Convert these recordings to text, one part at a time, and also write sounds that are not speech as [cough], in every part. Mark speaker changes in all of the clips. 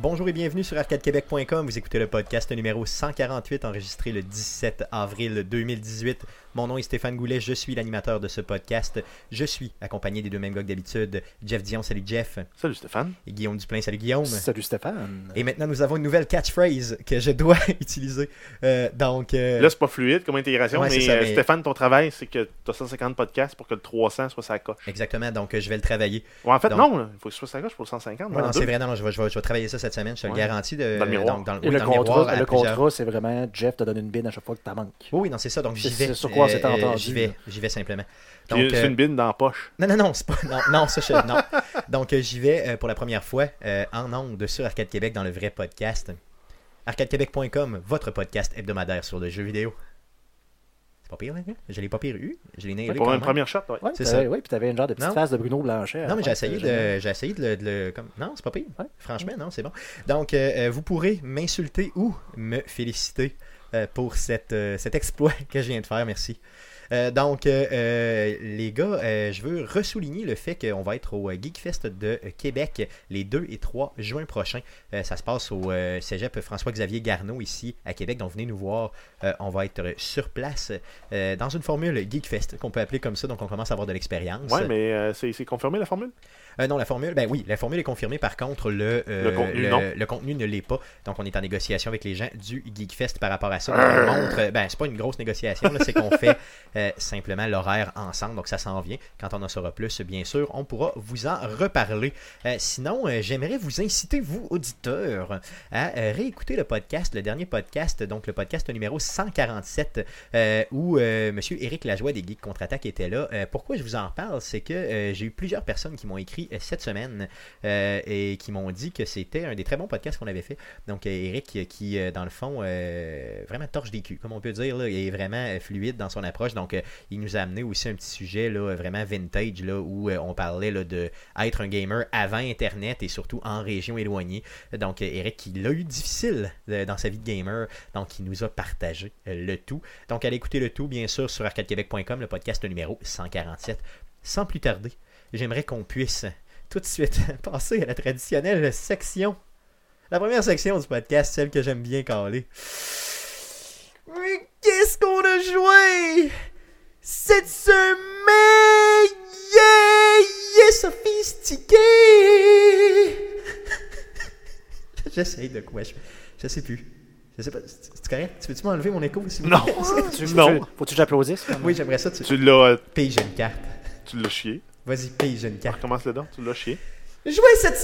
Speaker 1: Bonjour et bienvenue sur arcadequebec.com. Vous écoutez le podcast numéro 148 enregistré le 17 avril 2018. Mon nom est Stéphane Goulet, je suis l'animateur de ce podcast. Je suis accompagné des deux mêmes gars que d'habitude. Jeff Dion, salut Jeff.
Speaker 2: Salut Stéphane.
Speaker 1: Et Guillaume Duplain, salut Guillaume.
Speaker 2: Salut Stéphane.
Speaker 1: Et maintenant, nous avons une nouvelle catchphrase que je dois [laughs] utiliser. Euh, donc, euh,
Speaker 2: Là, c'est pas fluide comme intégration,
Speaker 1: Ouais,
Speaker 2: mais,
Speaker 1: c'est ça,
Speaker 2: euh,
Speaker 1: mais-
Speaker 2: Stéphane, ton travail, c'est que tu as 150 podcasts pour que le 300 soit sa coche.
Speaker 1: exactement, donc euh, je vais le travailler.
Speaker 2: Ouais, en fait,
Speaker 1: Donc-
Speaker 2: non, là, il faut que ce soit sa coche pour le hein. 150.
Speaker 1: Non,
Speaker 2: moi,
Speaker 1: non,
Speaker 2: le
Speaker 1: c'est
Speaker 2: deux.
Speaker 1: vrai, non, non, je, vais, je vais- je vais travailler ça cette semaine, je te le
Speaker 2: Ah, Ouais.
Speaker 1: garantis. de-
Speaker 2: Dans le miroir.
Speaker 1: donc, dans le-
Speaker 3: Et le,
Speaker 1: dans le miroir,
Speaker 3: contrat,
Speaker 1: à
Speaker 3: le
Speaker 1: plusieurs-
Speaker 3: contrat, c'est vraiment Jeff te donne une bine à chaque fois que t'en manques.
Speaker 1: Oui, oui, non, c'est ça, donc j'y
Speaker 3: C'est-
Speaker 1: vais. euh,
Speaker 3: c'est sur quoi on s'est entendu,
Speaker 1: J'y vais,
Speaker 3: là.
Speaker 1: j'y vais simplement.
Speaker 2: Puis,
Speaker 1: Donc,
Speaker 2: c'est
Speaker 1: euh,
Speaker 2: une bine dans la poche.
Speaker 1: Non, non, non, c'est pas. Non, non, ça, je- non. Donc, euh, j'y vais euh, pour la première fois euh, en ondes sur Arcade Québec dans le vrai podcast. ArcadeQuébec.com, votre podcast hebdomadaire sur le jeu vidéo. C'est pas pire, là, hein? Je l'ai pas pire eu. Je l'ai nailé.
Speaker 2: Pour
Speaker 1: quand
Speaker 2: une
Speaker 1: même.
Speaker 2: première shot, ouais.
Speaker 3: Ouais,
Speaker 1: C'est
Speaker 3: t'avais- Oui, puis t'avais une genre de petite
Speaker 1: Non.
Speaker 3: face de Bruno Blanchet. hein.
Speaker 1: Non, mais j'ai
Speaker 3: Ouais,
Speaker 1: essayé,
Speaker 3: j'aimais.
Speaker 1: de, j'ai essayé de le. de le- comme... Non, c'est pas pire.
Speaker 3: Ouais.
Speaker 1: Franchement, non, c'est bon. Donc, euh, euh, vous pourrez m'insulter ou me féliciter euh, pour cette, euh, cet exploit [laughs] que je viens de faire. Merci. Euh, donc, euh, euh, les gars, euh, je veux ressouligner le fait qu'on va être au euh, Geekfest de euh, Québec les 2 et 3 juin prochains. Euh, ça se passe au euh, cégep François-Xavier Garneau ici à Québec. Donc, venez nous voir. Euh, on va être sur place euh, dans une formule Geekfest qu'on peut appeler comme ça. Donc, on commence à avoir de l'expérience.
Speaker 2: Ouais, mais euh, c'est c'est confirmé la formule
Speaker 1: Euh, non, la formule, ben oui, la formule est confirmée. Par contre, le, euh,
Speaker 2: Le contenu, non.
Speaker 1: le contenu ne l'est pas. Donc, on est en négociation avec les gens du Geekfest par rapport à ça. Donc, on montre, euh, ben, c'est pas une grosse négociation, là, c'est qu'on fait euh, simplement l'horaire ensemble. Donc, ça s'en vient. Quand on en saura plus, bien sûr, on pourra vous en reparler. Euh, sinon, euh, j'aimerais vous inciter, vous, auditeurs, à euh, réécouter le podcast, le dernier podcast, donc le podcast numéro 147 euh, où euh, Monsieur Éric Lajoie des Geeks Contre-Attaque était là. Euh, pourquoi je vous en parle, c'est que euh, j'ai eu plusieurs personnes qui m'ont écrit euh, cette semaine euh, et qui m'ont dit que c'était un des très bons podcasts qu'on avait fait. Donc euh, Éric euh, qui, euh, dans le fond, euh, vraiment torche des culs, comme on peut dire, là, il est vraiment euh, fluide dans son approche. Donc euh, il nous a amené aussi un petit sujet là, euh, vraiment vintage là, où euh, on parlait là, de être un gamer avant Internet et surtout en région éloignée. Donc euh, Éric, il l'a eu difficile euh, dans sa vie de gamer, donc il nous a partagé euh, le tout. Donc, allez écouter le tout, bien sûr, sur arcadequebec.com, le podcast numéro 147. Sans plus tarder, j'aimerais qu'on puisse tout de suite [laughs] passer à la traditionnelle section. La première section du podcast, celle que j'aime bien caler. Mais qu'est-ce qu'on a joué cette semaine? Yeah, yeah, [laughs] sophistiqué! J'essaye de quoi? Je, je sais plus. Je sais pas. C'est c'est correct? Tu peux-tu m'enlever mon écho? s'il vous plaît? [laughs]
Speaker 3: Tu- tu-
Speaker 2: non.
Speaker 3: Faut-tu que j'applaudisse?
Speaker 1: Oui, j'aimerais ça. Tu
Speaker 2: Tu l'as euh,
Speaker 1: piges une carte.
Speaker 2: tu l'as chié.
Speaker 1: Vas-y, pige une carte.
Speaker 2: Recommence le don, tu l'as chié.
Speaker 1: Jouer cette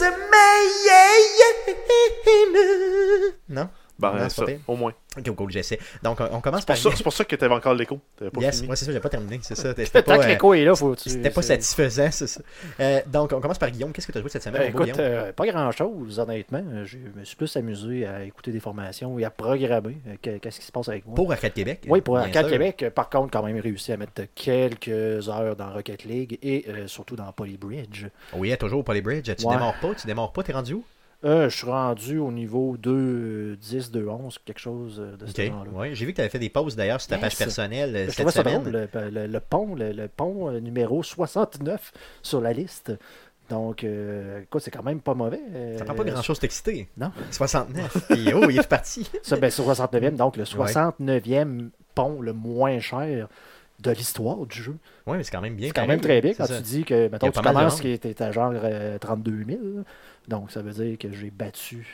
Speaker 1: semaine! Non?
Speaker 2: Ben,
Speaker 1: Non, c'est
Speaker 2: ça,
Speaker 1: pas pire.
Speaker 2: au moins.
Speaker 1: Ok, cool, j'essaie. Donc, on on commence
Speaker 2: C'est pour
Speaker 1: par...
Speaker 2: ça- c'est pour ça que t'avais encore l'écho. T'avais pas
Speaker 1: Yes,
Speaker 2: fini.
Speaker 1: moi c'est ça, j'ai pas terminé, c'est
Speaker 3: [laughs]
Speaker 1: ça. C'était
Speaker 3: Tant
Speaker 1: pas,
Speaker 3: que
Speaker 1: euh,
Speaker 3: l'écho est là, faut tu-
Speaker 1: c'était pas
Speaker 3: c'est-
Speaker 1: satisfaisant, c'est ça. Euh, donc, on commence par Guillaume. Qu'est-ce que tu as joué cette semaine,
Speaker 3: Ben,
Speaker 1: mon beau
Speaker 3: écoute,
Speaker 1: Guillaume?
Speaker 3: euh, pas grand-chose, honnêtement. Euh, Je me suis plus amusé à écouter des formations et à programmer euh, que- qu'est-ce qui se passe avec moi.
Speaker 1: Pour Arcade Québec.
Speaker 3: Oui, pour
Speaker 1: bien
Speaker 3: Arcade
Speaker 1: sûr.
Speaker 3: Québec, euh, par contre, quand même réussi à mettre quelques heures dans Rocket League et euh, surtout dans Polybridge.
Speaker 1: Oui, toujours pour les bridges. Tu
Speaker 3: Ouais.
Speaker 1: démarres pas, tu démarres pas, t'es rendu où?
Speaker 3: Euh, je suis rendu au niveau 2, 10, 2, 11, quelque chose euh, de
Speaker 1: Ok,
Speaker 3: ce genre-là.
Speaker 1: ouais. J'ai vu que t'avais fait des pauses d'ailleurs sur ta
Speaker 3: Yes.
Speaker 1: page personnelle euh,
Speaker 3: Je
Speaker 1: cette
Speaker 3: trouvais ça drôle,
Speaker 1: semaine.
Speaker 3: le, le- le pont, le, le pont euh, numéro 69 sur la liste. Donc, euh, écoute, c'est quand même pas mauvais. euh,
Speaker 1: Ça prend pas grand chose t'exciter.
Speaker 3: Non.
Speaker 1: 69. Et oh, il est
Speaker 3: [laughs]
Speaker 1: reparti.
Speaker 3: Ça, ben, c'est 69e, donc le 69e pont le moins cher de l'histoire du jeu.
Speaker 1: Oui, mais c'est quand même bien.
Speaker 3: C'est quand
Speaker 1: pareil,
Speaker 3: même très bien
Speaker 1: c'est
Speaker 3: quand
Speaker 1: ça.
Speaker 3: tu dis que,
Speaker 1: Il y
Speaker 3: mettons,
Speaker 1: a pas
Speaker 3: tu
Speaker 1: mal de
Speaker 3: commences
Speaker 1: monde.
Speaker 3: qui était à genre euh, 32 000. Donc, ça veut dire que j'ai battu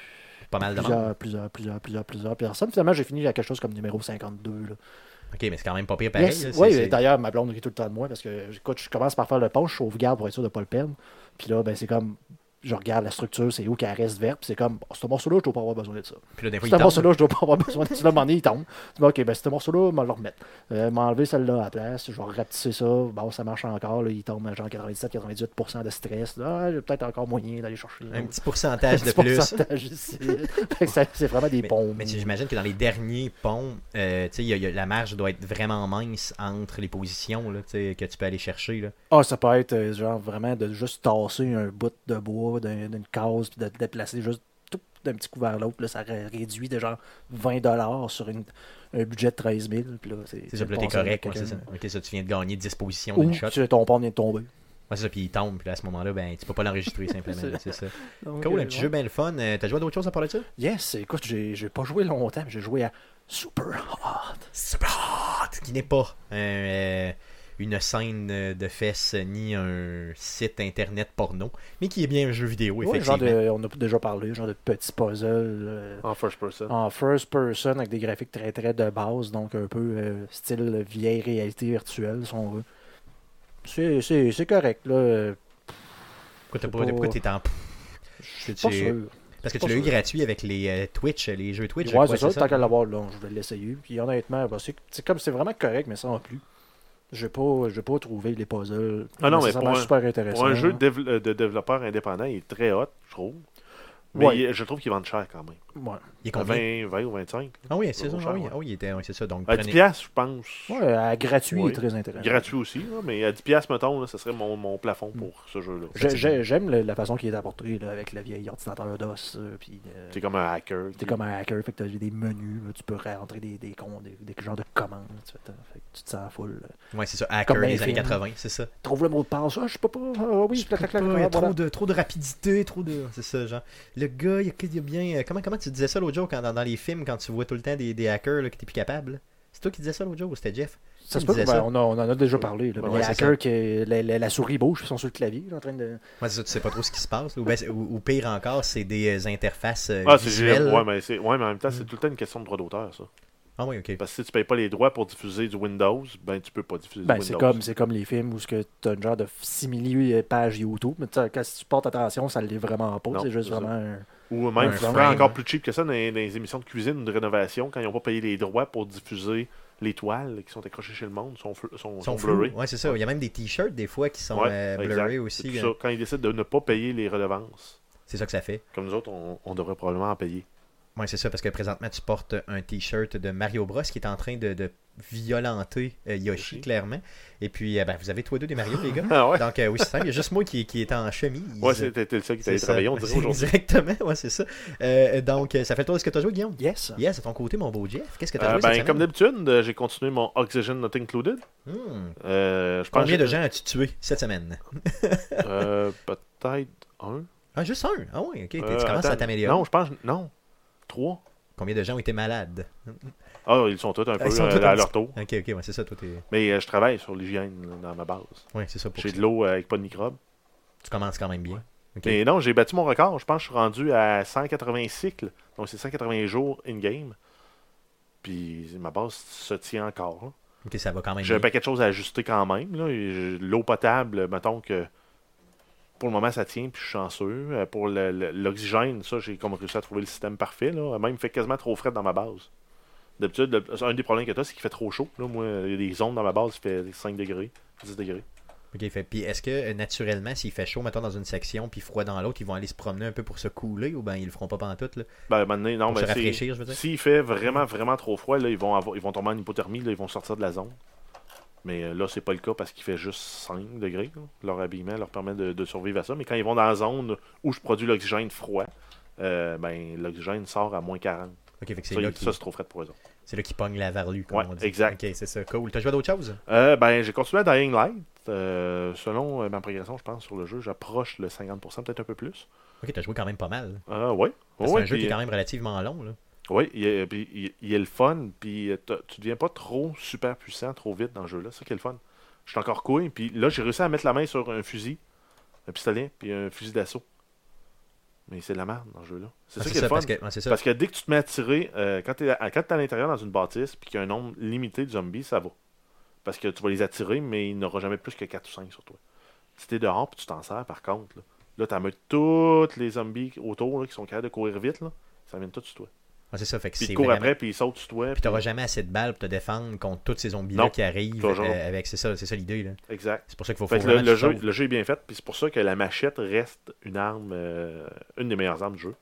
Speaker 1: Pas mal de monde.
Speaker 3: plusieurs, plusieurs, plusieurs, plusieurs, plusieurs personnes. Finalement, j'ai fini à quelque chose comme numéro 52. là.
Speaker 1: Ok, mais c'est quand même pas pire pareil.
Speaker 3: Yes.
Speaker 1: là, c'est-
Speaker 3: oui,
Speaker 1: c'est-
Speaker 3: d'ailleurs, ma blonde rit tout le temps de moi parce que, écoute, je commence par faire le pont, je sauvegarde pour être sûr de ne pas le perdre. Puis là, ben, c'est comme, je regarde la structure, c'est où qu'elle reste verte, puis c'est comme, oh, ce morceau-là, je dois pas avoir besoin de ça.
Speaker 1: Puis là, des fois,
Speaker 3: Ce
Speaker 1: il tombe.
Speaker 3: morceau-là, je dois pas avoir besoin de ça. Là, à un moment donné, il tombe. Tu dis, OK, ben, ce morceau-là, je vais le remettre. Euh, m'enlever celle-là à la place, je vais rapetisser ça. Bon, ça marche encore, là, il tombe à genre 97-98% de stress. Là, j'ai peut-être encore moyen d'aller chercher.
Speaker 1: Un petit pourcentage de
Speaker 3: [laughs] petit
Speaker 1: plus.
Speaker 3: pourcentage ici. [laughs] Fait que ça- c'est vraiment des
Speaker 1: Mais,
Speaker 3: bombes.
Speaker 1: mais tu- j'imagine que dans les derniers ponts, euh, tu sais, il y a- il y a- la marge doit être vraiment mince entre les positions là, tu sais, que tu peux aller chercher. Là.
Speaker 3: Ah, ça peut être euh, genre vraiment de juste tasser un bout de bois d'un- d'une case puis de le déplacer juste tout d'un petit coup vers l'autre. là, Ça ré- réduit de genre 20$ sur une- un budget de 13 000. puis là,
Speaker 1: C'est ça, puis là, t'es
Speaker 3: passé à
Speaker 1: correct. ouais,
Speaker 3: quelqu'un.
Speaker 1: c'est ça. Ok, ça, tu viens de gagner 10 positions
Speaker 3: Ou
Speaker 1: d'une shot.
Speaker 3: tu- ton pont vient de tomber.
Speaker 1: Ok, Ouais, c'est ça, puis il tombe, puis là, à ce moment-là, ben, tu peux pas
Speaker 3: [laughs]
Speaker 1: l'enregistrer simplement.
Speaker 3: C'est-
Speaker 1: là, c'est ça.
Speaker 3: Donc,
Speaker 1: Cool, un
Speaker 3: euh,
Speaker 1: petit
Speaker 3: ouais.
Speaker 1: jeu bien le fun. Euh, T'as joué à d'autres choses à part de ça?
Speaker 3: Yes, écoute, j'ai j'ai pas joué longtemps, mais j'ai joué à Super Hot.
Speaker 1: Super Hot, qui n'est pas un, euh, une scène euh, de fesses ni un site internet porno, mais qui est bien un jeu vidéo,
Speaker 3: Ouais, genre
Speaker 1: effectivement.
Speaker 3: de, on a déjà parlé, genre de petit puzzle euh,
Speaker 2: En first person.
Speaker 3: en first person avec des graphiques très très de base, donc un peu euh, style vieille réalité virtuelle, si on veut. C'est- C'est c'est correct, là.
Speaker 1: Pourquoi t'as
Speaker 3: c'est
Speaker 1: pas-
Speaker 3: pas-
Speaker 1: pourquoi t'es en...
Speaker 3: Je suis
Speaker 1: Tu-
Speaker 3: pas
Speaker 1: tu-
Speaker 3: sûr.
Speaker 1: Parce que
Speaker 3: pas
Speaker 1: tu l'as eu
Speaker 3: sûr.
Speaker 1: gratuit avec les euh, Twitch, les jeux Twitch. je
Speaker 3: ouais,
Speaker 1: crois,
Speaker 3: c'est ça, tant qu'à l'avoir, là, je vais l'essayer. Puis honnêtement, bah, c'est c'est comme c'est vraiment correct, mais ça en plus. Je n'ai pas, j'ai pas trouvé les puzzles
Speaker 2: Ah non, mais
Speaker 3: nécessairement
Speaker 2: pour un-
Speaker 3: super intéressants.
Speaker 2: Pour un jeu
Speaker 3: là.
Speaker 2: de, dév- euh, de développeur indépendant, il est très hot, je trouve. Mais
Speaker 3: Ouais.
Speaker 2: il- je trouve qu'il vend cher quand même.
Speaker 3: Ouais.
Speaker 1: Il est combien?
Speaker 2: 20, 20 ou 25.
Speaker 1: Ah oui, c'est ça.
Speaker 2: Pas
Speaker 1: ah
Speaker 2: cher,
Speaker 1: oui,
Speaker 2: ouais.
Speaker 1: ah oui, il était- oui, c'est ça. Donc,
Speaker 2: À
Speaker 1: prenez-
Speaker 2: 10 piastres, je pense.
Speaker 3: Ouais, à gratuit
Speaker 2: Ouais.
Speaker 3: est très
Speaker 1: Ben,
Speaker 3: intéressant.
Speaker 2: Gratuit aussi, là, mais à 10 piastres, mettons, là, ce serait mon, mon plafond
Speaker 1: Hmm.
Speaker 2: pour ce jeu-là.
Speaker 3: J'ai- j'ai- J'aime le- la façon qui est apportée là, avec le vieil ordinateur DOS. euh, puis, euh,
Speaker 2: T'es comme un hacker.
Speaker 3: T'es comme un hacker, fait que t'as des menus, là, tu peux rentrer des, des, com- des, des genres de commandes, tu, fais, t'as- fait que tu te sens full. là.
Speaker 1: Ouais, c'est ça. Hacker
Speaker 3: Comme
Speaker 1: des
Speaker 3: dans
Speaker 1: années
Speaker 3: les films.
Speaker 1: 80, c'est ça.
Speaker 3: Trouve le mot de passe, ah, je peux pas, ah oui,
Speaker 1: Je peux
Speaker 3: clac, clac,
Speaker 1: pas,
Speaker 3: clac,
Speaker 1: il y
Speaker 3: voilà.
Speaker 1: a trop de, trop de rapidité, trop de. C'est ça, genre. Le gars, il y a, il y a bien. euh, Comment, comment tu disais ça l'autre jour quand, dans, dans les films, quand tu vois tout le temps des, des hackers là, que t'es plus capable C'est toi qui disais ça l'autre jour ou c'était Jeff
Speaker 3: Ça se
Speaker 1: Il
Speaker 3: peut,
Speaker 1: disait
Speaker 3: ben,
Speaker 1: ça.
Speaker 3: on, a- on en a déjà parlé. Là,
Speaker 2: Ouais,
Speaker 3: les
Speaker 1: ouais, c'est ça.
Speaker 3: hackers, que la, la- la souris bouge, ils sont sur le clavier, là, en train de...
Speaker 1: Ouais, c'est ça, tu sais pas trop ce qui se passe. là. Ou, ben, c'est- ou- ou pire encore, c'est des euh, interfaces euh, Hmm.
Speaker 2: Ah, c'est
Speaker 1: visuelles.
Speaker 2: ouais, mais c'est- ouais, mais en même temps, c'est tout le temps une question de droit d'auteur, ça.
Speaker 1: Ah oui, ok.
Speaker 2: Parce que si tu payes pas les droits pour diffuser du Windows, ben tu peux pas diffuser
Speaker 3: Ben,
Speaker 2: du
Speaker 3: c'est
Speaker 2: Windows.
Speaker 3: comme, c'est comme les films où tu as une genre de simili-page YouTube, mais tu sais, quand si tu portes attention, ça l'est vraiment pas,
Speaker 2: Non,
Speaker 3: c'est juste
Speaker 2: c'est ça.
Speaker 3: vraiment... un-
Speaker 2: Ou même,
Speaker 1: Un hein.
Speaker 2: tu
Speaker 1: frame.
Speaker 2: prends encore plus cheap que ça dans les, dans les émissions de cuisine ou de rénovation, quand ils n'ont pas payé les droits pour diffuser les toiles qui sont accrochées chez le monde, sont, fl- sont,
Speaker 1: Ils
Speaker 2: sont
Speaker 1: sont flous.
Speaker 2: blurrées.
Speaker 1: Ouais, c'est ça. Il y a même des t-shirts des fois qui sont
Speaker 2: Ouais,
Speaker 1: euh,
Speaker 2: exact.
Speaker 1: blurrés
Speaker 2: C'est
Speaker 1: aussi.
Speaker 2: tout ça. Quand ils décident de ne pas payer les redevances,
Speaker 1: C'est ça que ça fait.
Speaker 2: comme nous autres, on, on devrait probablement
Speaker 1: [laughs]
Speaker 2: en payer.
Speaker 1: Oui, c'est ça, parce que présentement, tu portes un t-shirt de Mario Bros qui est en train de, de violenter euh, Yoshi,
Speaker 2: Yoshi.
Speaker 1: clairement. Et puis, euh, ben, vous avez tous les deux des Mario, les gars.
Speaker 2: Ah [laughs] ouais?
Speaker 1: Donc, euh, oui, c'est simple. Il y a juste moi qui, qui est en chemise.
Speaker 2: Ouais, c'était t'es le seul qui t'avait
Speaker 1: C'est
Speaker 2: travaillé,
Speaker 1: ça.
Speaker 2: on dirait aujourd'hui.
Speaker 1: Exactement, ouais, c'est ça. Euh, donc, euh, ça fait le tour de ce que tu as joué, Guillaume.
Speaker 3: Yes!
Speaker 1: Yes, à ton côté, mon beau Jeff. Qu'est-ce que tu as
Speaker 2: Euh,
Speaker 1: joué cette
Speaker 2: ben,
Speaker 1: semaine?
Speaker 2: comme d'habitude, euh, j'ai continué mon Oxygen Not Included.
Speaker 1: Hmm.
Speaker 2: Euh, je pense
Speaker 1: Combien
Speaker 2: que-
Speaker 1: de gens as-tu tué cette semaine
Speaker 2: Euh, Peut-être un.
Speaker 1: Ah, juste un. Ah oui, ok. Tu
Speaker 2: Euh,
Speaker 1: commences à
Speaker 2: attends.
Speaker 1: t'améliorer.
Speaker 2: Non, je pense. Non. Trois.
Speaker 1: Combien de gens ont été malades
Speaker 2: Ah, ils sont tous un peu
Speaker 1: sont
Speaker 2: euh,
Speaker 1: tous un
Speaker 2: à
Speaker 1: petit-
Speaker 2: leur tour.
Speaker 1: Ok, ok, ouais, c'est ça, toi, t'es.
Speaker 2: Mais euh, je travaille sur l'hygiène là, dans ma base.
Speaker 1: Ouais, c'est ça pour
Speaker 2: J'ai
Speaker 1: ça.
Speaker 2: de l'eau euh, avec pas de microbes.
Speaker 1: Tu commences quand même bien. Ok.
Speaker 2: Mais non, j'ai battu mon record. Je pense que je suis rendu à 180 cycles. Donc, c'est 180 jours in-game. Puis, ma base se tient encore. là.
Speaker 1: Ok, ça va quand même
Speaker 2: J'ai un
Speaker 1: bien.
Speaker 2: paquet de choses à ajuster quand même. là. Et j'ai- L'eau potable, mettons que pour le moment, ça tient, puis je suis chanceux. Euh, Pour le- le- l'oxygène, ça, j'ai comme réussi à trouver le système parfait. Là. Euh, Même, il fait quasiment trop frais dans ma base. D'habitude, le- un des problèmes que tu as, c'est qu'il fait trop chaud. Là. Moi, il y a des zones dans ma base, il fait 5 degrés, 10 degrés.
Speaker 1: Ok, fait. Puis est-ce que euh, naturellement, s'il fait chaud, mettons dans une section, puis froid dans l'autre, ils vont aller se promener un peu pour se couler ou ben ils le feront pas pendant tout là.
Speaker 2: Ben, à un moment donné, non,
Speaker 1: Pour se
Speaker 2: ben, c'est-
Speaker 1: rafraîchir, je veux dire.
Speaker 2: S'il fait vraiment, vraiment trop froid, là, ils vont, avoir- ils vont tomber en hypothermie, là, ils vont sortir de la zone. Mais euh, là, c'est pas le cas parce qu'il fait juste 5 degrés. là. Leur habillement leur permet de, de survivre à ça. Mais quand ils vont dans la zone où je produis l'oxygène froid, euh, ben, l'oxygène sort à moins 40.
Speaker 1: Ok, fait que c'est
Speaker 2: Ça,
Speaker 1: là
Speaker 2: il-
Speaker 1: qui
Speaker 2: ça, c'est trop frais pour eux autres.
Speaker 1: c'est là qui pogne la varlue comme
Speaker 2: Ouais,
Speaker 1: on dit.
Speaker 2: exact.
Speaker 1: Ok, c'est ça. Cool. T'as joué à d'autres choses
Speaker 2: Euh, ben, j'ai continué à Dying Light. Euh, selon euh, ma progression, je pense, sur le jeu, j'approche le 50%, peut-être un peu plus.
Speaker 1: Ok, t'as joué quand même pas mal.
Speaker 2: Euh, ouais.
Speaker 1: Parce que
Speaker 2: Ouais,
Speaker 1: c'est un jeu
Speaker 2: puis-
Speaker 1: qui est quand même relativement long là.
Speaker 2: Oui, il est, euh, puis il, il est le fun, puis euh, t'as- tu deviens pas trop super puissant trop vite dans le jeu-là. C'est ça qui est le fun. Je suis encore couille, puis là, j'ai réussi à mettre la main sur un fusil, un pistolet, puis un fusil d'assaut. Mais c'est de la merde dans le jeu-là. C'est
Speaker 1: Ah,
Speaker 2: ça qui est le fun.
Speaker 1: parce
Speaker 2: Parce que...
Speaker 1: que ouais, c'est ça.
Speaker 2: dès que tu te mets à tirer, euh, quand tu es à, quand t'es à l'intérieur dans une bâtisse, puis qu'il y a un nombre limité de zombies, ça va. Parce que tu vas les attirer, mais il n'aura jamais plus que 4 ou 5 sur toi. Si t'es dehors, puis tu t'en sers, par contre, là, là t'amènes tous les zombies autour là, qui sont capables de courir vite, là, ça vient tout sur toi.
Speaker 1: Ouais, Ah, c'est ça. Fait que
Speaker 2: Puis
Speaker 1: c'est
Speaker 2: il court
Speaker 1: vraiment-
Speaker 2: après, puis il saute sur toi.
Speaker 1: Puis t'auras
Speaker 2: puis-
Speaker 1: jamais assez de balles pour te défendre contre tous ces zombies là
Speaker 2: Non,
Speaker 1: qui arrivent
Speaker 2: toujours.
Speaker 1: euh, avec. C'est ça, c'est ça l'idée là.
Speaker 2: Exact.
Speaker 1: C'est pour ça qu'il faut
Speaker 2: Fait
Speaker 1: faire
Speaker 2: que le, le jeu, le jeu est bien fait, puis c'est pour ça que la machette reste une arme, euh, une des meilleures armes du jeu.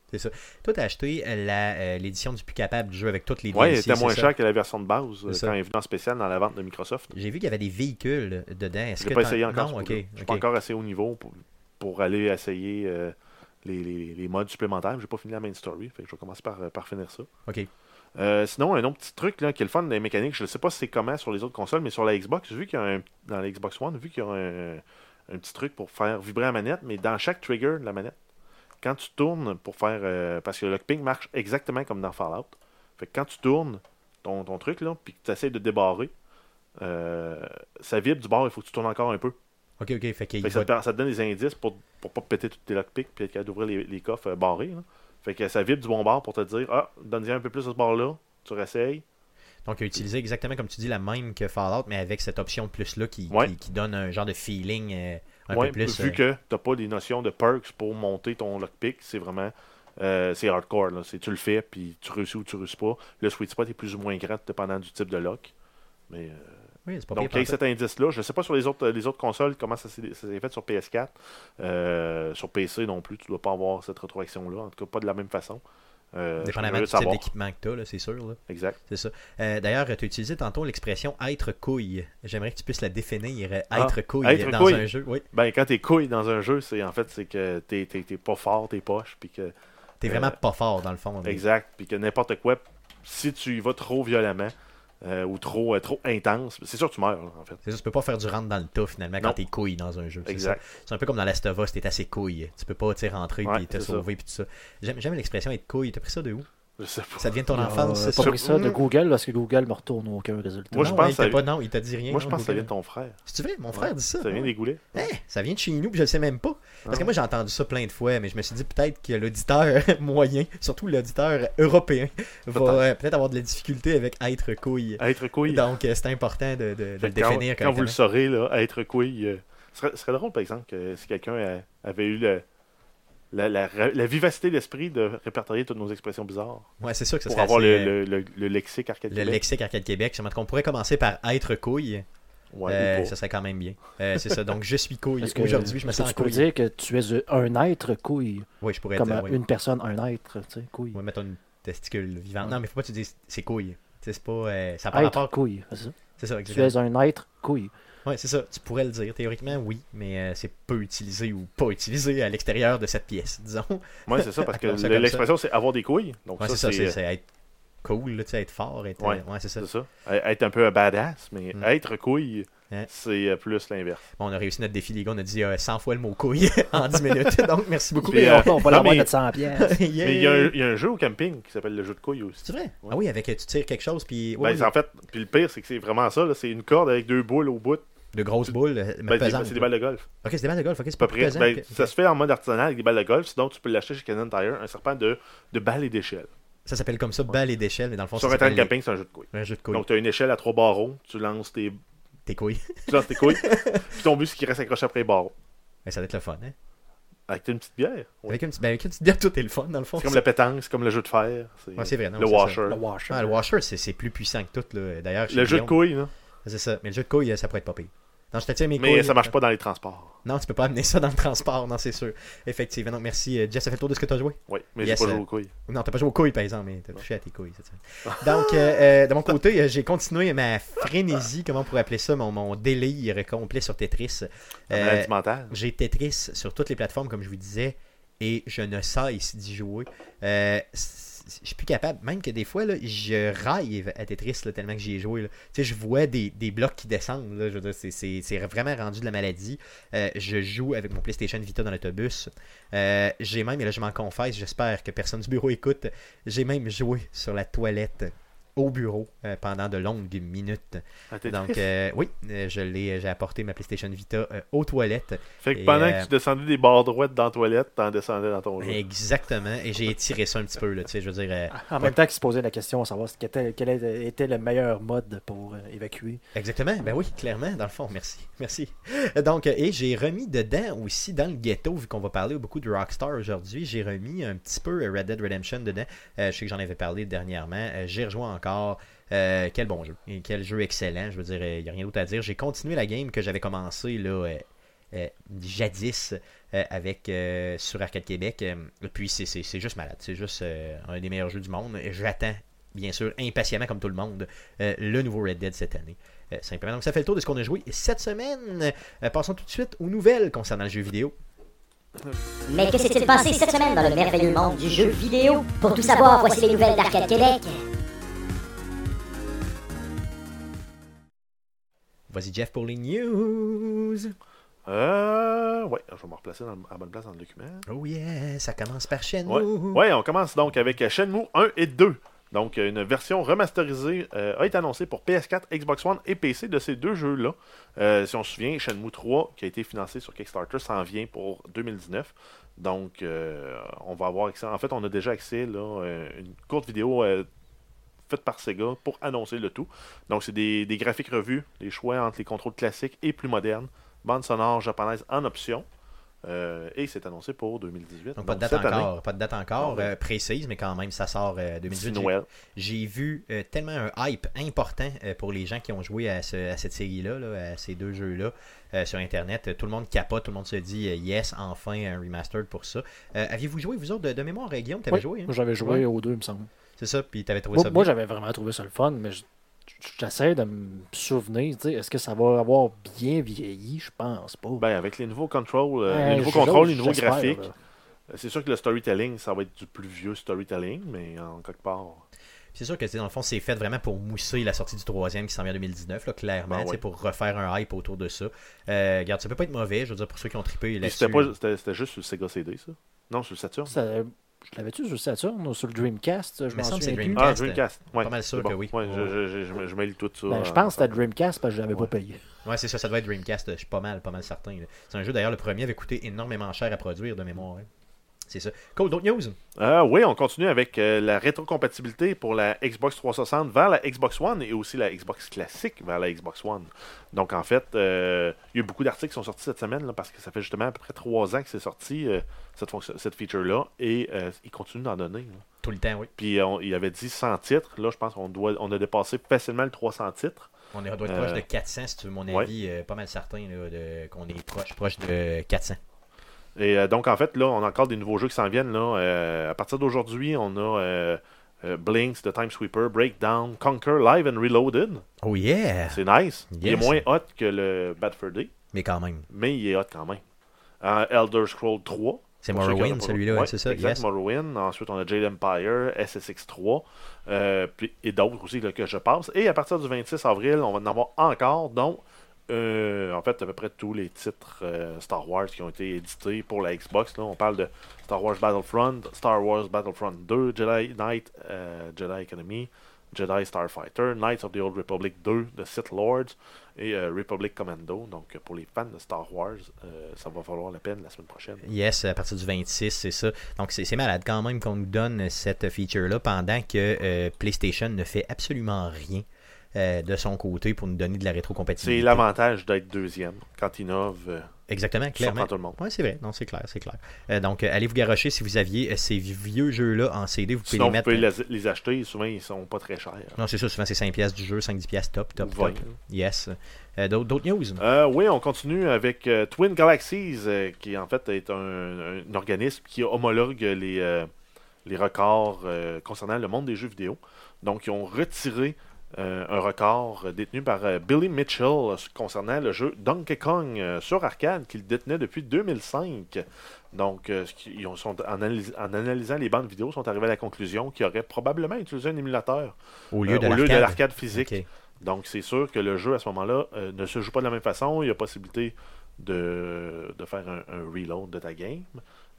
Speaker 1: Toi, t'as acheté euh, la, euh, l'édition du plus capable du jeu avec toutes les
Speaker 2: Ouais, elle
Speaker 1: DLC,
Speaker 2: était moins
Speaker 1: c'est ça?
Speaker 2: chère que la version de base euh,
Speaker 1: C'est ça.
Speaker 2: quand elle est venue en spécial dans la vente de Microsoft.
Speaker 1: J'ai vu qu'il y avait des véhicules dedans. Est-ce
Speaker 2: Je
Speaker 1: que
Speaker 2: l'ai pas
Speaker 1: t'en-
Speaker 2: essayé encore.
Speaker 1: Non,
Speaker 2: ce
Speaker 1: ok.
Speaker 2: bout-là. Je suis pas
Speaker 1: ok.
Speaker 2: encore assez haut niveau pour, pour aller essayer euh, les, les, les modes supplémentaires. J'ai pas fini la main story, fait que je vais commencer par, euh, par finir ça.
Speaker 1: Ok.
Speaker 2: Euh, sinon, un autre petit truc là, qui est le fun des mécaniques, je ne sais pas si c'est comment sur les autres consoles, mais sur la Xbox, vu qu'il y a un, dans la Xbox One, vu qu'il y a un, un petit truc pour faire vibrer la manette, mais dans chaque trigger de la manette, quand tu tournes pour faire. euh, parce que le ping marche exactement comme dans Fallout. Fait que quand tu tournes ton, ton truc, là, puis que tu essaies de débarrer, euh, ça vibre du bord, il faut que tu tournes encore un peu.
Speaker 1: Ok, ok, fait qu'il
Speaker 2: Fait que ça,
Speaker 1: va-
Speaker 2: te, per- ça te donne des indices pour, pour pas péter toutes tes lockpicks puis être capable d'ouvrir les, les coffres euh, barrés. là. Fait que ça vibre du bon bord pour te dire Ah, donne-y un peu plus à ce bord-là, tu réessayes.
Speaker 1: Donc, il a utilisé exactement comme tu dis la même que Fallout, mais avec cette option de plus-là qui,
Speaker 2: Ouais.
Speaker 1: qui, qui donne un genre de feeling euh, un
Speaker 2: Ouais,
Speaker 1: peu plus.
Speaker 2: vu
Speaker 1: euh,
Speaker 2: que t'as pas les notions de perks pour monter ton lockpick, c'est vraiment euh, c'est hardcore. Là. C'est, tu le fais, puis tu réussis ou tu réussis pas. Le sweet spot est plus ou moins grand dépendant du type de lock. Mais, euh,
Speaker 1: Oui, c'est pas
Speaker 2: donc,
Speaker 1: pire,
Speaker 2: il y a
Speaker 1: partout.
Speaker 2: cet indice-là. Je sais pas sur les autres, euh, les autres consoles comment ça s'est, ça s'est fait sur PS4. Euh, sur PC non plus, tu dois pas avoir cette rétroaction-là. En tout cas, pas de la même façon. Euh, je
Speaker 1: Dépendamment
Speaker 2: voudrais
Speaker 1: du type
Speaker 2: savoir.
Speaker 1: d'équipement que tu as, c'est sûr. là.
Speaker 2: Exact.
Speaker 1: C'est ça. Euh, D'ailleurs, tu as utilisé tantôt l'expression être couille. J'aimerais que tu puisses la définir. euh, Être
Speaker 2: Ah,
Speaker 1: couille
Speaker 2: être
Speaker 1: dans
Speaker 2: couille.
Speaker 1: un jeu. Oui.
Speaker 2: Ben, quand t'es couille dans un jeu, c'est en fait c'est que t'es, t'es, t'es pas fort, t'es poche, puis que
Speaker 1: T'es
Speaker 2: Euh,
Speaker 1: vraiment pas fort dans le fond. là.
Speaker 2: exact, puis que n'importe quoi, si tu y vas trop violemment euh, ou trop euh, trop intense, c'est sûr que tu meurs là, en fait.
Speaker 1: C'est ça, tu peux pas faire du rentre dans le tas finalement quand
Speaker 2: Non.
Speaker 1: t'es couille dans un jeu. c'est ça.
Speaker 2: Exact.
Speaker 1: C'est un peu comme dans Last of Us, t'es assez couille. Tu peux pas tu sais, rentrer
Speaker 2: Ouais,
Speaker 1: puis te
Speaker 2: c'est ça.
Speaker 1: sauver puis tout ça. J'aime j'aime l'expression être couille. T'as pris ça de où
Speaker 2: Je sais pas.
Speaker 1: Ça vient de ton
Speaker 3: Ils ont,
Speaker 1: enfance
Speaker 3: euh,
Speaker 1: c'est
Speaker 3: pas
Speaker 1: ça?
Speaker 2: sûr.
Speaker 3: pris ça de
Speaker 2: Mm.
Speaker 3: Google parce que Google me retourne aucun résultat.
Speaker 2: Moi, je
Speaker 1: Non,
Speaker 2: pense
Speaker 1: il t'a
Speaker 2: que ça-
Speaker 1: pas- non, il t'a dit rien.
Speaker 2: Moi, je
Speaker 1: non,
Speaker 2: pense que ça vient
Speaker 1: hein, Google.
Speaker 2: de ton frère.
Speaker 1: C'est vrai, mon frère
Speaker 2: Ouais,
Speaker 1: dit ça.
Speaker 2: Ça vient des goulets.
Speaker 1: Hein, ça vient de chez nous, puis je le sais même pas. Parce que
Speaker 2: Ah.
Speaker 1: moi, j'ai entendu ça plein de fois, mais je me suis dit peut-être que l'auditeur [laughs] moyen, surtout l'auditeur européen, va euh, peut-être avoir de la difficulté avec être couille.
Speaker 2: Être couille.
Speaker 1: Donc, euh, c'est important de, de- de
Speaker 2: Ah Fait
Speaker 1: le
Speaker 2: que quand-
Speaker 1: définir
Speaker 2: quand,
Speaker 1: comme
Speaker 2: vous le saurez, là, être couille. euh, ce, serait, ce serait drôle, par exemple, que si quelqu'un euh, avait eu le- la, la- la vivacité d'esprit de répertorier toutes nos expressions bizarres
Speaker 1: Ouais, c'est sûr que ça
Speaker 2: pour
Speaker 1: serait
Speaker 2: avoir
Speaker 1: assez, euh,
Speaker 2: le, le- le- le lexique arcade.
Speaker 1: le lexique Arcade Québec. Sûrement qu'on pourrait commencer par être couille.
Speaker 2: Ouais,
Speaker 1: Euh,
Speaker 2: ou pas.
Speaker 1: ça serait quand même bien. Euh, c'est ça. Donc, je suis couille.
Speaker 3: Parce que-
Speaker 1: Aujourd'hui, je me
Speaker 3: parce que
Speaker 1: sens
Speaker 3: tu peux
Speaker 1: couille.
Speaker 3: dire que tu es un être couille,
Speaker 1: Oui, je pourrais
Speaker 3: comme
Speaker 1: dire.
Speaker 3: euh,
Speaker 1: oui.
Speaker 3: une personne, un être, tu sais, couille.
Speaker 1: On va mettre une testicule vivante. Non, mais faut pas que tu dises c'est couille. Tu sais, C'est pas. euh, ça n'a pas
Speaker 3: Être
Speaker 1: rapport.
Speaker 3: couille, c'est ça.
Speaker 1: C'est ça,
Speaker 3: Tu
Speaker 1: exactement.
Speaker 3: es un être couille.
Speaker 1: Ouais, c'est ça. Tu pourrais le dire. Théoriquement, oui, mais euh, c'est peu utilisé ou pas utilisé à l'extérieur de cette pièce, disons.
Speaker 2: Oui, c'est
Speaker 1: [laughs]
Speaker 2: ça, parce que
Speaker 1: Comme ça,
Speaker 2: le-
Speaker 1: comme
Speaker 2: l'expression, c'est avoir des couilles. Donc,
Speaker 1: Ouais, c'est
Speaker 2: ça, c'est
Speaker 1: c'est être cool, là, tu sais, être fort. Être,
Speaker 2: Ouais.
Speaker 1: c'est ça.
Speaker 2: c'est ça. Euh, Être un peu un badass, mais
Speaker 1: Mm.
Speaker 2: être couille,
Speaker 1: Ouais.
Speaker 2: c'est euh, plus l'inverse.
Speaker 1: Bon, on a réussi notre défi, les gars. On a dit euh, 100 fois le mot couille [laughs] en 10
Speaker 2: [laughs]
Speaker 1: minutes. Donc, merci beaucoup.
Speaker 2: Puis, euh,
Speaker 3: on va
Speaker 2: non,
Speaker 3: l'avoir
Speaker 2: mais-
Speaker 3: de 100
Speaker 1: [laughs]
Speaker 3: pièces.
Speaker 1: Yeah.
Speaker 2: Mais il y, a un- il y a un jeu au camping qui s'appelle le jeu de couilles aussi.
Speaker 1: C'est vrai?
Speaker 2: Ouais.
Speaker 1: Ah oui, avec euh, tu tires quelque chose, puis ouais,
Speaker 2: Ben,
Speaker 1: ouais,
Speaker 2: c'est en fait, puis le pire, c'est que c'est vraiment ça. là, C'est une corde avec deux boules au bout.
Speaker 1: de grosses boules, euh, mais
Speaker 2: Ben, c'est-
Speaker 1: pesantes.
Speaker 2: c'est des balles de golf.
Speaker 1: Ok, c'est des balles de golf. Ok, c'est
Speaker 2: À peu
Speaker 1: pas
Speaker 2: près.
Speaker 1: pesant.
Speaker 2: Ben,
Speaker 1: que-
Speaker 2: Ça se fait en mode artisanal avec des balles de golf. Sinon, tu peux l'acheter chez Canon Tire, un serpent de, de balles et d'échelle.
Speaker 1: Ça s'appelle comme ça, balle et d'échelle, mais dans le fond,
Speaker 2: Sur
Speaker 1: ça
Speaker 2: un terrain de
Speaker 1: s'appelle
Speaker 2: camping, c'est un jeu de couilles.
Speaker 1: un jeu de couilles.
Speaker 2: Donc, tu as une échelle à trois barreaux. Tu lances tes,
Speaker 1: Tes couilles. [laughs]
Speaker 2: tu lances tes couilles. puis ton but, c'est qu'il reste accroché après les barreaux.
Speaker 1: Ben, ça doit être le fun, hein?
Speaker 2: Avec une petite bière. ouais.
Speaker 1: Avec une petite ben, avec une petite bière, tout est le fun, dans le fond.
Speaker 2: C'est comme la pétanque, c'est comme le jeu de fer. C'est
Speaker 1: Ouais, c'est vrai, non,
Speaker 2: le
Speaker 1: c'est ça.
Speaker 2: washer.
Speaker 3: Le washer.
Speaker 1: Ah, le washer, c'est c'est plus puissant que tout. là. D'ailleurs, chez
Speaker 2: Le jeu de
Speaker 1: Guillaume-
Speaker 2: couilles, là.
Speaker 1: C'est ça. Mais le jeu de couilles, ça pourrait être pas pire. Non, je te tiens mes couilles. euh,
Speaker 2: Mais ça marche pas dans les transports.
Speaker 1: Non, tu peux pas amener ça dans le transport, non, c'est sûr. Effectivement. Donc, merci. Euh, Jess, ça fait le tour de ce que tu as joué.
Speaker 2: Oui, mais
Speaker 1: Yes,
Speaker 2: j'ai pas
Speaker 1: euh,
Speaker 2: joué aux couilles.
Speaker 1: Non, t'as pas joué aux couilles, par exemple, mais t'as touché à tes couilles. cette semaine.
Speaker 2: [laughs]
Speaker 1: Donc, euh, euh, de mon côté, euh, j'ai continué ma frénésie, comment on pourrait appeler ça, mon, mon délire complet sur Tetris.
Speaker 2: La
Speaker 1: Euh,
Speaker 2: maladie mentale.
Speaker 1: j'ai Tetris sur toutes les plateformes, comme je vous disais, et je ne cesse d'y jouer. Euh, c- c- je suis plus capable, même que des fois, là, je rêve à Tetris là, tellement que j'y ai joué. là. Tu sais, je vois des, des blocs qui descendent. là, je veux dire, c'est- c'est c'est vraiment rendu de la maladie. Euh, je joue avec mon PlayStation Vita dans l'autobus. Euh, j'ai même, et là je m'en confesse, j'espère que personne du bureau écoute, j'ai même joué sur la toilette au bureau euh, pendant de longues minutes.
Speaker 2: Ah, t'es-
Speaker 1: Donc euh, oui, euh, je l'ai, j'ai apporté ma PlayStation Vita euh, aux toilettes.
Speaker 2: Fait que
Speaker 1: et,
Speaker 2: pendant
Speaker 1: euh,
Speaker 2: que tu descendais des barres droites dans la toilette, t'en descendais dans ton jeu.
Speaker 1: Exactement. Et j'ai étiré ça un petit peu, là, tu sais, je veux dire. euh,
Speaker 3: En même temps qu'il se posait la question à savoir ce qu'était- quel était, était le meilleur mode pour euh, évacuer.
Speaker 1: exactement. Ben oui, clairement, dans le fond. Merci. Merci. Donc, euh, et j'ai remis dedans aussi, dans le ghetto, vu qu'on va parler beaucoup de Rockstar aujourd'hui, j'ai remis un petit peu euh, Red Dead Redemption dedans. Euh, je sais que j'en avais parlé dernièrement. Euh, j'ai rejoint encore. Euh, quel bon jeu. Et quel jeu excellent. Je veux dire, il n'y a rien d'autre à dire. J'ai continué la game que j'avais commencé, là. euh, euh, jadis euh, avec euh, sur Arcade Québec. Euh, et puis c'est- c'est c'est juste malade. C'est juste euh, un des meilleurs jeux du monde. Et J'attends, bien sûr, impatiemment comme tout le monde, euh, le nouveau Red Dead cette année. Euh, simplement. Donc ça fait le tour de ce qu'on a joué cette semaine. Euh, passons tout de suite aux nouvelles concernant le jeu vidéo.
Speaker 4: Mais que s'est-il passé cette semaine dans le merveilleux monde du jeu vidéo Pour tout savoir, voici les nouvelles d'Arcade Québec.
Speaker 1: Vas-y Jeff pour les news.
Speaker 2: Euh, ouais, je vais me replacer dans le- à la bonne place dans le document.
Speaker 1: Oh yeah, ça commence par Shenmue.
Speaker 2: Ouais. Ouais, on commence donc avec euh, Shenmue 1 et 2. Donc, euh, une version remasterisée euh, a été annoncée pour PS4, Xbox One et PC de ces deux jeux-là. Euh, si on se souvient, Shenmue 3, qui a été financé sur Kickstarter, s'en vient pour 2019. Donc, euh, on va avoir accès. En fait, on a déjà accès là, euh, une courte vidéo euh, faite par Sega pour annoncer le tout. Donc, c'est des, des graphiques revus, les choix entre les contrôles classiques et plus modernes, bande sonore japonaise en option. Euh, et c'est annoncé pour 2018.
Speaker 1: Donc, pas de date
Speaker 2: cette année.
Speaker 1: encore, pas de date encore
Speaker 2: Non, ouais.
Speaker 1: euh, précise, mais quand même, ça sort euh, 2018.
Speaker 2: C'est
Speaker 1: J'ai-
Speaker 2: Noël.
Speaker 1: J'ai vu euh, tellement un hype important euh, pour les gens qui ont joué à, ce- à cette série-là, là, à ces deux jeux-là euh, sur Internet. Euh, Tout le monde capote, tout le monde se dit euh, yes, enfin un remastered pour ça. Euh, Aviez-vous joué, vous autres, de, de mémoire, euh, Guillaume T'avais
Speaker 3: Oui,
Speaker 1: joué hein?
Speaker 3: J'avais joué
Speaker 1: Ouais.
Speaker 3: aux deux, il me semble.
Speaker 1: C'est ça, puis t'avais trouvé
Speaker 3: Moi,
Speaker 1: ça
Speaker 3: moi,
Speaker 1: bien?
Speaker 3: j'avais vraiment trouvé ça le fun, mais je- je- j'essaie de me souvenir, tu sais, est-ce que ça va avoir bien vieilli? Je pense pas.
Speaker 2: Ben, avec les nouveaux contrôles, euh,
Speaker 3: Ben,
Speaker 2: les nouveaux
Speaker 3: j'ose-
Speaker 2: contrôles, les nouveaux
Speaker 3: j'espère,
Speaker 2: graphiques,
Speaker 3: là.
Speaker 2: euh, c'est sûr que le storytelling, ça va être du plus vieux storytelling, mais en quelque part.
Speaker 1: C'est sûr que tu sais, dans le fond, c'est fait vraiment pour mousser la sortie du troisième qui s'en vient en 2019, là, clairement,
Speaker 2: Ben
Speaker 1: tu sais,
Speaker 2: ouais.
Speaker 1: pour refaire un hype autour de ça. Euh, regarde, ça peut pas être mauvais, je veux dire, pour ceux qui ont trippé
Speaker 2: Puis
Speaker 1: là-dessus.
Speaker 2: C'était pas- c'était- c'était juste sur le Sega CD, ça Non, sur le Saturn.
Speaker 3: Ça- je l'avais-tu sur le Saturn ou sur le Dreamcast? Je
Speaker 1: me
Speaker 3: m'en
Speaker 1: semble que
Speaker 3: souviens
Speaker 1: c'est
Speaker 3: plus.
Speaker 1: Dreamcast.
Speaker 2: Ah, Dreamcast. Ouais,
Speaker 1: Pas mal sûr
Speaker 2: c'est
Speaker 1: que oui.
Speaker 2: Ouais, je, je, je, je, je mêle tout ça.
Speaker 3: Ben,
Speaker 2: euh,
Speaker 3: je pense que c'était Dreamcast parce que je l'avais
Speaker 2: Ouais.
Speaker 3: pas payé.
Speaker 1: Ah. Ouais, c'est ça, ça devait être Dreamcast, je suis pas mal, pas mal certain. là. C'est un jeu d'ailleurs, le premier avait coûté énormément cher à produire de mémoire. hein. C'est ça. Cool, d'autres news
Speaker 2: Euh, oui, on continue avec euh, la rétrocompatibilité pour la Xbox 360 vers la Xbox One et aussi la Xbox classique vers la Xbox One. Donc, en fait, euh, il y a eu beaucoup d'articles qui sont sortis cette semaine là, parce que ça fait justement à peu près trois ans que c'est sorti euh, cette, fonction- cette feature-là et euh, ils continuent d'en donner. là.
Speaker 1: Tout le temps, oui.
Speaker 2: Puis on- il avait dit 100 titres. Là, je pense qu'on doit, on a dépassé facilement le 300 titres.
Speaker 1: On est, on doit être
Speaker 2: Euh,
Speaker 1: proche de 400, si tu veux mon
Speaker 2: ouais.
Speaker 1: avis, euh, pas mal certain là, de- qu'on est proche, proche de 400.
Speaker 2: Et euh, donc, en fait, là, on a encore des nouveaux jeux qui s'en viennent. Là. Euh, à partir d'aujourd'hui, on a euh, euh, Blinks, The Time Sweeper, Breakdown, Conquer, Live and Reloaded.
Speaker 1: Oh yeah
Speaker 2: C'est nice. Il est
Speaker 1: Yes.
Speaker 2: moins hot que le Bad Fur Day,
Speaker 1: Mais quand même,
Speaker 2: mais il est hot quand même. Euh, Elder Scrolls 3.
Speaker 1: c'est
Speaker 2: Pour ceux qui en ont
Speaker 1: Morrowind
Speaker 2: pas-
Speaker 1: celui-là,
Speaker 2: Ouais,
Speaker 1: hein, c'est ça
Speaker 2: Exact,
Speaker 1: yes.
Speaker 2: Morrowind. Ensuite, on a Jade Empire, SSX 3, euh, puis- et d'autres aussi là, que je passe. Et à partir du 26 avril, on va en avoir encore, dont euh, en fait à peu près tous les titres euh, Star Wars qui ont été édités pour la Xbox. Là, on parle de Star Wars Battlefront, Star Wars Battlefront 2, Jedi Knight, euh, Jedi Academy, Jedi Starfighter, Knights of the Old Republic 2, The Sith Lords et euh, Republic Commando. Donc pour les fans de Star Wars, euh, ça va valoir la peine la semaine prochaine.
Speaker 1: Yes, à partir du 26, c'est ça. Donc, c'est c'est malade quand même qu'on nous donne cette feature-là pendant que euh, PlayStation ne fait absolument rien euh, de son côté pour nous donner de la rétrocompatibilité.
Speaker 2: C'est l'avantage d'être deuxième quand innove euh,
Speaker 1: Exactement, clairement.
Speaker 2: surprend tout le monde.
Speaker 1: Oui, c'est vrai. Non, c'est clair, c'est clair. Euh, donc, euh, allez vous garocher si vous aviez euh, ces vieux jeux-là en CD. Vous pouvez les
Speaker 2: Sinon, vous
Speaker 1: mettre. hein.
Speaker 2: pouvez les, les acheter, souvent ils sont pas très chers.
Speaker 1: Non, c'est ça. Souvent, c'est 5 piastres du jeu, 5-10 piastres, top, top,
Speaker 2: Ou vingt,
Speaker 1: top.
Speaker 2: là.
Speaker 1: Yes. Euh, D'autres d'autres news?
Speaker 2: Euh, oui, on continue avec euh, Twin Galaxies, euh, qui en fait est un, un organisme qui homologue les, euh, les records euh, concernant le monde des jeux vidéo. Donc, ils ont retiré euh, un record détenu par euh, Billy Mitchell euh, concernant le jeu Donkey Kong euh, sur arcade qu'il détenait depuis 2005. Donc, euh, ce qu'ils- ils ont- sont, en, analys- en analysant les bandes vidéo, sont arrivés à la conclusion qu'il aurait probablement utilisé un émulateur
Speaker 1: Au
Speaker 2: euh,
Speaker 1: lieu de
Speaker 2: au lieu de
Speaker 1: l'arcade.
Speaker 2: l'arcade physique.
Speaker 1: Ok.
Speaker 2: Donc, c'est sûr que le jeu, à ce moment-là, euh, ne se joue pas de la même façon. Il y a possibilité de, de faire un, un reload de ta game.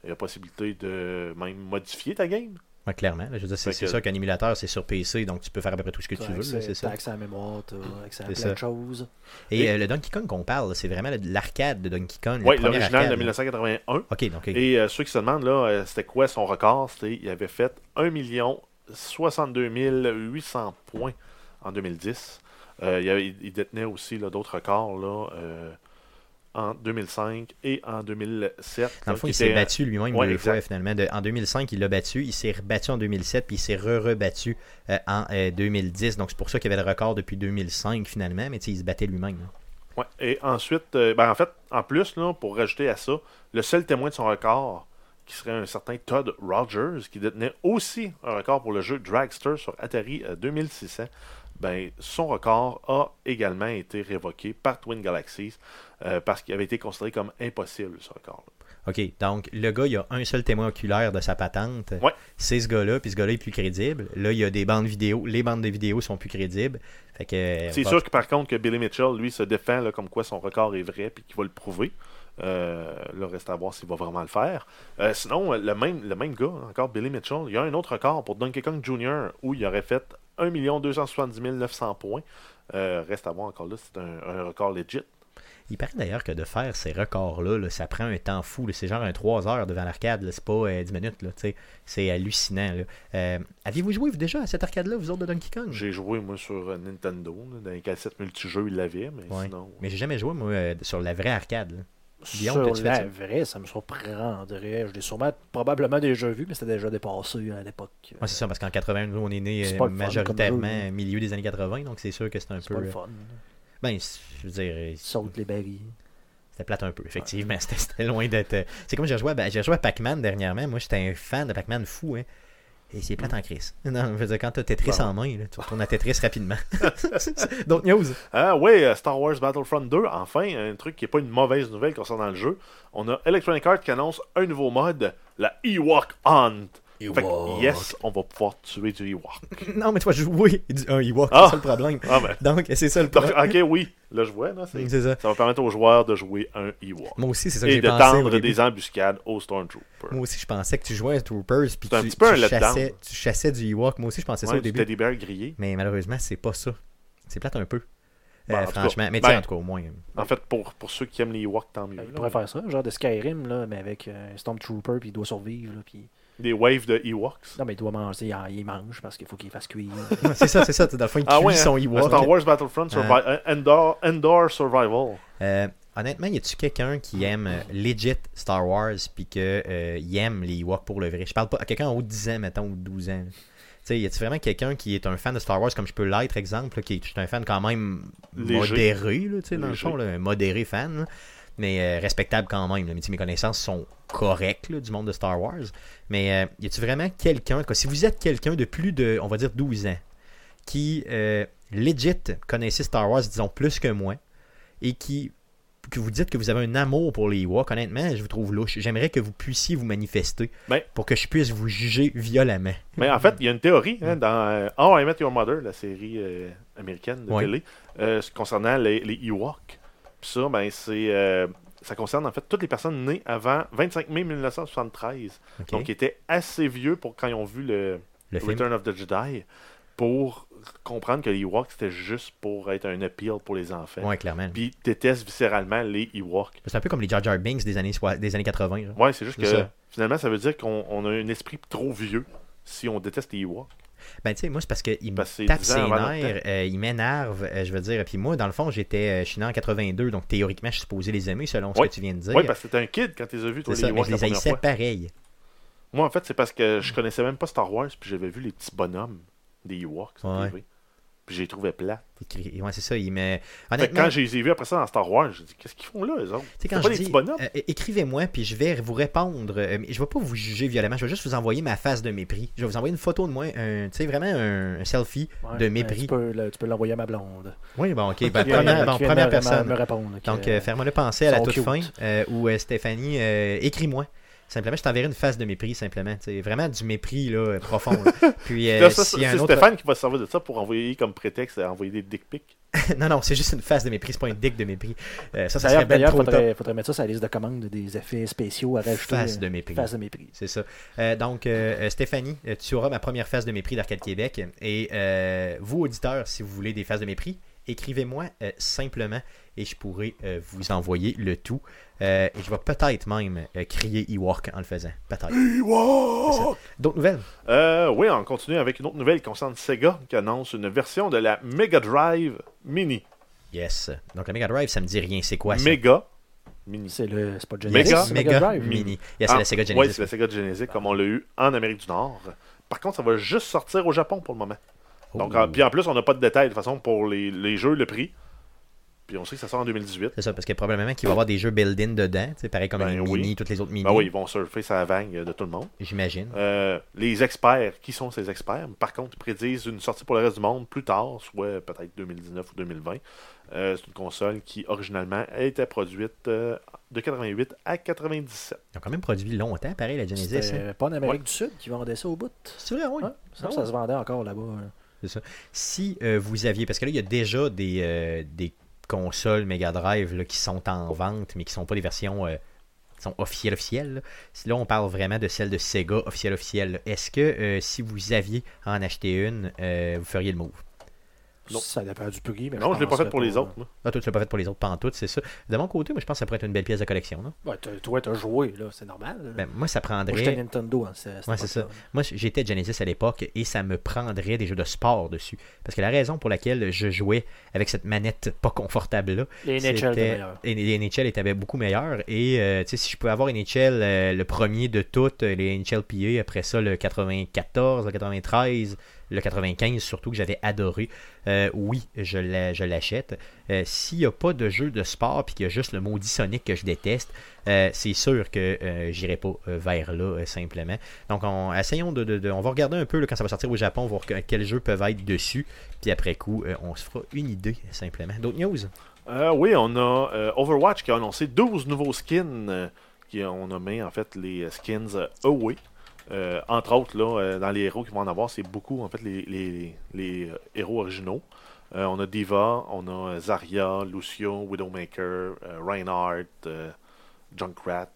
Speaker 2: Il y a possibilité de même modifier ta game.
Speaker 1: Ouais, clairement. là, je veux dire, c'est
Speaker 2: Fait
Speaker 1: c'est
Speaker 2: que-
Speaker 1: ça qu'un émulateur, c'est sur PC, donc tu peux faire à peu près tout ce que tu veux, là, c'est
Speaker 3: T'as
Speaker 1: ça. Mm.
Speaker 3: accès à la mémoire, t'as accès à
Speaker 1: C'est
Speaker 3: plein
Speaker 1: ça.
Speaker 3: de choses.
Speaker 1: Et,
Speaker 2: Et-
Speaker 1: euh, le Donkey Kong qu'on parle, c'est vraiment le- l'arcade de Donkey Kong. la
Speaker 2: Oui,
Speaker 1: première
Speaker 2: l'original de
Speaker 1: arcade, là.
Speaker 2: 1981.
Speaker 1: Ok, donc. euh,
Speaker 2: Et euh, ceux qui se demandent, là, euh, c'était quoi son record C'était, il avait fait 1 62 800 points en 2010. Euh, il, avait- il détenait aussi là, d'autres records là, euh, en 2005 et en 2007.
Speaker 1: Dans
Speaker 2: là,
Speaker 1: le fond,
Speaker 2: qui euh,
Speaker 1: il s'est
Speaker 2: étaient-
Speaker 1: battu lui-même
Speaker 2: Ouais,
Speaker 1: deux
Speaker 2: exact.
Speaker 1: fois, finalement. De- en 2005, il l'a battu, il s'est rebattu en 2007, puis il s'est re-rebattu euh, en euh, 2010. Donc, c'est pour ça qu'il avait le record depuis 2005, finalement, mais tu sais, il se battait lui-même. hein. là.
Speaker 2: Ouais. Et ensuite, euh, ben, en fait, en plus, là, pour rajouter à ça, le seul témoin de son record, qui serait un certain Todd Rogers, qui détenait aussi un record pour le jeu Dragster sur Atari euh, 2600, ben, son record a également été révoqué par Twin Galaxies euh, parce qu'il avait été considéré comme impossible, ce record.
Speaker 1: OK, donc le gars, il a un seul témoin oculaire de sa patente.
Speaker 2: Ouais.
Speaker 1: C'est ce gars-là, puis ce gars-là est plus crédible. Là, il y a des bandes vidéo. Les bandes de vidéo sont plus crédibles. Fait que, euh,
Speaker 2: C'est
Speaker 1: on va-
Speaker 2: sûr que par contre que Billy Mitchell, lui, se défend là, comme quoi son record est vrai puis qu'il va le prouver. Euh, là, reste à voir s'il va vraiment le faire. Euh, sinon, euh, le même, le même gars, encore Billy Mitchell, il y a un autre record pour Donkey Kong Jr. où il aurait fait 1 270 900 points. Euh, reste à voir encore là, c'est un, un record legit.
Speaker 1: Il paraît d'ailleurs que de faire ces records-là, là, ça prend un temps fou. là. C'est genre un 3 heures devant l'arcade. là. C'est pas euh, 10 minutes. là, tu sais. C'est hallucinant. là. Euh, Aviez-vous joué vous, déjà à cette arcade-là, vous autres de Donkey Kong
Speaker 2: J'ai joué, moi, sur euh, Nintendo. là, dans les cassettes multijeux, il l'avait, mais
Speaker 1: Ouais.
Speaker 2: sinon.
Speaker 1: Mais j'ai jamais joué, moi, euh, sur la vraie arcade. là. Guillaume,
Speaker 3: Sur
Speaker 1: t'as-tu fait
Speaker 3: la
Speaker 1: ça?
Speaker 3: vraie, ça me surprendrait. Je l'ai sûrement probablement déjà vu, mais c'était déjà dépassé hein, à l'époque.
Speaker 1: Ouais, c'est ça, parce qu'en 80, nous, on est né
Speaker 3: C'est
Speaker 1: euh,
Speaker 3: pas le fun
Speaker 1: majoritairement
Speaker 3: comme jeu, là.
Speaker 1: au milieu des années 80, donc c'est sûr que c'est un
Speaker 3: C'est pas
Speaker 1: peu.
Speaker 3: le
Speaker 1: euh,
Speaker 3: fun.
Speaker 1: Ben, c'est- je veux dire, euh,
Speaker 3: Tu sautes les barils.
Speaker 1: C'était plate un peu, effectivement. [laughs] C'était- C'était loin d'être. euh, C'est comme j'ai joué, à- ben, j'ai joué à Pac-Man dernièrement. Moi, j'étais un fan de Pac-Man fou, hein. Et c'est
Speaker 2: Mm.
Speaker 1: plate en crise. [laughs] Non, je veux dire, quand t'as Tetris en main, là, tu retournes à Tetris
Speaker 2: [laughs]
Speaker 1: rapidement. [laughs] Donc, news.
Speaker 2: Ah ouais, euh, Star Wars Battlefront 2, enfin, un truc qui n'est pas une mauvaise nouvelle concernant le jeu. On a Electronic Arts qui annonce un nouveau mode, la Ewok Hunt. Fait que, yes, on va pouvoir tuer du Ewok.
Speaker 1: Non, mais toi, jouer du- un Ewok, c'est
Speaker 2: Ah.
Speaker 1: ça le problème.
Speaker 2: Ah ben.
Speaker 1: Donc, c'est ça le
Speaker 2: [laughs] Donc,
Speaker 1: problème.
Speaker 2: ok, oui, là je vois, là, c'est-
Speaker 1: C'est ça.
Speaker 2: ça va permettre aux joueurs de jouer un Ewok.
Speaker 1: Moi aussi, c'est ça que
Speaker 2: Et
Speaker 1: j'ai
Speaker 2: de
Speaker 1: pensé. au
Speaker 2: tendre
Speaker 1: début.
Speaker 2: des embuscades aux Stormtroopers.
Speaker 1: Moi aussi, je pensais que tu jouais à Troopers puis
Speaker 2: C'est un
Speaker 1: tu,
Speaker 2: petit peu un
Speaker 1: tu
Speaker 2: letdown.
Speaker 1: chassais, tu chassais du Ewok. Moi aussi, je pensais ça
Speaker 2: Ouais,
Speaker 1: au
Speaker 2: du
Speaker 1: début.
Speaker 2: teddy bear grillé.
Speaker 1: Mais malheureusement, c'est pas ça. C'est plate un peu.
Speaker 2: Ben,
Speaker 1: Euh,
Speaker 2: en tout cas,
Speaker 1: franchement. mais tiens,
Speaker 2: ben-
Speaker 1: en tout cas, au moins. [laughs]
Speaker 2: En fait, pour, pour ceux qui aiment les Ewoks, tant mieux.
Speaker 3: Il
Speaker 2: là.
Speaker 3: pourrait faire ça, genre de Skyrim, là, mais avec euh, un Stormtrooper, puis il doit survivre. Là, puis...
Speaker 2: Des waves de Ewoks.
Speaker 3: Non, mais il doit manger, il, il mange parce qu'il faut qu'il
Speaker 1: [laughs]
Speaker 3: fasse cuire.
Speaker 1: c'est ça, c'est ça. Dans le fond, il
Speaker 2: Ah
Speaker 1: cuit
Speaker 2: ouais,
Speaker 1: son
Speaker 2: hein,
Speaker 1: Ewok.
Speaker 2: Star Wars Battlefront
Speaker 1: Ah.
Speaker 2: Survi- euh, Endor, Endor Survival.
Speaker 1: Euh, honnêtement, y a-tu quelqu'un qui aime euh, legit Star Wars puis que euh, il aime les Ewoks pour le vrai Je parle pas à quelqu'un en haut de 10 ans, mettons, ou 12 ans. Tu sais, y a-tu vraiment quelqu'un qui est un fan de Star Wars comme je peux l'être, exemple, là, qui est je suis un fan quand même
Speaker 2: Léger.
Speaker 1: modéré, là, tu sais, dans le
Speaker 2: Léger.
Speaker 1: fond, là, un modéré fan, là, mais euh, respectable quand même. là. Mais, tu sais, mes connaissances sont correctes là, du monde de Star Wars. Mais euh, y a-tu vraiment quelqu'un, en tout cas, si vous êtes quelqu'un de plus de, on va dire, 12 ans, qui euh, legit connaissez Star Wars, disons, plus que moi, et qui que vous dites que vous avez un amour pour les Ewoks, honnêtement, je vous trouve louche. J'aimerais que vous puissiez vous manifester
Speaker 2: Ben.
Speaker 1: pour que je puisse vous juger violemment.
Speaker 2: Mais en fait, il y a une théorie hein, dans euh, How I Met Your Mother, la série euh, américaine de
Speaker 1: Ouais.
Speaker 2: télé, euh, ce- concernant les, les Ewoks. Puis ça, ben, c'est, euh, ça concerne en fait toutes les personnes nées avant 25 mai 1973,
Speaker 1: Ok?
Speaker 2: donc qui étaient assez vieux pour quand ils ont vu le,
Speaker 1: le film.
Speaker 2: Return of the Jedi, pour comprendre que les Ewoks, c'était juste pour être un appeal pour les enfants.
Speaker 1: Ouais, clairement.
Speaker 2: Puis ils détestent viscéralement les Ewoks.
Speaker 1: C'est un peu comme les Jar Jar Binks des années, soi- des années 80. genre.
Speaker 2: Ouais, c'est juste que
Speaker 1: C'est ça.
Speaker 2: finalement, ça veut dire qu'on on a un esprit trop vieux si on déteste les Ewoks.
Speaker 1: Ben, tu sais, moi, c'est parce qu'il me
Speaker 2: Parce que c'est
Speaker 1: tape
Speaker 2: 10 ans
Speaker 1: ses
Speaker 2: avant notre
Speaker 1: nerfs, euh, il m'énerve, euh, je veux dire. Puis moi, dans le fond, j'étais, euh, je suis né en 82, donc théoriquement, je suis supposé les aimer selon ce
Speaker 2: Ouais.
Speaker 1: que tu viens de dire.
Speaker 2: Oui, parce que t'es un kid quand tu les as vus, toi,
Speaker 1: c'est
Speaker 2: les
Speaker 1: ça, mais
Speaker 2: Ewoks,
Speaker 1: je
Speaker 2: la
Speaker 1: les
Speaker 2: première
Speaker 1: haïssais
Speaker 2: fois.
Speaker 1: pareil.
Speaker 2: Moi, en fait, c'est parce que je connaissais même pas Star Wars, puis j'avais vu les petits bonhommes des Ewoks sur
Speaker 1: Ouais.
Speaker 2: TV. Puis j'ai trouvé plat.
Speaker 1: Écrit- Ouais, c'est ça, il me.
Speaker 2: Fait que
Speaker 1: Honnêtement,
Speaker 2: quand j'ai les ai vus après ça dans Star Wars, j'ai dit, qu'est-ce qu'ils font là, eux autres?
Speaker 1: Tu sais,
Speaker 2: C'est
Speaker 1: quand
Speaker 2: pas
Speaker 1: je
Speaker 2: des
Speaker 1: dis,
Speaker 2: petits bonhommes.
Speaker 1: euh, écrivez-moi, puis je vais vous répondre. Euh, mais je vais pas vous juger violemment, je vais juste vous envoyer ma face de mépris. Je vais vous envoyer une photo de moi, un- tu sais, vraiment un, un selfie
Speaker 3: Ouais,
Speaker 1: de
Speaker 3: mais
Speaker 1: mépris.
Speaker 3: Tu peux, le- tu peux l'envoyer à ma blonde.
Speaker 1: Oui, bon, ok, ben,
Speaker 3: Il y en a
Speaker 1: première,
Speaker 3: qui
Speaker 1: bon,
Speaker 3: viennent
Speaker 1: première
Speaker 3: me-
Speaker 1: personne.
Speaker 3: Me répondre, que,
Speaker 1: Donc, euh, ferme-le penser à la
Speaker 3: sont
Speaker 1: toute
Speaker 3: cute.
Speaker 1: fin, euh, ou euh, Stéphanie, euh, écris-moi. Simplement, je t'enverrai une face de mépris, simplement. tu sais, vraiment du mépris là, euh, profond. là. Puis, euh,
Speaker 2: Là, ça,
Speaker 1: s'il y
Speaker 2: c'est
Speaker 1: a un autre-
Speaker 2: Stéphane qui va se servir de ça pour envoyer comme prétexte à envoyer des dick pics.
Speaker 1: [laughs] non, non, c'est juste une face de mépris, c'est pas une dick de mépris. Euh, ça, ça serait
Speaker 3: D'ailleurs,
Speaker 1: bien
Speaker 3: d'ailleurs,
Speaker 1: trop top.
Speaker 3: faudrait, faudrait mettre ça sur la liste de commandes des effets spéciaux à rajouter.
Speaker 1: Face de
Speaker 3: euh,
Speaker 1: mépris.
Speaker 3: Face de mépris.
Speaker 1: C'est ça. Euh, donc, euh, euh, Stéphanie, euh, tu auras ma première phase de mépris d'Arcade Québec. Et euh, vous, auditeurs, si vous voulez des phases de mépris, écrivez-moi euh, simplement et je pourrai euh, vous envoyer le tout. Euh, et je vais peut-être même euh, crier Ewok en le faisant. Peut-être.
Speaker 2: Ewok!
Speaker 1: D'autres nouvelles
Speaker 2: Euh, oui, on continue avec une autre nouvelle qui concerne Sega, qui annonce une version de la Mega Drive Mini.
Speaker 1: Yes. Donc, la Mega Drive, ça me dit rien. C'est quoi ça
Speaker 2: Mega Mini.
Speaker 3: C'est le c'est pas Genesis,
Speaker 1: Mega,
Speaker 2: Mega-
Speaker 3: c'est Mega
Speaker 1: Mega
Speaker 3: Drive.
Speaker 1: Mini. Yes, c'est
Speaker 2: Ah,
Speaker 1: la Sega
Speaker 2: ouais,
Speaker 1: Genesis.
Speaker 2: c'est la Sega Genesis, comme on l'a eu en Amérique du Nord. Par contre, ça va juste sortir au Japon pour le moment. Donc,
Speaker 1: Oh.
Speaker 2: en- puis en plus, on n'a pas de détails de toute façon pour les, les jeux, le prix. Puis on sait que ça sort en 2018.
Speaker 1: C'est ça, parce que probablement qu'il va y avoir des jeux build-in dedans. tu sais, Pareil comme
Speaker 2: Ben
Speaker 1: les
Speaker 2: oui.
Speaker 1: mini, toutes les autres mini.
Speaker 2: Ben oui, ils vont surfer sur la vague de tout le monde.
Speaker 1: J'imagine.
Speaker 2: Euh, les experts, qui sont ces experts Par contre, ils prédisent une sortie pour le reste du monde plus tard, soit peut-être 2019 ou 2020. Euh, c'est une console qui, originalement, a été produite euh, de 88 à 97.
Speaker 1: Ils ont quand même produit longtemps, pareil, la Genesis.
Speaker 3: C'était
Speaker 1: hein.
Speaker 3: pas en Amérique
Speaker 2: Ouais.
Speaker 3: du Sud qui vendait ça au bout.
Speaker 1: C'est vrai, oui.
Speaker 3: Ouais, ça,
Speaker 1: Ah
Speaker 3: ça
Speaker 1: ouais.
Speaker 3: se vendait encore là-bas. hein. là.
Speaker 1: Si euh, vous aviez, parce que là, il y a déjà des, euh, des consoles Mega Drive là, qui sont en vente, mais qui sont pas des versions euh, qui sont officielles officielles. là. Si Là, on parle vraiment de celles de Sega officielles officielles. là. Est-ce que euh, si vous aviez à en acheter une, euh, vous feriez le move?
Speaker 2: Non.
Speaker 3: Ça dépend du prix. Mais
Speaker 2: Non, je ne l'ai pas
Speaker 3: pense
Speaker 2: fait
Speaker 3: que
Speaker 2: pour les autres. moi.
Speaker 1: Ah, toi, tu l'as pas fait pour les autres pantoutes, c'est ça. De mon côté, moi, je pense que ça pourrait être une belle pièce de collection. là.
Speaker 3: Ouais, t'as- toi, t'as joué, là, c'est normal.
Speaker 1: Ben, moi, ça
Speaker 3: Moi,
Speaker 1: prendrait...
Speaker 3: j'étais Nintendo. Hein, c'est
Speaker 1: Ouais, c'est ça. Moi, j'étais Genesis à l'époque et ça me prendrait des jeux de sport dessus. Parce que la raison pour laquelle je jouais avec cette manette pas confortable-là,
Speaker 3: Les
Speaker 1: c'était-
Speaker 3: NHL, le meilleur.
Speaker 1: et les NHL étaient ben, beaucoup meilleurs. Et euh, tu sais, si je pouvais avoir NHL euh, le premier de toutes, euh, les NHL PA, après ça le 94, le 93, le 95 surtout, que j'avais adoré, euh, oui, je la- je l'achète. Euh, S'il n'y a pas de jeu de sport puis qu'il y a juste le maudit Sonic que je déteste, euh, c'est sûr que euh, j'irai pas euh, vers là euh, simplement. Donc, on, essayons de, de- de- On va regarder un peu là, quand ça va sortir au Japon, voir que- quels jeux peuvent être dessus. Puis après coup, euh, on se fera une idée simplement. D'autres news
Speaker 2: Euh, oui, on a euh, Overwatch qui a annoncé 12 nouveaux skins. euh, qui euh, on a mis en fait les euh, skins euh, Away. Euh, entre autres, là, euh, dans les héros qui vont en avoir, c'est beaucoup en fait les, les- les, euh, héros originaux. Euh, on a Diva, on a euh, Zarya, Lucio, Widowmaker, euh, Reinhardt, euh, Junkrat,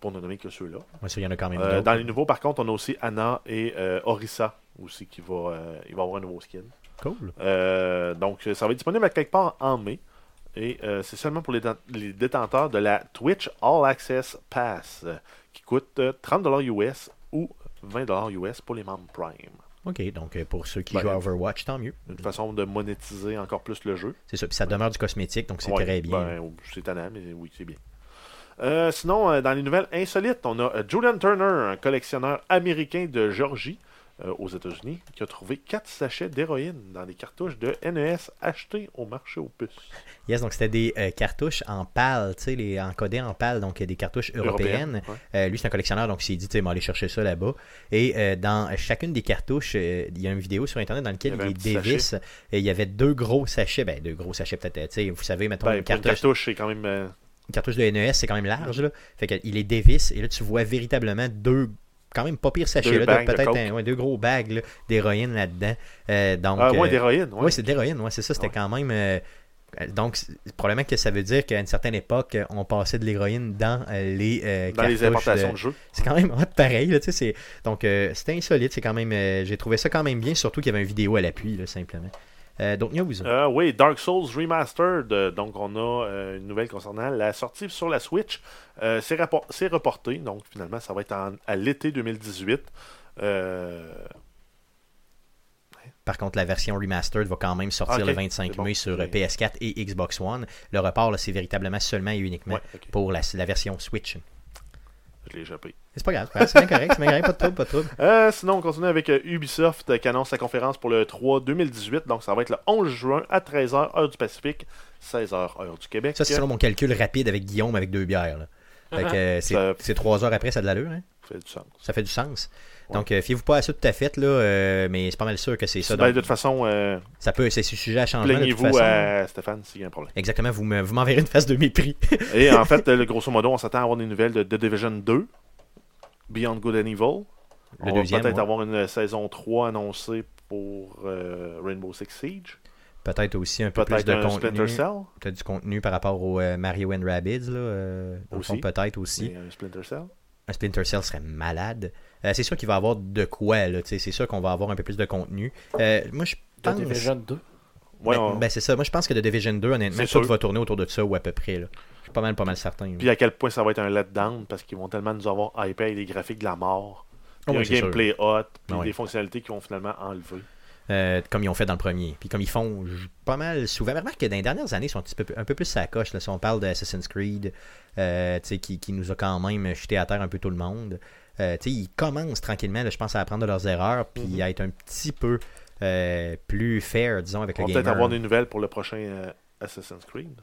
Speaker 2: pour ne nommer que ceux-là.
Speaker 1: Moi, sûr, il y en a quand même
Speaker 2: Euh,
Speaker 1: d'autres.
Speaker 2: dans les nouveaux, par contre, on a aussi Anna et euh, Orisa aussi qui va, euh, il va avoir un nouveau skin.
Speaker 1: Cool.
Speaker 2: Euh, donc, euh, ça va être disponible à quelque part en mai. Et euh, c'est seulement pour les, dent- les détenteurs de la Twitch All Access Pass, euh, qui coûte euh, 30$ US ou 20$ US pour les membres Prime.
Speaker 1: OK, donc euh, pour ceux qui
Speaker 2: Ben,
Speaker 1: jouent à Overwatch, tant mieux.
Speaker 2: Une façon de monétiser encore plus le jeu.
Speaker 1: C'est ça. Puis ça demeure du cosmétique, donc c'est
Speaker 2: Ouais,
Speaker 1: très bien.
Speaker 2: ben, c'est étonnant, mais oui, c'est bien. Euh, sinon, euh, dans les nouvelles insolites, on a euh, Julian Turner, un collectionneur américain de Georgie, euh, aux États-Unis, qui a trouvé 4 sachets d'héroïne dans des cartouches de NES achetées au marché aux puces.
Speaker 1: Yes, donc c'était des euh, cartouches en pâle, tu sais, les encodées en pâle, donc euh, des cartouches européennes.
Speaker 2: Européenne, ouais.
Speaker 1: Euh, lui, c'est un collectionneur, donc il s'est dit, tu sais, il m'a aller chercher ça là-bas. Et euh, dans chacune des cartouches, euh, il y a une vidéo sur Internet dans laquelle
Speaker 2: Il y
Speaker 1: il,
Speaker 2: avait un
Speaker 1: les
Speaker 2: petit
Speaker 1: dévisse. Et il y avait deux gros sachets, ben deux gros sachets peut-être, euh, tu sais, vous savez, mettons,
Speaker 2: Ben,
Speaker 1: une,
Speaker 2: pour une
Speaker 1: cartouche,
Speaker 2: cartouche, c'est quand même. euh,
Speaker 1: une cartouche de NES, c'est quand même large, là. Fait qu'il les dévisse, et là, tu vois véritablement deux, quand même pas pire sachets,
Speaker 2: Deux
Speaker 1: là, T'as
Speaker 2: bags de
Speaker 1: peut-être
Speaker 2: coke.
Speaker 1: un- ouais, deux gros bagues là, d'héroïne là-dedans. Euh, donc,
Speaker 2: ah, ouais,
Speaker 1: euh,
Speaker 2: d'héroïne. Ouais.
Speaker 1: Oui, c'est de l'héroïne, ouais, c'est ça. C'était
Speaker 2: Ouais.
Speaker 1: quand même. euh, euh, donc, c'est- probablement que ça veut dire qu'à une certaine époque, euh, on passait de l'héroïne dans euh, les. euh,
Speaker 2: dans les
Speaker 1: cartouches
Speaker 2: importations
Speaker 1: de-
Speaker 2: de, jeux.
Speaker 1: C'est quand même hot pareil, là, tu sais. c'est- Donc, euh, c'était insolite, c'est quand même. euh, J'ai trouvé ça quand même bien, surtout qu'il y avait une vidéo à l'appui, là, simplement. Euh, D'autres news
Speaker 2: Euh, oui, Dark Souls Remastered. euh, donc, on a euh, une nouvelle concernant la sortie sur la Switch. Euh, c'est rappo- c'est reporté. Donc, finalement, ça va être en- à l'été 2018. Euh,
Speaker 1: Par contre, la version remastered va quand même sortir
Speaker 2: Ah, Ok,
Speaker 1: le 25
Speaker 2: c'est bon.
Speaker 1: mai sur euh,
Speaker 2: Oui.
Speaker 1: PS4 et Xbox One. Le report, là, c'est véritablement seulement et uniquement
Speaker 2: ouais, ok.
Speaker 1: pour la, la version Switch.
Speaker 2: Je l'ai échappé.
Speaker 1: C'est pas grave, c'est pas grave, c'est bien correct, c'est bien correct, pas de trouble, pas de trouble.
Speaker 2: Euh, sinon, on continue avec euh, Ubisoft euh, qui annonce sa conférence pour le 3 2018. Donc, ça va être le 11 juin à 13h, heure du Pacifique, 16h, heure du Québec.
Speaker 1: Ça, c'est selon mon calcul rapide avec Guillaume avec deux bières. Là. Fait que, euh, c'est-
Speaker 2: Ça-
Speaker 1: c'est trois heures après, ça a de l'allure. Hein?
Speaker 2: fait du sens.
Speaker 1: Ça fait du sens.
Speaker 2: Ouais.
Speaker 1: Donc, euh, fiez-vous pas à ça tout à fait, là, euh, mais c'est pas mal sûr que c'est ça.
Speaker 2: Ben,
Speaker 1: Donc,
Speaker 2: de toute façon, euh,
Speaker 1: ça peut, c'est c'est sujet à changement. de toute
Speaker 2: plaignez-vous
Speaker 1: façon.
Speaker 2: à Stéphane s'il y a un problème.
Speaker 1: Exactement, vous me- vous m'enverrez une face de mépris. [laughs]
Speaker 2: Et en fait, le grosso modo, on s'attend à avoir des nouvelles de The Division 2, Beyond Good and Evil.
Speaker 1: Le
Speaker 2: on
Speaker 1: deuxième,
Speaker 2: va peut-être
Speaker 1: ouais.
Speaker 2: avoir une saison 3 annoncée pour euh, Rainbow Six Siege.
Speaker 1: Peut-être aussi un peu plus
Speaker 2: Peut-être
Speaker 1: de
Speaker 2: un Splinter
Speaker 1: contenu.
Speaker 2: Cell.
Speaker 1: Peut-être du contenu par rapport au euh, Mario and Rabbids. Là, euh, dans le fond,
Speaker 2: Aussi.
Speaker 1: Peut-être aussi.
Speaker 2: Mais Un Splinter Cell.
Speaker 1: un Splinter Cell serait malade. Euh, c'est sûr qu'il va avoir de quoi. là, tu sais, C'est sûr qu'on va avoir un peu plus de contenu. Euh, moi, je
Speaker 3: The
Speaker 1: pense.
Speaker 3: Division 2.
Speaker 2: Ouais,
Speaker 1: Ben-
Speaker 2: on-
Speaker 1: ben, c'est ça. Moi, je pense que de Division 2, honnêtement,
Speaker 2: C'est
Speaker 1: tout
Speaker 2: sûr.
Speaker 1: va tourner autour de ça ou à peu près. là. Je suis pas mal, pas mal certain. là.
Speaker 2: Puis à quel point ça va être un letdown parce qu'ils vont tellement nous avoir hypé avec des graphiques de la mort.
Speaker 1: Ah
Speaker 2: Puis
Speaker 1: oui,
Speaker 2: un
Speaker 1: c'est sûr.
Speaker 2: gameplay hot, puis
Speaker 1: Ah oui.
Speaker 2: des fonctionnalités qu'ils vont finalement enlever.
Speaker 1: Euh, comme ils ont fait dans le premier. Puis comme ils font j- pas mal souvent. Mais Remarque que dans les dernières années, ils sont un, petit peu, un peu plus sa coche. Là. Si on parle d'Assassin's Creed, euh, tu sais, qui, qui nous a quand même jeté à terre un peu tout le monde, euh, tu sais, ils commencent tranquillement, là, je pense, à apprendre de leurs erreurs, puis
Speaker 2: Mhm.
Speaker 1: à être un petit peu euh, plus fair, disons, avec
Speaker 2: On
Speaker 1: le
Speaker 2: va
Speaker 1: gamer.
Speaker 2: peut-être avoir des nouvelles pour le prochain euh, Assassin's Creed.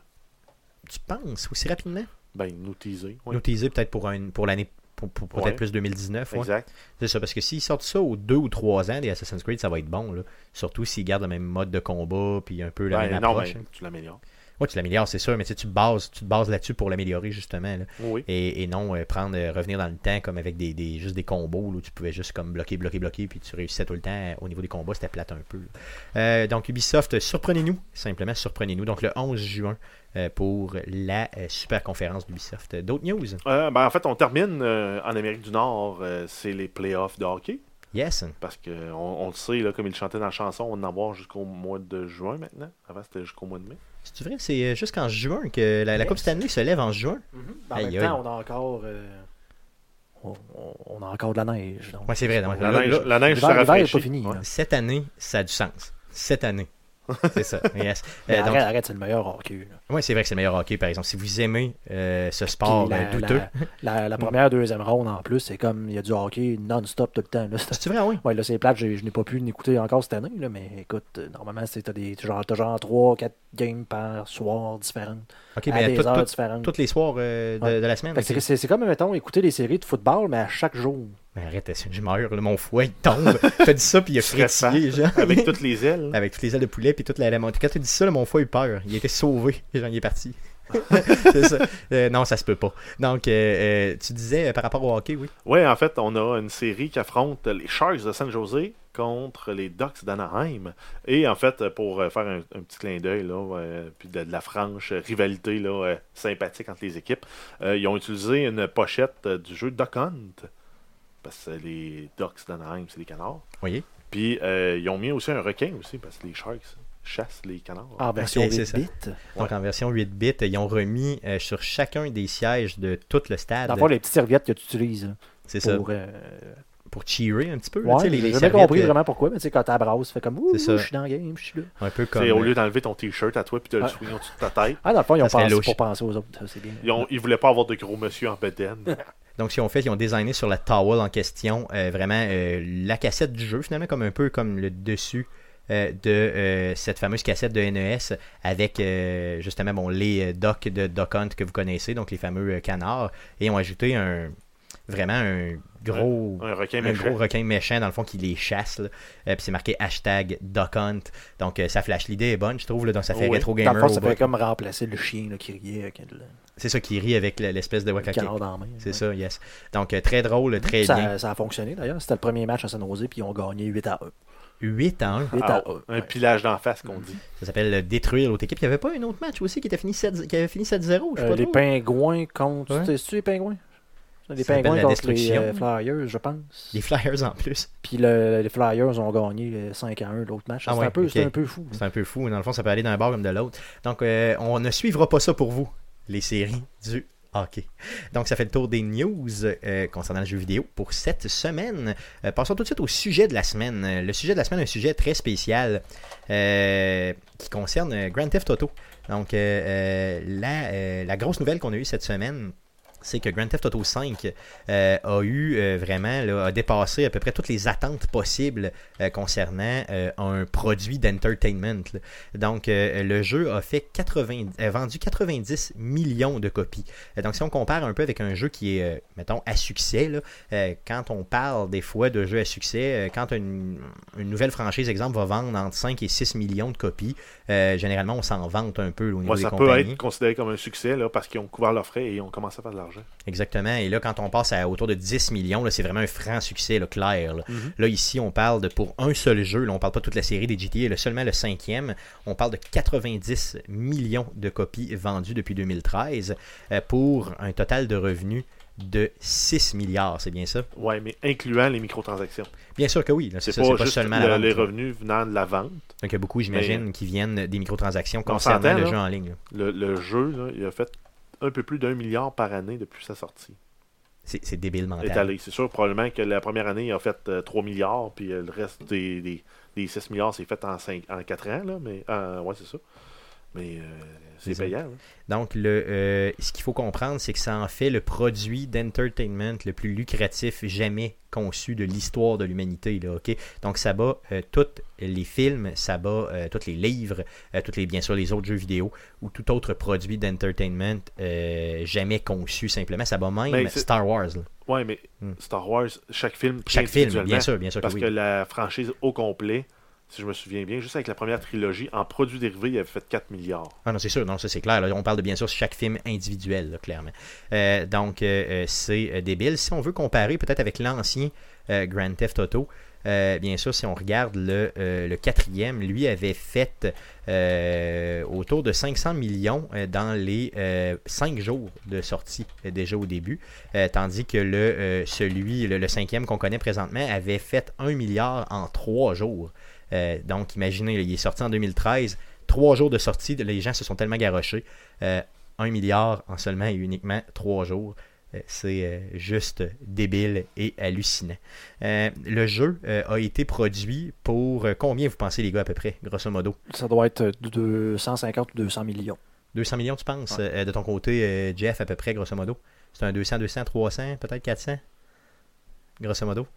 Speaker 1: Tu penses aussi rapidement
Speaker 2: Ben, nous teaser. oui.
Speaker 1: Nous teaser peut-être pour, un- pour l'année, pour, pour- pour
Speaker 2: Ouais.
Speaker 1: peut-être plus 2019. ouais.
Speaker 2: Exact.
Speaker 1: C'est ça, parce que s'ils sortent ça aux deux ou trois ans des Assassin's Creed, ça va être bon. là. Surtout s'ils gardent le même mode de combat, puis un peu la
Speaker 2: Ben,
Speaker 1: même
Speaker 2: non,
Speaker 1: approche.
Speaker 2: mais tu l'améliores.
Speaker 1: Ouais, tu l'améliores, c'est sûr, mais tu sais, tu te bases, tu te bases là-dessus pour l'améliorer, justement. là.
Speaker 2: Oui.
Speaker 1: Et, et non euh, prendre, euh, revenir dans le temps comme avec des, des- juste des combos là, où tu pouvais juste comme bloquer, bloquer, bloquer, puis tu réussissais tout le temps. Euh, Au niveau des combats, c'était plate un peu. là. Euh, donc Ubisoft, euh, surprenez-nous, simplement surprenez-nous. Donc le 11 juin euh, pour la euh, super conférence d'Ubisoft. D'autres news?
Speaker 2: Euh, ben, en fait, on termine euh, en Amérique du Nord, euh, c'est les playoffs de hockey.
Speaker 1: Yes.
Speaker 2: Parce qu'on on le sait, là, comme il chantait dans la chanson, on en a voir jusqu'au mois de juin maintenant. Avant, c'était jusqu'au mois de mai.
Speaker 1: C'est vrai, c'est euh, jusqu'en juin que la, la Coupe
Speaker 3: Yes.
Speaker 1: Stanley se lève en juin.
Speaker 2: Mhm.
Speaker 3: Ben, En
Speaker 1: Aïe,
Speaker 3: même
Speaker 1: aïe.
Speaker 3: temps, on a encore. euh, on, on- on a encore de la neige. donc.
Speaker 1: Ouais, c'est vrai. donc,
Speaker 2: La
Speaker 1: là,
Speaker 2: neige,
Speaker 1: là,
Speaker 2: la neige se
Speaker 3: l'hiver- l'hiver est
Speaker 2: rafraîchit.
Speaker 3: pas fini,
Speaker 2: Ouais.
Speaker 3: là.
Speaker 1: cette année, ça a du sens. Cette
Speaker 2: [laughs]
Speaker 1: année. C'est ça. Yes.
Speaker 3: Mais
Speaker 1: Euh, donc,
Speaker 3: arrête, arrête, c'est le meilleur hockey. là.
Speaker 1: Oui, c'est vrai que c'est le meilleur hockey, par exemple. Si vous aimez euh, ce
Speaker 3: Puis
Speaker 1: sport
Speaker 3: la,
Speaker 1: euh,
Speaker 3: [laughs]
Speaker 1: douteux.
Speaker 3: La, la- la première, deuxième ronde en plus, c'est comme il y a du hockey non-stop tout le temps.
Speaker 1: [laughs]
Speaker 3: Là, C'est-
Speaker 1: C'est vrai, oui.
Speaker 3: Ouais, là, c'est plate, j'ai- je n'ai pas pu l'écouter encore cette année, là, mais écoute, euh, normalement, c'est t'as des t'as genre, t'as genre 3, 4 games par soir différentes,
Speaker 1: OK,
Speaker 3: à
Speaker 1: mais
Speaker 3: des
Speaker 1: tout-
Speaker 3: heures
Speaker 1: tout-
Speaker 3: différentes.
Speaker 1: tous les soirs euh, de,
Speaker 3: Ouais.
Speaker 1: de la semaine.
Speaker 3: Fait que c'est-
Speaker 1: ok.
Speaker 3: c'est c'est comme, mettons, écouter les séries de football, mais à chaque jour.
Speaker 1: Mais arrête, je meurs, là, mon foie, il tombe. [laughs] T'as dit ça, puis il a
Speaker 2: Stressant.
Speaker 1: frétillé,
Speaker 3: [laughs]
Speaker 1: genre.
Speaker 2: Avec toutes les ailes.
Speaker 1: [laughs] Avec toutes les ailes de poulet, puis toute la, la montée. Quand tu dis ça, là, mon foie a eu peur. Il était sauvé. [laughs] Genre, il est parti. c'est ça. Euh, non, ça se peut pas. Donc, euh, euh, tu disais euh, par rapport au hockey, oui.
Speaker 2: Oui, en fait, on a une série qui affronte les Sharks de San Jose contre les Ducks d'Anaheim. Et en fait, pour euh, faire un, un petit clin d'œil, là, euh, puis de, de la franche rivalité là, euh, sympathique entre les équipes, euh, ils ont utilisé une pochette euh, du jeu Duck Hunt. Parce que les Ducks d'Anaheim, c'est les canards.
Speaker 1: Voyez.
Speaker 2: Puis euh, ils ont mis aussi un requin aussi, parce que les Sharks chassent les canards.
Speaker 1: Ah, ben,
Speaker 3: En version
Speaker 1: c'est
Speaker 3: 8
Speaker 1: ça.
Speaker 3: bits.
Speaker 1: Donc, en version 8 bits, ils ont remis euh, sur chacun des sièges de tout le stade.
Speaker 3: Dans le fond, les petites serviettes que tu utilises là,
Speaker 1: C'est ça.
Speaker 3: pour. euh,
Speaker 1: Pour cheerer un petit peu. là, tu
Speaker 3: Ouais,
Speaker 1: sais,
Speaker 3: j'ai
Speaker 1: les, les
Speaker 3: jamais
Speaker 1: serviettes,
Speaker 3: compris
Speaker 1: euh,
Speaker 3: vraiment pourquoi, mais tu sais, quand t'abrasses, ça fait comme Ouh,
Speaker 1: C'est ça.
Speaker 3: je suis dans le game, je suis là.
Speaker 1: Un peu
Speaker 2: C'est
Speaker 1: comme. euh, hein.
Speaker 2: au lieu d'enlever ton t-shirt à toi puis de le
Speaker 3: Ouais.
Speaker 2: swinguer au-dessus de ta tête.
Speaker 3: Ah, dans le fond, ils
Speaker 1: Ça
Speaker 3: ont
Speaker 1: serait
Speaker 3: pensé
Speaker 1: louche.
Speaker 3: pour penser aux autres, ça, c'est bien.
Speaker 2: Ils, ont, ils voulaient pas avoir de gros monsieur en bedaine.
Speaker 1: [laughs] Donc, ce qu'ils ont fait, ils ont designé sur la towel en question euh, vraiment euh, la cassette du jeu, finalement, comme un peu comme le dessus euh, de euh, cette fameuse cassette de NES avec euh, justement bon, les euh, docks de Doc Hunt que vous connaissez, donc les fameux euh, canards, et ils ont ajouté un vraiment un gros.
Speaker 2: Un requin
Speaker 1: Un gros
Speaker 2: méchant.
Speaker 1: requin méchant, dans le fond, qui les chasse. là. Euh, Puis c'est marqué hashtag Duck Hunt. Donc euh, ça flash. L'idée est bonne, je trouve. Là, donc ça fait
Speaker 2: Oui.
Speaker 1: rétro
Speaker 3: Ah, Oh Dans
Speaker 1: gamer.
Speaker 3: le fond,
Speaker 1: au
Speaker 3: ça
Speaker 1: bout.
Speaker 3: fait comme remplacer le chien là, qui riait avec le,
Speaker 1: C'est ça qui rit avec le- l'espèce de.
Speaker 3: le canard dans la main.
Speaker 1: C'est ça, yes. Donc, euh, très drôle, très
Speaker 3: ça,
Speaker 1: bien.
Speaker 3: ça a fonctionné d'ailleurs. C'était le premier match à San Jose, puis ils ont gagné 8 à 1.
Speaker 1: 8 à 1.
Speaker 3: Huit
Speaker 2: Ah,
Speaker 3: à un,
Speaker 2: un
Speaker 3: ouais.
Speaker 2: pillage d'en face qu'on dit.
Speaker 1: Ça s'appelle euh, détruire l'autre équipe. Il n'y avait pas un autre match aussi qui, était fini 7 qui avait fini 7-0, je sais
Speaker 3: Euh,
Speaker 1: pas
Speaker 3: les
Speaker 1: trop.
Speaker 3: pingouins contre.
Speaker 1: Ouais.
Speaker 3: C'est-tu les pingouins Les
Speaker 1: Ça s'appelle
Speaker 3: pingouins
Speaker 1: la
Speaker 3: contre les
Speaker 1: destruction.
Speaker 3: euh, Flyers, je pense.
Speaker 1: Les Flyers en plus.
Speaker 3: Puis le- les Flyers ont gagné euh, 5 à 1 l'autre match.
Speaker 1: Ah
Speaker 3: C'était
Speaker 1: ouais,
Speaker 3: un, peu-
Speaker 1: ok.
Speaker 3: c'était un peu fou.
Speaker 1: C'est un peu fou. Dans le fond, ça peut aller d'un bord comme de l'autre. Donc, euh, on ne suivra pas ça pour vous, les séries du hockey. Donc, ça fait le tour des news euh, concernant le jeu vidéo pour cette semaine. Euh, passons tout de suite au sujet de la semaine. Euh, Le sujet de la semaine, un sujet très spécial euh, qui concerne euh, Grand Theft Auto. Donc, euh, euh, la, euh, la grosse nouvelle qu'on a eue cette semaine, c'est que Grand Theft Auto 5 a eu euh, vraiment, là, a dépassé à peu près toutes les attentes possibles euh, concernant euh, un produit d'entertainment. là. Donc, euh, le jeu a fait 80, a vendu 90 millions de copies. Euh, donc, si on compare un peu avec un jeu qui est, euh, mettons, à succès, là, euh, quand on parle des fois de jeux à succès, euh, quand une, une nouvelle franchise, exemple, va vendre entre 5 et 6 millions de copies, euh, généralement, on s'en vante un peu au niveau
Speaker 2: Moi,
Speaker 1: des
Speaker 2: ça peut
Speaker 1: compagnies.
Speaker 2: être considéré comme un succès là, parce qu'ils ont couvert leurs frais et ils ont commencé à faire de l'argent.
Speaker 1: Exactement. Et là, quand on passe à autour de 10 millions, là, c'est vraiment un franc succès, là, clair. Là.
Speaker 2: Mhm.
Speaker 1: Là, ici, on parle de pour un seul jeu, là, on parle pas de toute la série des GTA, là, seulement le cinquième, on parle de 90 millions de copies vendues depuis 2013 euh, pour un total de revenus de 6 milliards, c'est bien ça?
Speaker 2: Oui, mais incluant les microtransactions.
Speaker 1: Bien sûr que oui, là, c'est ça,
Speaker 2: C'est pas,
Speaker 1: c'est pas
Speaker 2: juste
Speaker 1: seulement
Speaker 2: le-
Speaker 1: la vente.
Speaker 2: les revenus venant de la vente.
Speaker 1: Donc, il y a beaucoup, j'imagine, qui viennent des microtransactions concernant
Speaker 2: s'entend,
Speaker 1: le
Speaker 2: là.
Speaker 1: jeu en ligne. là.
Speaker 2: Le, le jeu, là, il a fait un peu plus d'un milliard par année depuis sa sortie.
Speaker 1: C'est c'est débile mental.
Speaker 2: Étalé. C'est sûr, probablement que la première année, il a fait euh, 3 milliards, puis euh, le reste des, des, des 6 milliards, c'est fait en, 5, en 4 ans. Là, mais, euh, ouais, c'est ça. Mais euh, c'est
Speaker 1: C'est ça.
Speaker 2: payant. là.
Speaker 1: Donc, le, euh, ce qu'il faut comprendre, c'est que ça en fait le produit d'entertainment le plus lucratif jamais conçu de l'histoire de l'humanité. là, ok? Donc, ça bat euh, tous les films, ça bat euh, tous les livres, euh, toutes les, bien sûr les autres jeux vidéo ou tout autre produit d'entertainment euh, jamais conçu simplement. Ça bat même
Speaker 2: Mais Ben, c'est-
Speaker 1: Star Wars. là.
Speaker 2: Ouais, mais
Speaker 1: Hmm.
Speaker 2: Star Wars, chaque film.
Speaker 1: Chaque film,
Speaker 2: individuellement,
Speaker 1: bien sûr, bien sûr que
Speaker 2: Parce
Speaker 1: oui.
Speaker 2: que la franchise au complet, si je me souviens bien, juste avec la première trilogie, en produits dérivés, il avait fait 4 milliards.
Speaker 1: Ah non, c'est sûr, non, ça c'est clair. là. on parle de bien sûr chaque film individuel, là, clairement. Euh, donc, euh, euh, c'est euh, débile. Si on veut comparer peut-être avec l'ancien euh, Grand Theft Auto, euh, bien sûr, si on regarde le, euh, le quatrième, lui avait fait euh, autour de 500 millions euh, dans les 5 jours de sortie euh, déjà au début, Euh, tandis que le euh, celui, le, le cinquième qu'on connaît présentement, avait fait 1 milliard en 3 jours. Euh, donc, imaginez, là, il est sorti en 2013 trois jours de sortie, les gens se sont tellement garochés. Euh, un milliard en seulement et uniquement trois jours. Euh, C'est euh, juste débile et hallucinant. Euh, le jeu euh, a été produit pour euh, combien, vous pensez, les gars, à peu près, grosso modo
Speaker 3: Ça doit être euh, 250 ou 200 millions.
Speaker 1: 200 millions, tu penses,
Speaker 3: Ouais.
Speaker 1: euh, de ton côté, euh, Jeff, à peu près, grosso modo C'est un 200, 200, 300, peut-être 400 Grosso modo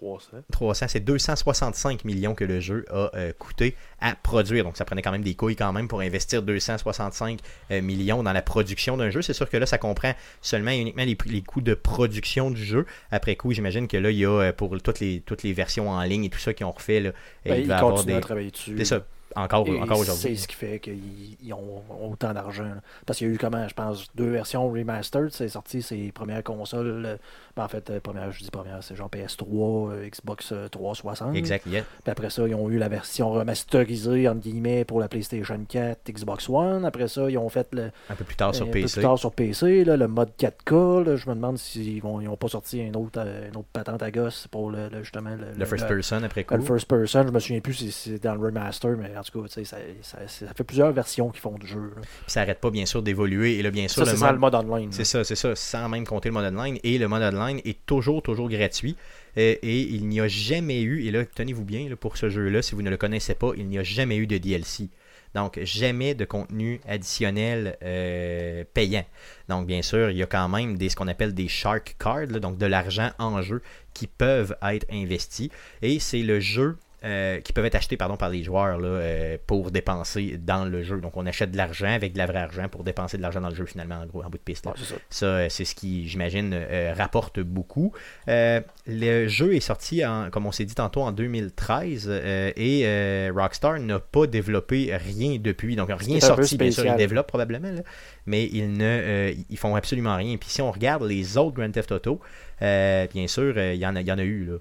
Speaker 2: 300.
Speaker 1: 300, c'est 265 millions que le jeu a euh, coûté à produire. Donc ça prenait quand même des couilles quand même pour investir 265 euh, millions dans la production d'un jeu. C'est sûr que là, ça comprend seulement et uniquement les, prix- les coûts de production du jeu. Après coup, j'imagine que là, il y a euh, pour toutes les, toutes les versions en ligne et tout ça qui ont refait, là, et
Speaker 3: Ben,
Speaker 1: il
Speaker 3: ils
Speaker 1: va y avoir
Speaker 3: continuent
Speaker 1: des...
Speaker 3: à travailler dessus.
Speaker 1: C'est ça, encore,
Speaker 3: Et
Speaker 1: encore
Speaker 3: C'est
Speaker 1: aujourd'hui.
Speaker 3: ce qui fait qu'ils ils ont, ont autant d'argent. là. Parce qu'il y a eu, comment, je pense, deux versions remastered. C'est sorti ses premières consoles. euh, ben, en fait, euh, première, je dis première, c'est genre PS3, euh, Xbox euh, 360.
Speaker 1: Exact, yeah.
Speaker 3: Puis après ça, ils ont eu la version remasterisée, entre guillemets, pour la PlayStation 4, Xbox One. Après ça, ils ont fait le,
Speaker 1: un peu plus tard Ah, sur
Speaker 3: un peu
Speaker 1: PC.
Speaker 3: plus tard sur PC, là, le mode 4K. là. je me demande s'ils n'ont ils ont pas sorti un autre, euh, une autre patente à gosse pour le, le- justement le,
Speaker 1: Le first person, après coup.
Speaker 3: ben, le first person, je me souviens plus si c'est dans le remaster, mais en tout cas, tu sais, ça, ça- ça fait plusieurs versions qui font du jeu. là.
Speaker 1: Puis Ça arrête pas, bien sûr, d'évoluer. Et là, bien sûr,
Speaker 3: Ça, c'est
Speaker 1: le
Speaker 3: ça
Speaker 1: mode-
Speaker 3: le mode online.
Speaker 1: C'est ça, c'est ça, sans même compter le mode online. Et le mode online est toujours, toujours gratuit. Euh, et il n'y a jamais eu, et là, tenez-vous bien, là, pour ce jeu-là, si vous ne le connaissez pas, il n'y a jamais eu de DLC. Donc, jamais de contenu additionnel euh, payant. Donc, bien sûr, il y a quand même des, ce qu'on appelle des shark cards, là, donc de l'argent en jeu qui peuvent être investis. Et c'est le jeu euh, qui peuvent être achetés pardon, par les joueurs là, euh, pour dépenser dans le jeu. Donc, on achète de l'argent avec de la vraie argent pour dépenser de l'argent dans le jeu, finalement, en gros, en bout de piste. là.
Speaker 3: Ouais, c'est ça.
Speaker 1: Ça, euh, c'est ce qui, j'imagine, euh, rapporte beaucoup. Euh, le jeu est sorti, en, comme on s'est dit tantôt, en 2013 euh, et euh, Rockstar n'a pas développé rien depuis. Donc,
Speaker 3: qui
Speaker 1: rien
Speaker 3: est un peu
Speaker 1: sorti, bien sûr. Ils
Speaker 3: spécial.
Speaker 1: développent probablement, là, mais ils ne euh, ils font absolument rien. Puis, si on regarde les autres Grand Theft Auto, euh, bien sûr, euh, il y, en a- il y en a eu là,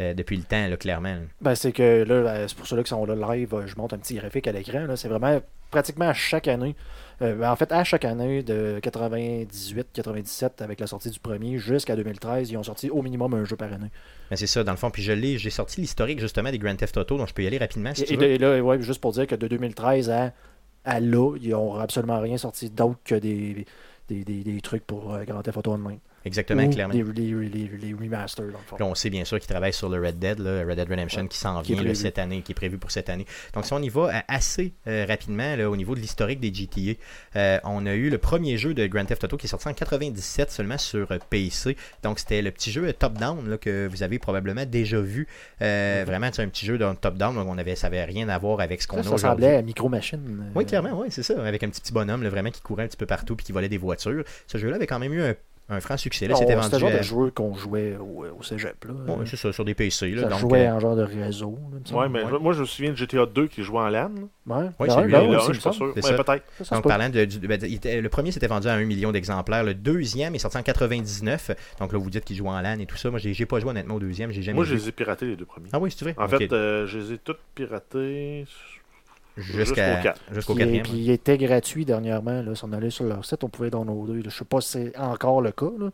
Speaker 1: euh, depuis le temps, là, clairement. là.
Speaker 3: Ben, c'est que là, là, c'est pour ceux-là qui sont là live, euh, je monte un petit graphique à l'écran. là. C'est vraiment pratiquement à chaque année. euh, ben, en fait, à chaque année de 98-97, avec la sortie du premier, jusqu'à 2013, ils ont sorti au minimum un jeu par année.
Speaker 1: Mais c'est ça, dans le fond. Puis, je l'ai- j'ai sorti l'historique justement des Grand Theft Auto, donc je peux y aller rapidement. Si
Speaker 3: Et,
Speaker 1: tu
Speaker 3: et
Speaker 1: veux.
Speaker 3: de- et là, ouais, juste pour dire que de 2013 à, à là, ils n'ont absolument rien sorti d'autre que des, des, des- des trucs pour euh, Grand Theft Auto Online.
Speaker 1: Exactement,
Speaker 3: Ou
Speaker 1: clairement.
Speaker 3: Les, les- les- les remasters, dans le fond.
Speaker 1: Puis on sait bien sûr qu'il travaille sur le Red Dead, là, Red Dead Redemption
Speaker 3: Ouais.
Speaker 1: qui s'en
Speaker 3: Qui est
Speaker 1: vient là,
Speaker 3: prévu.
Speaker 1: cette année, qui est prévu pour cette année. Donc si on y va euh, assez euh, rapidement là, au niveau de l'historique des GTA, euh, on a eu le premier jeu de Grand Theft Auto qui est sorti en 97 seulement sur euh, PC. Donc c'était le petit jeu euh, top-down là, que vous avez probablement déjà vu. Euh, Vraiment, c'est un petit jeu d'un top-down. donc On avait, ça n'avait rien à voir avec ce qu'on
Speaker 3: Mm-hmm. Ça,
Speaker 1: a
Speaker 3: ça
Speaker 1: aujourd'hui.
Speaker 3: ressemblait à Micro Machine. euh,
Speaker 1: Oui, clairement, oui, c'est ça. Avec un petit, petit bonhomme là, vraiment qui courait un petit peu partout puis qui volait des voitures. Ce jeu-là avait quand même eu un, un franc succès. Là, c'était
Speaker 3: Ah, C'était
Speaker 1: vendu.
Speaker 3: le genre
Speaker 1: à-
Speaker 3: de jeu qu'on jouait au, au cégep. Là.
Speaker 1: Ouais, c'est ça, sur des PC. Là,
Speaker 3: ça
Speaker 1: donc,
Speaker 3: jouait
Speaker 1: euh,
Speaker 3: en genre de réseau. là, il me semble.
Speaker 2: Ouais, mais
Speaker 1: Ouais.
Speaker 2: je- moi, je me souviens de GTA 2 qui jouait en LAN. là.
Speaker 3: Ouais,
Speaker 1: Ouais,
Speaker 3: ben
Speaker 1: celui-là, Ah
Speaker 2: Mais
Speaker 3: ouais, ben
Speaker 2: le
Speaker 3: ouais,
Speaker 2: un,
Speaker 3: c'est
Speaker 2: je
Speaker 3: le
Speaker 2: suis pas
Speaker 3: fun.
Speaker 2: sûr.
Speaker 1: C'est
Speaker 2: Ouais,
Speaker 1: ça.
Speaker 2: peut-être.
Speaker 3: Ça, ça se
Speaker 1: Donc,
Speaker 3: peut.
Speaker 1: parlant de, du- ben, il était- le premier s'était vendu à 1 million d'exemplaires. Le deuxième est sorti en 99. Donc là, vous dites qu'il joue en LAN et tout ça. Moi, j'ai j'ai pas joué honnêtement au deuxième. J'ai jamais
Speaker 2: Moi, je
Speaker 1: joué.
Speaker 2: les ai piratés, les deux premiers.
Speaker 1: Ah oui, c'est vrai.
Speaker 2: En
Speaker 1: Ok.
Speaker 2: fait, euh, je les ai tous piratés.
Speaker 1: jusqu'à
Speaker 2: jusqu'au quatre.
Speaker 1: jusqu'au
Speaker 3: Puis-
Speaker 1: quatrième.
Speaker 3: Puis il était gratuit dernièrement. Là, si on allait sur leur site, on pouvait downloader. là. Je sais pas si c'est encore le cas, là,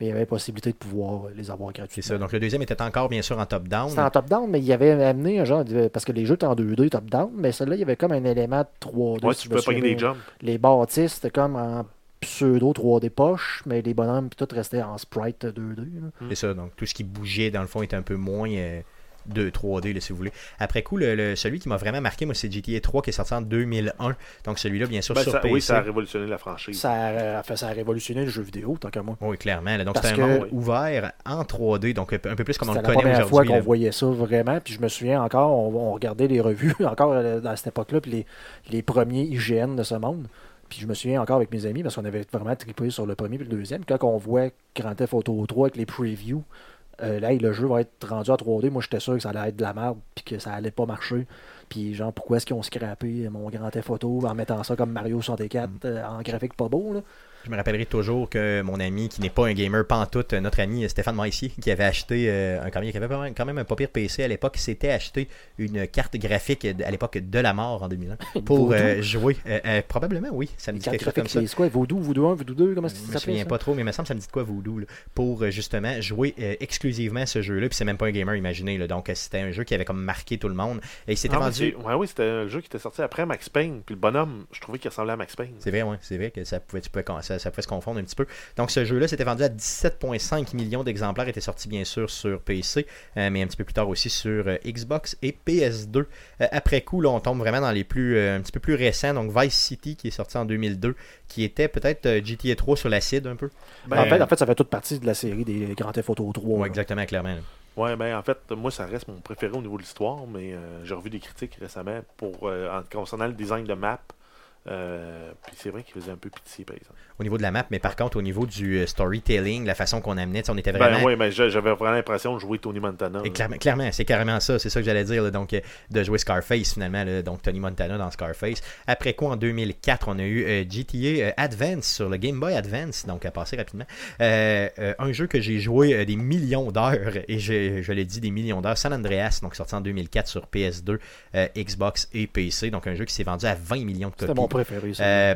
Speaker 3: mais il y avait possibilité de pouvoir euh, les avoir
Speaker 1: C'est
Speaker 3: gratuitement.
Speaker 1: ça. Donc le deuxième était encore, bien sûr, en top-down.
Speaker 3: C'était en top-down, mais il avait amené un genre de... Parce que les jeux étaient en 2D top-down, mais celui-là, il y avait comme un élément de 3D.
Speaker 2: Ouais,
Speaker 3: si
Speaker 2: tu
Speaker 3: je
Speaker 2: peux
Speaker 3: me
Speaker 2: pogner
Speaker 3: souviens
Speaker 2: des
Speaker 3: bien.
Speaker 2: jumps.
Speaker 3: Les bâtisses, c'était comme en pseudo 3D poche, mais les bonhommes, puis tout restait en sprite 2D. là.
Speaker 1: C'est ça. Donc tout ce qui bougeait, dans le fond, était un peu moins. euh, de 3D, là, si vous voulez. Après coup, le, le- celui qui m'a vraiment marqué, moi, c'est GTA 3 qui est sorti en 2001. Donc celui-là, bien sûr,
Speaker 2: Ben,
Speaker 1: sur
Speaker 2: ça-
Speaker 1: PC.
Speaker 2: oui, ça a révolutionné la franchise.
Speaker 3: Ça, a, enfin, ça a révolutionné le jeu vidéo, tant qu'à moi.
Speaker 1: Oui, clairement. là. Donc
Speaker 3: Parce
Speaker 1: c'était un
Speaker 3: que-
Speaker 1: monde ouvert en 3D, donc un peu un peu plus comme on le
Speaker 3: C'était la
Speaker 1: connaît
Speaker 3: première fois
Speaker 1: aujourd'hui.
Speaker 3: qu'on
Speaker 1: là.
Speaker 3: voyait ça vraiment. Puis je me souviens encore, on, on regardait les revues [laughs] encore euh, à cette époque-là, puis les, les premiers IGN de ce monde. Puis je me souviens encore avec mes amis, parce qu'on avait vraiment trippé sur le premier puis le deuxième. Quand on voit Grand Theft Auto 3 avec les previews, euh, là, hey, le jeu va être rendu à 3D. Moi, j'étais sûr que ça allait être de la merde, puis que ça allait pas marcher. Puis, genre, pourquoi est-ce qu'ils ont scrappé mon grand Theft Auto en mettant ça comme Mario 64
Speaker 1: Mm.
Speaker 3: euh, en graphique pas beau, là?
Speaker 1: Je me rappellerai toujours que mon ami, qui n'est pas un gamer pantoute, euh, notre ami Stéphane Maissier, qui avait acheté euh, un camion, qui avait quand même- quand même un pas pire PC à l'époque, s'était acheté une carte graphique euh, à l'époque de la mort en 2001 pour euh, jouer. euh, euh, probablement, oui, ça me
Speaker 3: Les
Speaker 1: dit
Speaker 3: cartes
Speaker 1: quelque chose comme
Speaker 3: graphiques,
Speaker 1: ça.
Speaker 3: c'est quoi? Voodoo, Voodoo 1, Voodoo 2, comment est-ce que
Speaker 1: Je
Speaker 3: ça
Speaker 1: me
Speaker 3: s'appelle?
Speaker 1: souviens
Speaker 3: ça?
Speaker 1: pas trop, mais il me semble que ça me dit de quoi Voodoo là, pour euh, justement jouer euh, exclusivement à ce jeu-là. Puis c'est même pas un gamer, imaginez. Là, donc euh, c'était un jeu qui avait comme marqué tout le monde. Et il s'était
Speaker 2: Ah, mais
Speaker 1: vendu.
Speaker 2: c'est- ouais, oui, c'était le jeu qui était sorti après Max Payne. Puis le bonhomme, je trouvais qu'il ressemblait à Max Payne.
Speaker 1: C'est vrai, ouais, c'est vrai que ça pouvait, tu pouvais con- ça, ça pouvait se confondre un petit peu. Donc ce jeu-là s'était vendu à 17,5 millions d'exemplaires, était sorti bien sûr sur PC, euh, mais un petit peu plus tard aussi sur euh, Xbox et PS2. Euh, après coup, là, on tombe vraiment dans les plus euh, un petit peu plus récents, donc Vice City qui est sorti en 2002, qui était peut-être euh, GTA 3 sur l'acide un peu.
Speaker 2: Ben,
Speaker 3: en, fait, en fait, ça fait toute partie de la série des Grand Theft Auto 3.
Speaker 1: Ouais,
Speaker 3: là.
Speaker 1: exactement, clairement. là.
Speaker 2: Ouais, ben en fait, moi, ça reste mon préféré au niveau de l'histoire, mais euh, j'ai revu des critiques récemment pour euh, en concernant le design de map. Euh, puis c'est vrai qu'il faisait un peu pitié, par exemple.
Speaker 1: Au niveau de la map, mais par contre au niveau du euh, storytelling, la façon qu'on amenait, tu sais, on était vraiment
Speaker 2: Ben oui, mais j'a- j'avais vraiment l'impression de jouer Tony Montana.
Speaker 1: Et
Speaker 2: là.
Speaker 1: clairement, clairement, c'est carrément ça, c'est ça que j'allais dire, là, donc euh, de jouer Scarface finalement, là, donc Tony Montana dans Scarface. Après quoi, en 2004, on a eu euh, GTA euh, Advance sur le Game Boy Advance, donc à passer rapidement. Euh, euh, un jeu que j'ai joué euh, des millions d'heures, et je, je l'ai dit des millions d'heures, San Andreas, donc sorti en 2004 sur PS2, euh, Xbox et PC, donc un jeu qui s'est vendu à 20 millions de copies.
Speaker 3: C'était mon préféré, ça.
Speaker 1: Euh,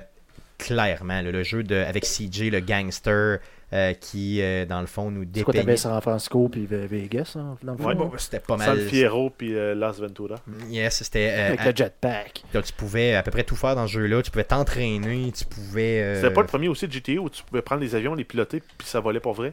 Speaker 1: clairement, là, le jeu de, avec CJ, le gangster, euh, qui, euh, dans le fond, nous
Speaker 3: c'est quoi,
Speaker 1: dépeignait...
Speaker 3: t'avais San Francisco puis Ve- Vegas, hein, dans le fond,
Speaker 1: Ouais,
Speaker 3: là?
Speaker 1: bon, c'était pas
Speaker 2: San
Speaker 1: mal.
Speaker 2: Fierro puis euh, Las Ventura.
Speaker 1: Yes, c'était... euh,
Speaker 3: Avec
Speaker 1: à-
Speaker 3: le jetpack.
Speaker 1: Donc, tu pouvais à peu près tout faire dans ce jeu-là. Tu pouvais t'entraîner, tu pouvais. euh,
Speaker 2: C'était pas le premier aussi de GTA où tu pouvais prendre les avions, les piloter, puis ça volait pour vrai.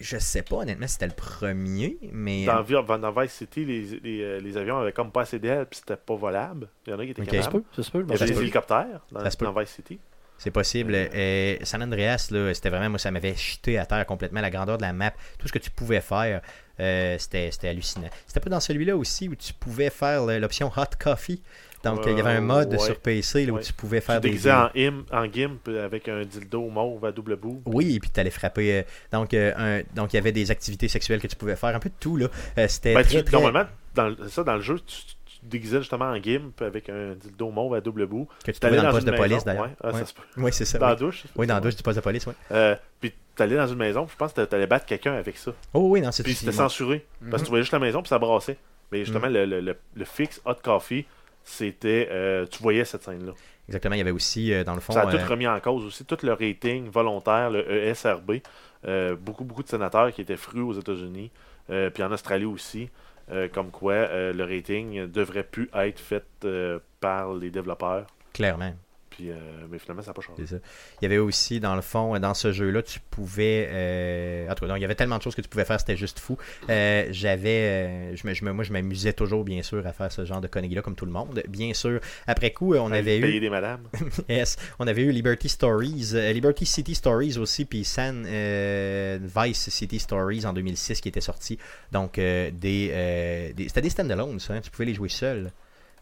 Speaker 1: Je sais pas, honnêtement, si c'était le premier, mais. euh,
Speaker 2: Dans, Vi- dans Vice City, les, les, euh, les avions avaient comme pas assez d'ailes, puis c'était pas volable. Il y en a qui étaient
Speaker 1: Ok.
Speaker 3: Ça se
Speaker 2: capables.
Speaker 3: peut, ça se peut.
Speaker 2: Il
Speaker 3: je me
Speaker 2: y avait
Speaker 1: se
Speaker 2: des
Speaker 1: peut.
Speaker 2: hélicoptères dans,
Speaker 1: Ça se peut.
Speaker 2: dans Vice City.
Speaker 1: C'est possible. Euh, San Andreas, là, c'était vraiment, moi, ça m'avait jeté à terre complètement la grandeur de la map. Tout ce que tu pouvais faire, euh, c'était c'était hallucinant. C'était pas dans celui-là aussi où tu pouvais faire le- l'option Hot Coffee. Donc, il y avait un mode
Speaker 2: Euh, Ouais.
Speaker 1: sur PC là, où
Speaker 2: Ouais.
Speaker 1: tu pouvais faire
Speaker 2: Tu
Speaker 1: des.
Speaker 2: déguisais en, im- en gimp avec un dildo mauve à double bout.
Speaker 1: Oui, et puis tu allais frapper. euh, donc, euh, un- donc, il y avait des activités sexuelles que tu pouvais faire. Un peu de tout, là. Euh, c'était
Speaker 2: Ben,
Speaker 1: très,
Speaker 2: tu-
Speaker 1: très-
Speaker 2: Normalement, dans, le- ça, dans le jeu, tu, tu te déguisais justement en gimp avec un dildo mauve à double bout.
Speaker 1: Que tu trouvais dans le poste de
Speaker 2: une
Speaker 1: police,
Speaker 2: maison,
Speaker 1: d'ailleurs.
Speaker 2: ouais. Ah, ça
Speaker 1: Ouais.
Speaker 2: se peut.
Speaker 1: Oui, c'est ça.
Speaker 2: Dans la
Speaker 1: oui.
Speaker 2: douche.
Speaker 1: Oui, dans la douche du poste de police, oui.
Speaker 2: Euh, puis t'allais dans une maison, puis je pense que t'allais battre quelqu'un avec ça.
Speaker 1: Oh oui, non, c'est Mhm.
Speaker 2: Puis c'était
Speaker 1: effectivement.
Speaker 2: censuré. Parce que tu voyais juste la maison, puis ça brassait. Mais justement, le, le, le, le fixe Hot Coffee, c'était. euh, tu voyais cette scène-là.
Speaker 1: Exactement, il y avait aussi, euh, dans le fond,
Speaker 2: Ça a
Speaker 1: euh,
Speaker 2: tout remis en cause aussi. Tout le rating volontaire, le E ESRB. euh, beaucoup, beaucoup de sénateurs qui étaient fruits aux États-Unis, euh, puis en Australie aussi. euh, comme quoi, euh, le rating devrait plus être fait euh, par les développeurs.
Speaker 1: clairement.
Speaker 2: Puis, euh, mais finalement, ça n'a pas changé.
Speaker 1: C'est ça. Il y avait aussi, dans le fond, euh, dans ce jeu-là, tu pouvais. euh, En tout cas, donc, il y avait tellement de choses que tu pouvais faire, c'était juste fou. Euh, J'avais. euh, je me- je me- moi, je m'amusais toujours, bien sûr, à faire ce genre de conneries-là, comme tout le monde. Bien sûr. Après coup, euh, on avait eu.
Speaker 2: Payer des madames.
Speaker 1: Yes. On avait eu Liberty Stories, euh, Liberty City Stories aussi, puis San euh, Vice City Stories en 2006 qui était sorti. Donc, euh, des, euh, des- c'était des stand-alone, ça. hein, tu pouvais les jouer seul.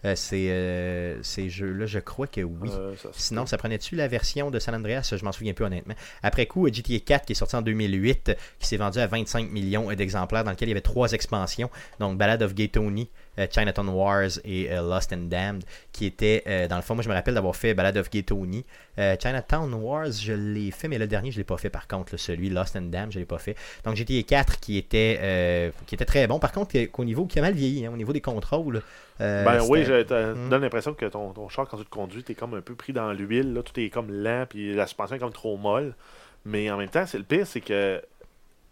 Speaker 1: Euh, ces, euh, ces jeux-là, je crois que [laughs] oui.
Speaker 2: Euh, ça se-
Speaker 1: Sinon, ça prenait-tu la version de San Andreas Je m'en souviens plus honnêtement. Après coup, GTA 4 qui est sorti en 2008, qui s'est vendu à 25 millions euh, d'exemplaires, dans lequel il y avait trois expansions. Donc, Ballad of Gay Tony, euh, Chinatown Wars et euh, Lost and Damned, qui étaient, euh, dans le fond, moi je me rappelle d'avoir fait Ballad of Gay Tony. Euh, Chinatown Wars, je l'ai fait, mais le dernier, je l'ai pas fait par contre, là, celui Lost and Damned, je l'ai pas fait. Donc, GTA 4 qui était, euh, qui était très bon. Par contre, qui- qu'au niveau, qui a mal vieilli, hein, au niveau des contrôles. euh,
Speaker 2: Ben oui,
Speaker 1: c'était-
Speaker 2: je te
Speaker 1: Hmm.
Speaker 2: donne l'impression que ton, ton char, quand tu te conduis, t'es comme un peu pris dans l'huile, là, tout est comme lent, puis la suspension est comme trop molle. Mais en même temps, c'est le pire, c'est que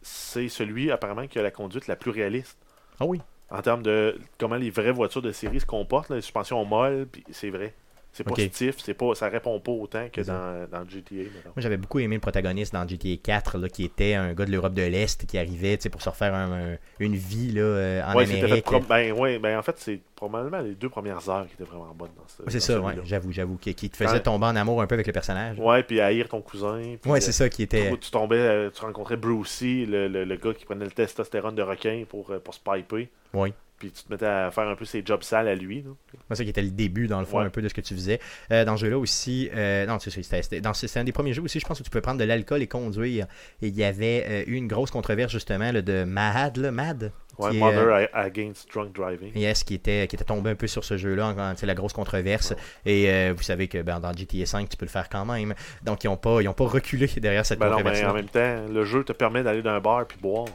Speaker 2: c'est celui apparemment qui a la conduite la plus réaliste
Speaker 1: Ah oui.
Speaker 2: en termes de comment les vraies voitures de série se comportent. là, les suspensions molles, puis c'est vrai. C'est pas
Speaker 1: Ok.
Speaker 2: stiff, c'est pas, ça répond pas autant que
Speaker 1: C'est ça.
Speaker 2: dans, dans le GTA. mettons.
Speaker 1: Moi, j'avais beaucoup aimé le protagoniste dans GTA 4, là, qui était un gars de l'Europe de l'Est qui arrivait tu sais, pour se refaire un- un- une vie là, euh, en
Speaker 2: Ouais, c'était fait
Speaker 1: Amérique.
Speaker 2: pro- ben, ouais, ben en fait, c'est probablement les deux premières heures qui étaient vraiment bonnes dans ce.
Speaker 1: Ouais, c'est
Speaker 2: dans
Speaker 1: ça, ouais,
Speaker 2: celui-là.
Speaker 1: j'avoue, j'avoue, qui, qui te faisait
Speaker 2: Ouais.
Speaker 1: tomber en amour un peu avec le personnage.
Speaker 2: Ouais, puis haïr ton cousin. puis,
Speaker 1: Ouais, c'est ça qui était.
Speaker 2: Où tu tombais, euh, tu rencontrais Brucey, le, le- le gars qui prenait le testostérone de requin pour, euh, pour se piper.
Speaker 1: Oui.
Speaker 2: Puis tu te mettais à faire un peu ses jobs sales à lui. là.
Speaker 1: Moi, ça qui était le début, dans le fond,
Speaker 2: Ouais.
Speaker 1: un peu de ce que tu faisais. Euh, dans ce jeu-là aussi, euh, non, c'est- c'est c'était- c'était- dans- c'est un des premiers jeux aussi, je pense, où tu peux prendre de l'alcool et conduire. Et il y avait euh, eu une grosse controverse, justement, là, de Mahad, là, Mad.
Speaker 2: Ouais,
Speaker 1: qui est,
Speaker 2: Mother
Speaker 1: euh,
Speaker 2: a- Against Drunk Driving.
Speaker 1: Yes, qui était, qui était tombé un peu sur ce jeu-là, en- tu sais, la grosse controverse. Et euh, vous savez que ben, dans GTA V, tu peux le faire quand même. Donc, ils n'ont pas, ils ont pas reculé derrière cette
Speaker 2: Ben non,
Speaker 1: controverse
Speaker 2: mais en même temps, le jeu te permet d'aller dans un bar puis boire.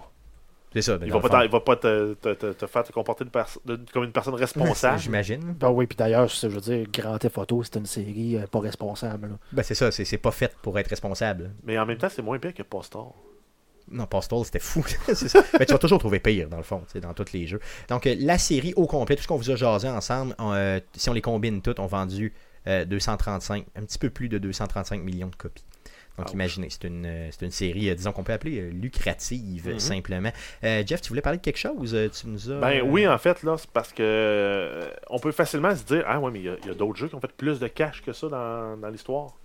Speaker 1: C'est ça. ben,
Speaker 2: Il
Speaker 1: dans le
Speaker 2: va pas,
Speaker 1: fond.
Speaker 2: t'en- il va pas te, te- te- te faire te comporter de perso- de- comme une
Speaker 1: [laughs]
Speaker 2: personne responsable.
Speaker 1: J'imagine.
Speaker 3: Ben oui, puis d'ailleurs, c'est- je veux dire, Grand Theft Auto, c'est une série euh, pas responsable. là.
Speaker 1: Ben, c'est ça, c'est c'est pas fait pour être responsable.
Speaker 2: mais en même temps, c'est moins pire que Postal.
Speaker 1: Non, Postal, c'était fou. [laughs] C'est ça. Mais tu vas toujours trouver pire, dans le fond, tu sais, dans tous les jeux. Donc, euh, la série au complet, tout ce qu'on vous a jasé ensemble, on, euh, si on les combine toutes, ont vendu euh, 235, un petit peu plus de 235 millions de copies. Donc,
Speaker 2: Ah oui.
Speaker 1: imaginez, c'est une, euh, c'est une série, euh, disons qu'on peut appeler euh, lucrative,
Speaker 2: Mhm.
Speaker 1: simplement. Euh, Jeff, tu voulais parler de quelque chose Euh, Tu nous as.
Speaker 2: Ben
Speaker 1: euh,
Speaker 2: oui, en fait, là, c'est parce que euh, on peut facilement se dire Ah ouais, mais il y a, il y a d'autres jeux qui ont fait plus de cash que ça dans, dans l'histoire.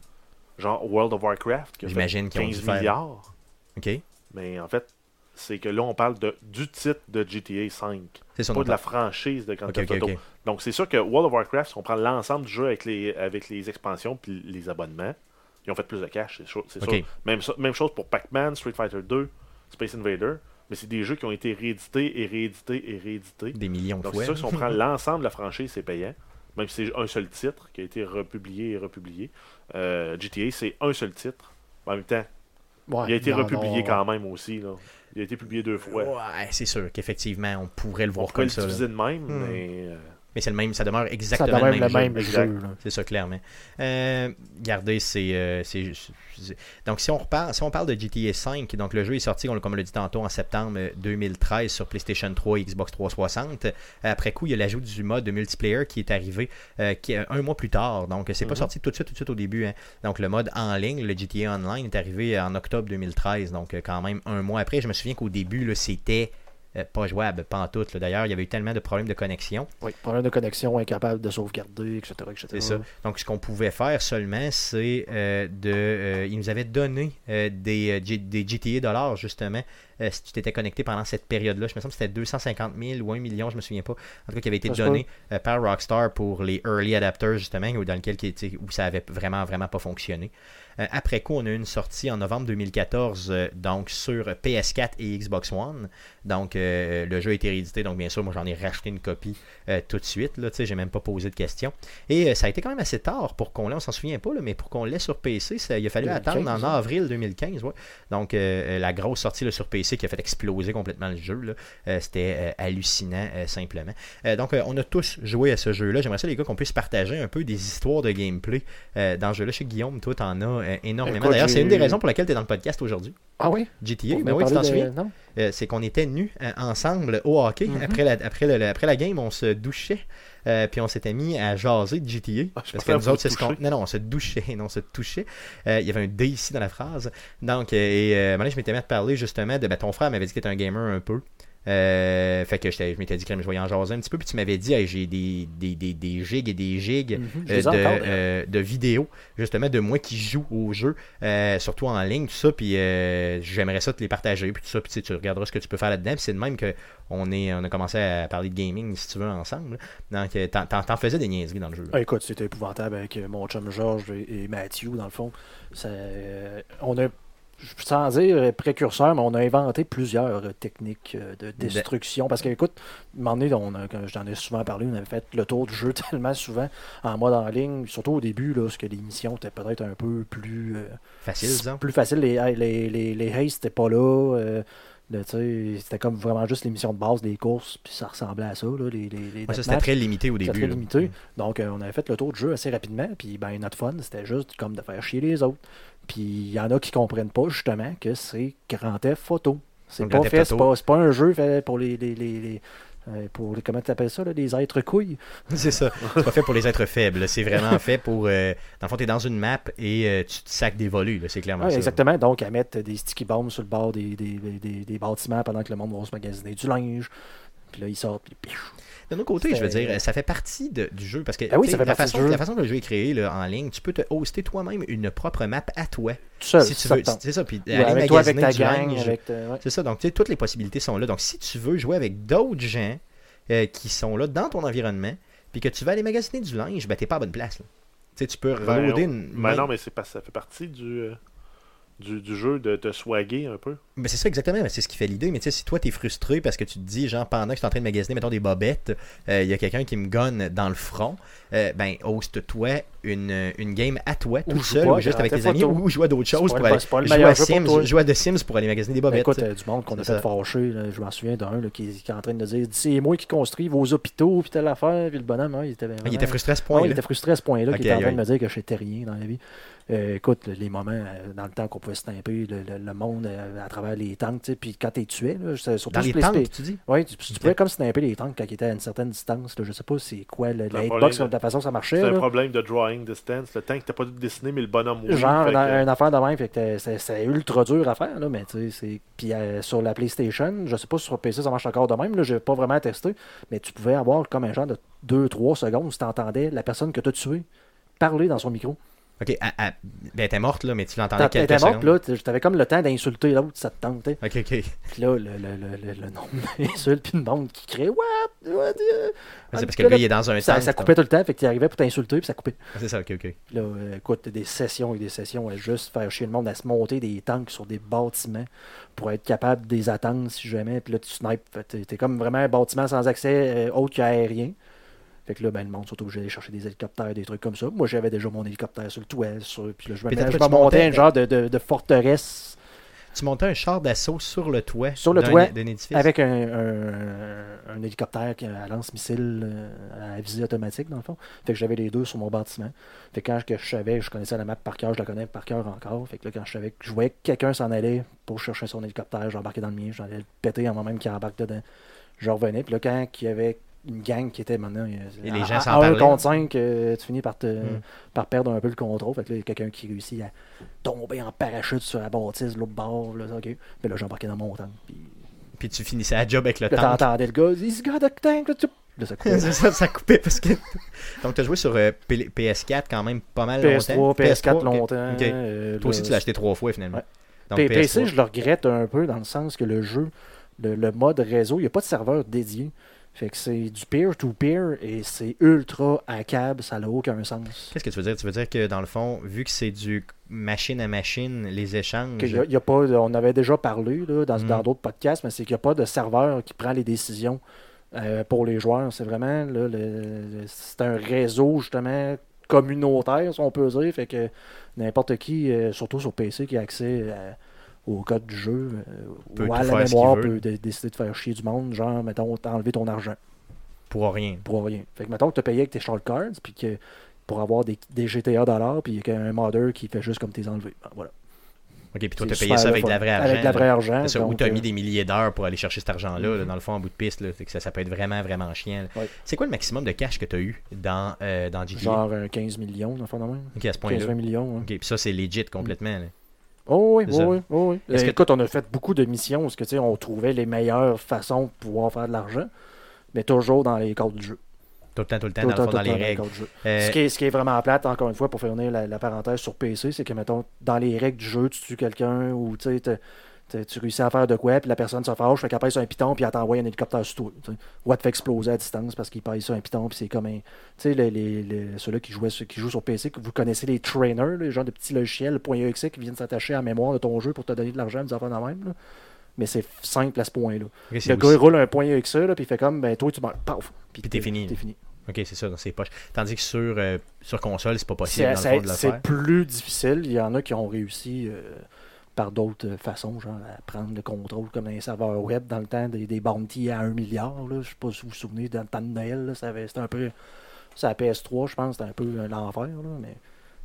Speaker 2: Genre World of Warcraft, qui a fait
Speaker 1: J'imagine qu'ils ont dû
Speaker 2: 15
Speaker 1: faire.
Speaker 2: milliards.
Speaker 1: Ok.
Speaker 2: Mais en fait, c'est que là, on parle de, du titre de GTA 5,
Speaker 1: C'est ça, on
Speaker 2: pas de la
Speaker 1: entend.
Speaker 2: franchise de Grand
Speaker 1: Ok,
Speaker 2: Theft
Speaker 1: ok,
Speaker 2: Auto.
Speaker 1: ok.
Speaker 2: Donc, c'est sûr que World of Warcraft, si on prend l'ensemble du jeu avec les, avec les expansions puis les abonnements, ils ont fait plus de cash, c'est sûr. c'est
Speaker 1: Ok.
Speaker 2: sûr. Même, so- même chose pour Pac-Man, Street Fighter 2, Space Invader. Mais c'est des jeux qui ont été réédités et réédités et réédités.
Speaker 1: Des millions de
Speaker 2: Donc,
Speaker 1: fois.
Speaker 2: c'est sûr que si on prend [laughs] l'ensemble de la franchise, c'est payant. Même si c'est un seul titre qui a été republié et republié. Euh, GTA, c'est un seul titre. En même temps,
Speaker 3: Ouais,
Speaker 2: il a été
Speaker 3: non,
Speaker 2: republié
Speaker 3: non,
Speaker 2: quand même aussi. là. Il a été publié deux fois.
Speaker 1: Ouais, c'est sûr qu'effectivement, on pourrait le
Speaker 2: On
Speaker 1: voir
Speaker 2: pourrait
Speaker 1: comme
Speaker 2: le
Speaker 1: ça. là.
Speaker 2: diviser de même,
Speaker 1: Hmm.
Speaker 2: mais euh,
Speaker 1: Mais c'est le même, ça demeure
Speaker 3: Ça
Speaker 1: exactement
Speaker 3: doit même le
Speaker 1: jeu.
Speaker 3: même
Speaker 2: exact.
Speaker 3: jeu. là.
Speaker 1: C'est ça, clairement. Euh, regardez, c'est. euh, c'est juste- c'est- donc, si on, repart, si on parle de GTA V, donc le jeu est sorti, on l'a- comme on l'a dit tantôt, en septembre euh, 2013 sur PlayStation 3 et Xbox 360. Après coup, il y a l'ajout du mode de multiplayer qui est arrivé euh, qui est un mois plus tard. Donc, c'est pas
Speaker 2: Mhm.
Speaker 1: sorti tout de suite, tout de suite au début. hein. Donc, le mode en ligne, le GTA Online, est arrivé en octobre 2013. Donc, euh, quand même un mois après. Je me souviens qu'au début, là, c'était. euh, pas jouable, pas en tout. là. D'ailleurs, il y avait eu tellement de problèmes de connexion
Speaker 3: Oui, problème de connexion, incapable de sauvegarder, etc. etc.
Speaker 1: C'est ça. Donc, ce qu'on pouvait faire seulement, c'est euh, de. euh, ils nous avaient donné euh, des, euh, G- des GTA dollars, justement, euh, si tu t'étais connecté pendant cette période-là. Je me semble que c'était 250 000 ou 1 million, je me souviens pas. En tout cas, qui avait été
Speaker 3: Ça se
Speaker 1: donné euh, par Rockstar pour les early adapters, justement, où- dans lequel qui était- où ça avait vraiment, vraiment pas fonctionné. Euh, après coup, on a eu une sortie en novembre 2014, euh, donc sur PS4 et Xbox One. Donc, euh, le jeu a été réédité. Donc, bien sûr, moi, j'en ai racheté une copie euh, tout de suite. Là, tu sais, j'ai même pas posé de questions. Et euh, ça a été quand même assez tard pour qu'on l'ait, on s'en souvient pas, là, mais pour qu'on l'ait sur PC, ça- il a fallu
Speaker 3: 2015,
Speaker 1: attendre en
Speaker 3: hein.
Speaker 1: avril 2015. ouais. Donc, euh, euh, la grosse sortie là, sur PC qui a fait exploser complètement le jeu, là, euh, c'était euh, hallucinant, euh, simplement. Euh, donc, euh, on a tous joué à ce jeu-là. J'aimerais ça, les gars, qu'on puisse partager un peu des histoires de gameplay euh, dans ce jeu-là. Chez Guillaume, toi, t'en as euh, énormément.
Speaker 3: Écoute,
Speaker 1: D'ailleurs, c'est
Speaker 3: j'ai-
Speaker 1: une des raisons pour laquelle tu es dans le podcast aujourd'hui.
Speaker 3: Ah oui?
Speaker 1: GTA,
Speaker 3: Vous
Speaker 1: ben oui,
Speaker 3: voulez
Speaker 1: tu t'en
Speaker 3: parler de-
Speaker 1: souviens?
Speaker 3: Non?
Speaker 1: Euh, c'est qu'on était nus euh, ensemble au hockey.
Speaker 3: Mhm.
Speaker 1: après, la, après, le- le- après la game, on se douchait. euh, puis on s'était mis à jaser de GTA.
Speaker 2: Ah,
Speaker 1: parce
Speaker 2: je
Speaker 1: que
Speaker 2: pensais à
Speaker 1: nous
Speaker 2: vous
Speaker 1: autres, c'est ce qu'on.
Speaker 2: toucher.
Speaker 1: Non, non, on se douchait. [laughs] Non, on se touchait. Euh, il y avait un D ici dans la phrase. Donc, euh, et, euh, à un moment donné, je m'étais mis à te parler justement de. Ben, ton frère m'avait dit qu'il était un gamer un peu. Euh, fait que j'étais- je m'étais dit que je voyais en jaser un petit peu. Puis tu m'avais dit, Hey, j'ai des, des, des, des gigs et des gigs
Speaker 3: Mhm. Je
Speaker 1: euh,
Speaker 3: les
Speaker 1: de,
Speaker 3: ai encore,
Speaker 1: euh, de vidéos, justement, de moi qui joue au jeu, euh, surtout en ligne, tout ça, puis euh, j'aimerais ça te les partager, puis tout ça, puis tu sais, tu regarderas ce que tu peux faire là-dedans, puis c'est de même que on, est, on a commencé à parler de gaming, si tu veux, ensemble. Donc, euh, t'en, t'en- t'en faisais des niaiseries dans le jeu. là.
Speaker 3: Ah, écoute, c'était épouvantable avec euh, mon chum Georges et, et Matthew, dans le fond. Ça, euh, on a, je- sans dire euh, précurseur, mais on a inventé plusieurs euh, techniques euh,
Speaker 1: Ben.
Speaker 3: de destruction. Parce que, écoute, à un moment donné, on a- quand j'en ai souvent parlé, on avait fait le tour du jeu [laughs] tellement souvent en mode en ligne, surtout au début, là, parce que les missions étaient peut-être un peu plus. euh,
Speaker 1: Facile, hein? disons.
Speaker 3: plus facile. Les, les, les, les Hayes, c'était pas là. euh, le- tu sais, c'était comme vraiment juste l'émission de base des courses, puis ça ressemblait à ça, là, les, les, les
Speaker 1: Ouais, ça,
Speaker 3: deathmatchs.
Speaker 1: c'était très limité au
Speaker 3: C'était
Speaker 1: début.
Speaker 3: très
Speaker 1: là. Mm.
Speaker 3: limité. Donc, euh, on avait fait le tour du jeu assez rapidement. Puis, ben, notre fun, c'était juste comme de faire chier les autres. Puis, il y en a qui comprennent pas, justement, que c'est Grand Theft Photo. C'est
Speaker 1: Donc,
Speaker 3: pas
Speaker 1: Grand Theft
Speaker 3: fait, c'est
Speaker 1: Auto.
Speaker 3: pas, c'est pas un jeu fait pour les. les, les, les- euh, pour les- comment tu appelles ça, là, les êtres couilles.
Speaker 1: [laughs] C'est ça. C'est pas fait pour les êtres faibles. C'est vraiment [laughs] fait pour. euh, dans le fond, t'es dans une map et euh, tu te sacs des volus. là, c'est clairement
Speaker 3: Ouais,
Speaker 1: ça.
Speaker 3: exactement. Donc, à mettre des sticky bombs sur le bord des, des, des, des bâtiments pendant que le monde va se magasiner du linge. Puis là, ils sortent. Puis, piouf.
Speaker 1: D'un autre côté, je veux
Speaker 3: C'est-
Speaker 1: dire, ça fait partie de- du jeu parce que
Speaker 3: Ah oui,
Speaker 1: tu
Speaker 3: ça
Speaker 1: sais,
Speaker 3: fait
Speaker 1: la,
Speaker 3: partie du
Speaker 1: façon,
Speaker 3: jeu.
Speaker 1: la façon dont le jeu est créé là, en ligne, tu peux te hoster toi-même une propre map à toi.
Speaker 3: tout seul.
Speaker 1: si tu
Speaker 3: ça
Speaker 1: veux.
Speaker 3: te tente.
Speaker 1: C'est ça, puis
Speaker 3: Ou
Speaker 1: aller
Speaker 3: avec toi, avec ta
Speaker 1: magasiner du
Speaker 3: gang.
Speaker 1: linge.
Speaker 3: Avec ta- ouais.
Speaker 1: C'est ça, donc tu sais, toutes les possibilités sont là. Donc si tu veux jouer avec d'autres gens euh, qui sont là dans ton environnement, puis que tu vas aller magasiner du linge, ben t'es pas à bonne place. là. Tu sais, tu peux
Speaker 2: Ben,
Speaker 1: reloader
Speaker 2: on-
Speaker 1: une.
Speaker 2: ben non, mais c'est pas, ça fait partie du, euh, du, du jeu de te swaguer un peu.
Speaker 1: Mais Ben, c'est ça exactement, mais c'est ce qui fait l'idée. Mais tu sais, si toi t'es frustré parce que tu te dis, genre pendant que je suis en train de magasiner, mettons des bobettes, euh, il y a quelqu'un qui me gonne dans le front, euh, ben hoste-toi une, une game à toi,
Speaker 3: Ou
Speaker 1: tout
Speaker 3: joue
Speaker 1: seul,
Speaker 3: pas
Speaker 1: ou juste
Speaker 3: à
Speaker 1: avec
Speaker 3: tes
Speaker 1: tes amis,
Speaker 3: photos.
Speaker 1: ou jouer à d'autres
Speaker 3: C'est
Speaker 1: choses
Speaker 3: pas
Speaker 1: pour
Speaker 3: le-
Speaker 1: aller
Speaker 3: c'est pas le
Speaker 1: jouer
Speaker 3: meilleur
Speaker 1: à
Speaker 3: jeu pour
Speaker 1: Sims,
Speaker 3: toi.
Speaker 1: jouer à The Sims pour aller magasiner des bobettes.
Speaker 3: Écoute, euh, du monde qu'on a
Speaker 1: C'est ça.
Speaker 3: fait fâcher, là, je m'en souviens d'un là, qui, qui est en train de dire c'est moi qui construis vos hôpitaux, puis telle affaire, puis le bonhomme, hein, il était
Speaker 1: Ah, il
Speaker 3: vraiment-
Speaker 1: était frustré à ce
Speaker 3: Ouais,
Speaker 1: point.
Speaker 3: il était frustré à ce point-là
Speaker 1: Ok,
Speaker 3: qu'il était en
Speaker 1: aïe,
Speaker 3: train de
Speaker 1: aïe.
Speaker 3: me dire que j'étais rien dans la vie. Euh, écoute, le- les moments, euh, dans le temps qu'on pouvait se timper, le, le- le monde euh, à travers les tanks, tu sais, puis quand t'es tué, là, c'est- surtout
Speaker 1: Dans
Speaker 3: sur
Speaker 1: les
Speaker 3: PlayStation-
Speaker 1: tentes, tu dis
Speaker 3: Oui, tu, tu pouvais comme snapper les tanks quand ils étaient à une certaine distance. là. je sais pas c'est quoi le, la
Speaker 2: problème,
Speaker 3: hitbox,
Speaker 2: là.
Speaker 3: de la façon que ça marchait.
Speaker 2: C'est un
Speaker 3: là.
Speaker 2: problème de drawing distance. Le temps que t'as pas dessiné, mais le bonhomme oui,
Speaker 3: Genre,
Speaker 2: fait
Speaker 3: une,
Speaker 2: que-
Speaker 3: une affaire de même, fait que t'as- c'est c'est ultra dur à faire, là, mais tu sais, c'est. Puis euh, sur la PlayStation, je sais pas si sur PC ça marche encore de même, là, j'ai pas vraiment testé, mais tu pouvais avoir comme un genre de 2-3 secondes si t'entendais la personne que t'as tuée parler dans son micro.
Speaker 1: Ok, ah, ah, ben t'es morte là, mais tu l'entendais
Speaker 3: T'as-
Speaker 1: quelques
Speaker 3: T'étais morte,
Speaker 1: secondes.
Speaker 3: là, t'as- t'avais comme le temps d'insulter l'autre, ça te tentait.
Speaker 1: Ok, ok. [laughs]
Speaker 3: Puis là, le, le, le, le, le nombre [laughs] d'insultes, puis le monde qui crée What? What? euh?
Speaker 1: C'est parce que
Speaker 3: Là,
Speaker 1: lui, il est dans un
Speaker 3: ça,
Speaker 1: tank,
Speaker 3: ça
Speaker 1: donc.
Speaker 3: coupait tout le temps, fait que tu arrivais pour t'insulter, puis ça coupait.
Speaker 1: C'est ça, ok, ok.
Speaker 3: Puis Là, euh, écoute, des sessions et des sessions à juste faire chier le monde à se monter des tanks sur des bâtiments pour être capable de les attendre si jamais. Puis là, tu snipes. Fait que T'es t'es comme vraiment un bâtiment sans accès euh, autre qu'aérien. Fait que là, ben, le monde sont obligés d'aller chercher des hélicoptères, des trucs comme ça. Moi, j'avais déjà mon hélicoptère sur le toit. Sur, puis là, je me,
Speaker 1: Puis
Speaker 3: mets-
Speaker 1: t'as-
Speaker 3: je
Speaker 1: tu
Speaker 3: me montais
Speaker 1: montais-
Speaker 3: un genre de, de- de forteresse
Speaker 1: Tu montais un char d'assaut sur le toit
Speaker 3: Sur le
Speaker 1: d'un-
Speaker 3: toit,
Speaker 1: d'un édifice.
Speaker 3: avec un, un- un hélicoptère qui a- à lance-missile euh, à visée automatique, dans le fond. Fait que j'avais les deux sur mon bâtiment. Fait que quand je- que je savais, je connaissais la map par cœur, je la connais par cœur encore. Fait que là, quand je savais que je voyais que quelqu'un s'en allait pour chercher son hélicoptère, j'embarquais dans le mien, j'en allais le péter avant même qu'il embarque dedans. Je revenais, puis là, quand il y avait une gang qui était maintenant. euh,
Speaker 1: Et les
Speaker 3: à-
Speaker 1: gens
Speaker 3: à-
Speaker 1: s'en
Speaker 3: à un
Speaker 1: parlaient.
Speaker 3: contre 5, tu finis par, te,
Speaker 1: Mm.
Speaker 3: par perdre un peu le contrôle. Fait que là, il y a quelqu'un qui réussit à tomber en parachute sur la bâtisse, l'autre bord. Là, ok. Puis là, j'embarquais dans mon tank. Puis
Speaker 1: Puis tu finissais la job avec le
Speaker 3: Là,
Speaker 1: tank.
Speaker 3: t'entendais le gars, he's got a tank. Là, tu... là ça
Speaker 1: [laughs]
Speaker 3: coupait.
Speaker 1: C'est ça, ça coupait parce que. [laughs] Donc, tu as joué sur euh, P- PS4 quand même pas mal longtemps.
Speaker 3: PS3, PS4
Speaker 1: ok.
Speaker 3: longtemps.
Speaker 1: Ok.
Speaker 3: euh,
Speaker 1: Toi aussi,
Speaker 3: là,
Speaker 1: tu l'as acheté trois fois finalement.
Speaker 3: Ouais.
Speaker 1: Donc,
Speaker 3: P-
Speaker 1: PS3.
Speaker 3: PC, je le regrette un peu dans le sens que le jeu, le, le mode réseau, il n'y a pas de serveur dédié. Fait que c'est du peer-to-peer et c'est ultra hackable, ça n'a aucun sens.
Speaker 1: Qu'est-ce que tu veux dire Tu veux dire que dans le fond, vu que c'est du machine à machine, les échanges.
Speaker 3: Que y a- y a pas, de- on avait déjà parlé là, dans
Speaker 1: Mm.
Speaker 3: dans d'autres podcasts, mais c'est qu'il n'y a pas de serveur qui prend les décisions euh, pour les joueurs. C'est vraiment là, le- le- c'est un réseau justement communautaire, si on peut dire. Fait que n'importe qui, euh, surtout sur PC, qui a accès euh, au code du jeu euh,
Speaker 1: Peut
Speaker 3: ou
Speaker 1: tout
Speaker 3: à la
Speaker 1: faire ce qu'il
Speaker 3: mémoire
Speaker 1: veut.
Speaker 3: peut dé- décider de faire chier du monde, genre mettons t'enlever ton argent
Speaker 1: Pour rien.
Speaker 3: pour rien. Fait que mettons que tu as payé avec tes short cards puis que pour avoir des, des GTA dollars puis qu'il y a un modder qui fait juste comme t'es enlevé. Ben, voilà.
Speaker 1: Ok, puis toi,
Speaker 3: C'est
Speaker 1: tu as payé
Speaker 3: super
Speaker 1: ça
Speaker 3: le
Speaker 1: avec de la
Speaker 3: fun.
Speaker 1: vraie argent.
Speaker 3: Avec de la
Speaker 1: là.
Speaker 3: vraie argent.
Speaker 1: C'est ça, où
Speaker 3: donc,
Speaker 1: tu as
Speaker 3: euh,
Speaker 1: mis des milliers d'heures pour aller chercher cet argent-là, là,
Speaker 3: Mhm.
Speaker 1: dans le fond, en bout de piste. là. C'est que ça, ça peut être vraiment, vraiment chiant. là.
Speaker 3: Ouais.
Speaker 1: C'est quoi le maximum de cash que tu as eu dans, euh, dans GTA
Speaker 3: Genre euh, 15 millions, dans le fond, de même.
Speaker 1: Ok, à ce point-là.
Speaker 3: 15-20 millions. hein.
Speaker 1: Ok, puis ça, c'est legit complètement. là.
Speaker 3: Oh oui,
Speaker 1: C'est
Speaker 3: oui,
Speaker 1: ça.
Speaker 3: oui, oui, oui.
Speaker 1: Est-ce que-
Speaker 3: Écoute, on a fait beaucoup de missions parce que, tu sais, on trouvait les meilleures façons de pouvoir faire de l'argent, mais toujours dans les codes du jeu.
Speaker 1: Tout le temps, tout le temps,
Speaker 3: Tout-
Speaker 1: dans le fond,
Speaker 3: tout-
Speaker 1: dans
Speaker 3: tout le
Speaker 1: les
Speaker 3: temps
Speaker 1: règles.
Speaker 3: codes du jeu.
Speaker 1: Euh,
Speaker 3: Ce, qui est, ce qui est vraiment plate, encore une fois, pour finir la, la parenthèse sur PC, c'est que, mettons, dans les règles du jeu, tu tues quelqu'un ou, tu sais, t'as- t'as- tu réussis à faire de quoi, puis la personne se fâche, fait qu'elle pèse sur un piton, puis elle t'envoie un hélicoptère sur toi. tu sais. Ou elle te fait exploser à distance parce qu'il pèse sur un piton, puis c'est comme un. Tu sais, les, les- les- ceux-là qui, jouaient sur- qui jouent sur PC, que vous connaissez les trainers, les gens de petits logiciels .exe qui viennent s'attacher à la mémoire de ton jeu pour te donner de l'argent, des affaires de même. là. Mais c'est simple à ce point-là.
Speaker 1: ok, c'est
Speaker 3: Le gars,
Speaker 1: aussi-
Speaker 3: il roule un .exe, là, puis il fait comme, ben toi, tu meurs. Paf!
Speaker 1: Puis t'es fini.
Speaker 3: T'es fini.
Speaker 1: Ok, c'est ça, dans ses poches. Tandis que sur, euh, sur console, c'est pas possible,
Speaker 3: C'est-
Speaker 1: dans le fond, de
Speaker 3: C'est
Speaker 1: le
Speaker 3: c'est
Speaker 1: faire.
Speaker 3: plus difficile. Il y en a qui ont réussi euh, par d'autres euh, façons, genre à prendre le contrôle comme dans les serveurs web dans le temps des, des bounties à 1 milliard. là. Je ne sais pas si vous vous souvenez, dans le temps de Noël, là, ça avait- c'était un peu. Ça, la PS3, je pense, c'était un peu euh, l'enfer. là, Mais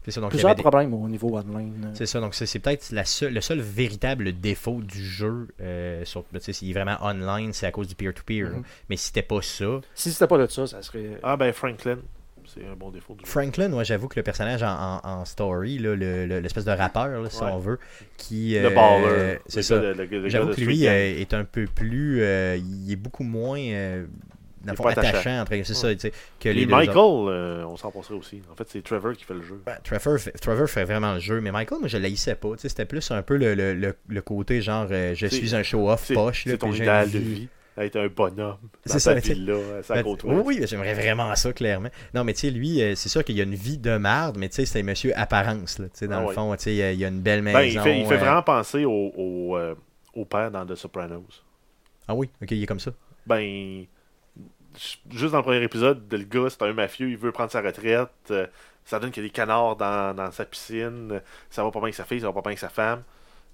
Speaker 1: C'est ça, donc il y
Speaker 3: plusieurs
Speaker 1: avait des-
Speaker 3: problèmes au niveau online. euh.
Speaker 1: C'est ça, donc c'est c'est peut-être la seule- le seul véritable défaut du jeu. Euh, sur, tu sais, s'il est vraiment online, c'est à cause du peer-to-peer. là.
Speaker 3: Mhm.
Speaker 1: Mais si c'était pas ça.
Speaker 3: Si c'était pas de ça, ça serait.
Speaker 2: Ah ben Franklin, c'est un bon défaut du jeu.
Speaker 1: Franklin, moi j'avoue que le personnage en, en- en story, là, le- le- l'espèce de rappeur, là, si
Speaker 2: Ouais.
Speaker 1: on veut, qui.
Speaker 2: Le
Speaker 1: euh,
Speaker 2: baller.
Speaker 1: C'est ça. J'avoue que lui
Speaker 2: est
Speaker 1: euh, est un peu plus. euh, il est beaucoup moins. euh, dans
Speaker 2: Il
Speaker 1: le
Speaker 2: est
Speaker 1: fond,
Speaker 2: pas
Speaker 1: attachant,
Speaker 2: attachant.
Speaker 1: entre- c'est ça, tu sais, que les
Speaker 2: Et
Speaker 1: deux autres.
Speaker 2: Michael, euh, on s'en passerait aussi. En fait, c'est Trevor qui fait le jeu.
Speaker 1: Ben, Trevor, fait- Trevor fait vraiment le jeu, mais Michael, moi, je ne l'haïssais pas. Tu sais, C'était plus un peu le, le- le- le côté genre euh, je
Speaker 2: C'est-
Speaker 1: suis un show-off
Speaker 2: C'est
Speaker 1: poche. là,
Speaker 2: c'est ton
Speaker 1: puis j'ai
Speaker 2: idéal
Speaker 1: une
Speaker 2: de vie. être un bonhomme.
Speaker 1: C'est ça, mais tu sais-
Speaker 2: là, ça
Speaker 1: Ben,
Speaker 2: côte
Speaker 1: oui, oui, j'aimerais vraiment ça, clairement. Non, mais tu sais, lui, euh, c'est sûr qu'il a une vie de marde, mais tu sais, c'est un monsieur apparence. Là, tu sais, dans
Speaker 2: Ah
Speaker 1: le
Speaker 2: ouais.
Speaker 1: fond, tu sais, euh, il a une belle maison.
Speaker 2: Ben, il fait, il fait
Speaker 1: euh,
Speaker 2: vraiment penser au, au, euh, au père dans The Sopranos.
Speaker 1: Ah oui, ok, il est comme ça.
Speaker 2: Ben, j- juste dans le premier épisode, le gars, c'est un mafieux, il veut prendre sa retraite. euh, ça donne qu'il y a des canards dans, dans sa piscine. Ça va pas bien avec sa fille, ça va pas bien avec sa femme.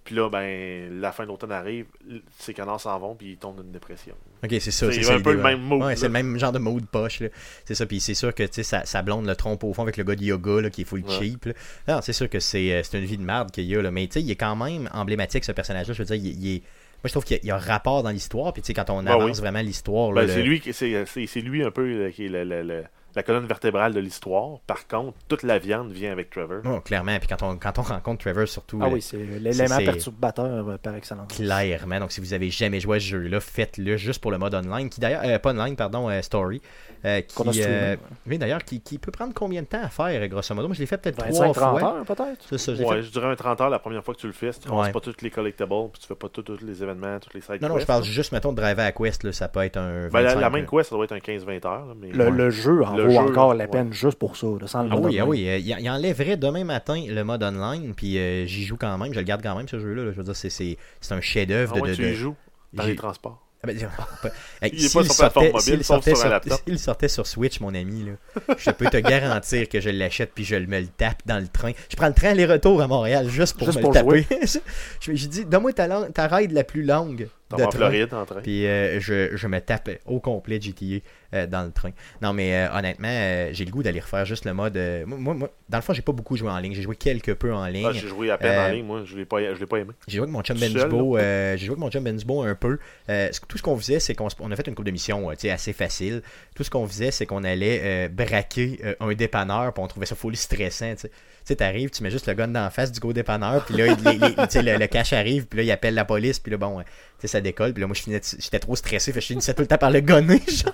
Speaker 2: Puis là, ben, la fin de l'automne arrive, l- ces canards s'en vont, puis ils tombent dans une dépression.
Speaker 1: Ok, c'est ça.
Speaker 2: C'est
Speaker 1: ça
Speaker 2: un
Speaker 1: l'idée,
Speaker 2: peu le
Speaker 1: ouais.
Speaker 2: même mood,
Speaker 1: Ouais, c'est
Speaker 2: là.
Speaker 1: le même genre de mot de poche. là. C'est ça. Puis c'est sûr que tu sais, sa, sa blonde le trompe au fond avec le gars de yoga là, qui est full
Speaker 2: Ouais.
Speaker 1: cheap. là. Non, c'est sûr que c'est euh, c'est une vie de marde qu'il y a. Là. Mais tu sais, il est quand même emblématique ce personnage-là. Je veux dire, il, il est. Moi, je trouve qu'il y a- il y a, un rapport dans l'histoire. Puis tu sais, quand on
Speaker 2: Ben
Speaker 1: avance
Speaker 2: oui.
Speaker 1: vraiment l'histoire. là,
Speaker 2: Ben,
Speaker 1: le-
Speaker 2: c'est lui qui- c'est- c'est- c'est lui un peu euh, qui est le- le- le- la colonne vertébrale de l'histoire. Par contre, toute la viande vient avec Trevor.
Speaker 1: Non, Ah, clairement. Puis quand on, quand on rencontre Trevor, surtout. euh,
Speaker 3: Ah
Speaker 1: là,
Speaker 3: oui, c'est l'élément
Speaker 1: c'est-
Speaker 3: perturbateur euh, par excellence.
Speaker 1: Clairement. Donc, si vous avez jamais joué à ce jeu-là, faites-le juste pour le mode online, qui d'ailleurs, euh, pas online, pardon, euh, story, euh, qui,
Speaker 3: Qu'on a streamé,
Speaker 1: euh,
Speaker 3: ouais.
Speaker 1: mais d'ailleurs, qui, qui peut prendre combien de temps à faire, euh, grosso modo. Moi, je l'ai fait peut-être trois
Speaker 3: 25-30
Speaker 1: fois.
Speaker 3: heures peut-être.
Speaker 1: C'est ça, je l'ai
Speaker 2: Ouais,
Speaker 1: fait-
Speaker 2: je dirais un 30 heures la première fois que tu le fais. Si tu ne
Speaker 1: Ouais.
Speaker 2: pas tous les collectibles, puis tu fais pas tous tous les événements, tous les side
Speaker 1: Non, non, je
Speaker 2: quests,
Speaker 1: parle
Speaker 2: là.
Speaker 1: juste, mettons, de driver à quest, là, ça peut être un.
Speaker 2: Ben, la,
Speaker 1: 25,
Speaker 2: la main
Speaker 1: euh,
Speaker 2: quest, ça doit être un 15-20 heures. là, mais...
Speaker 3: Le,
Speaker 2: Ouais.
Speaker 3: le jeu en
Speaker 2: Le
Speaker 3: vaut
Speaker 2: jeu,
Speaker 3: encore la
Speaker 2: ouais.
Speaker 3: peine juste pour ça, là, sans le
Speaker 1: Ah
Speaker 3: nom
Speaker 1: oui,
Speaker 3: de
Speaker 1: ah
Speaker 3: même.
Speaker 1: oui, euh, il il enlèverait demain matin le mode online, puis euh, j'y joue quand même, je le garde quand même ce jeu-là. là. Je veux dire, c'est- c'est c'est un chef-d'œuvre
Speaker 2: Ah
Speaker 1: de-
Speaker 2: ouais,
Speaker 1: de-
Speaker 2: tu
Speaker 1: de-
Speaker 2: y joues dans
Speaker 1: j'ai-
Speaker 2: les transports.
Speaker 1: Ah ben,
Speaker 2: [laughs]
Speaker 1: pas- Hey,
Speaker 2: Il est
Speaker 1: s'il
Speaker 2: pas sur plateforme
Speaker 1: sortait-
Speaker 2: mobile,
Speaker 1: s'il
Speaker 2: sauf
Speaker 1: sortait
Speaker 2: sur un laptop.
Speaker 1: S'il sortait sur Switch, mon ami, là, je peux te garantir que je l'achète puis je le- me le tape dans le train. Je prends le train aller-retour à Montréal juste pour
Speaker 3: Juste
Speaker 1: me
Speaker 3: pour
Speaker 1: le
Speaker 3: jouer.
Speaker 1: taper. [laughs] je, je dis, donne-moi ta, lang- ta ride la plus longue
Speaker 2: T'en
Speaker 1: de
Speaker 2: vas en
Speaker 1: train.
Speaker 2: Floride en train.
Speaker 1: Puis euh, je, je me tape au complet GTA euh, dans le train. Non, mais euh, honnêtement, euh, j'ai le goût d'aller refaire juste le mode. euh, moi, moi- dans le fond, j'ai pas beaucoup joué en ligne. J'ai joué quelque peu en ligne.
Speaker 2: Ah, j'ai joué à peine
Speaker 1: Euh,
Speaker 2: en ligne, moi, je l'ai pas, je l'ai pas aimé.
Speaker 1: J'ai joué avec mon chum
Speaker 2: Seul,
Speaker 1: Benjibo, euh, j'ai joué avec mon chum Benjibo un peu. Euh, ce- tout ce qu'on faisait, c'est qu'on se- on a fait une coupe de mission euh, tu sais, assez facile. Tout ce qu'on faisait, c'est qu'on allait euh, braquer euh, un dépanneur, puis on trouvait ça full stressant. Tu sais. Tu sais, t'arrives, tu mets juste le gun d'en face du gros dépanneur, puis là, il- les- les- tu sais, le, le cash arrive, puis là, il appelle la police, puis là, bon, euh, tu sais, ça décolle. Puis là, moi, je finissais- j'étais trop stressé, fait que je finissais tout le temps par le gunner. [laughs] genre.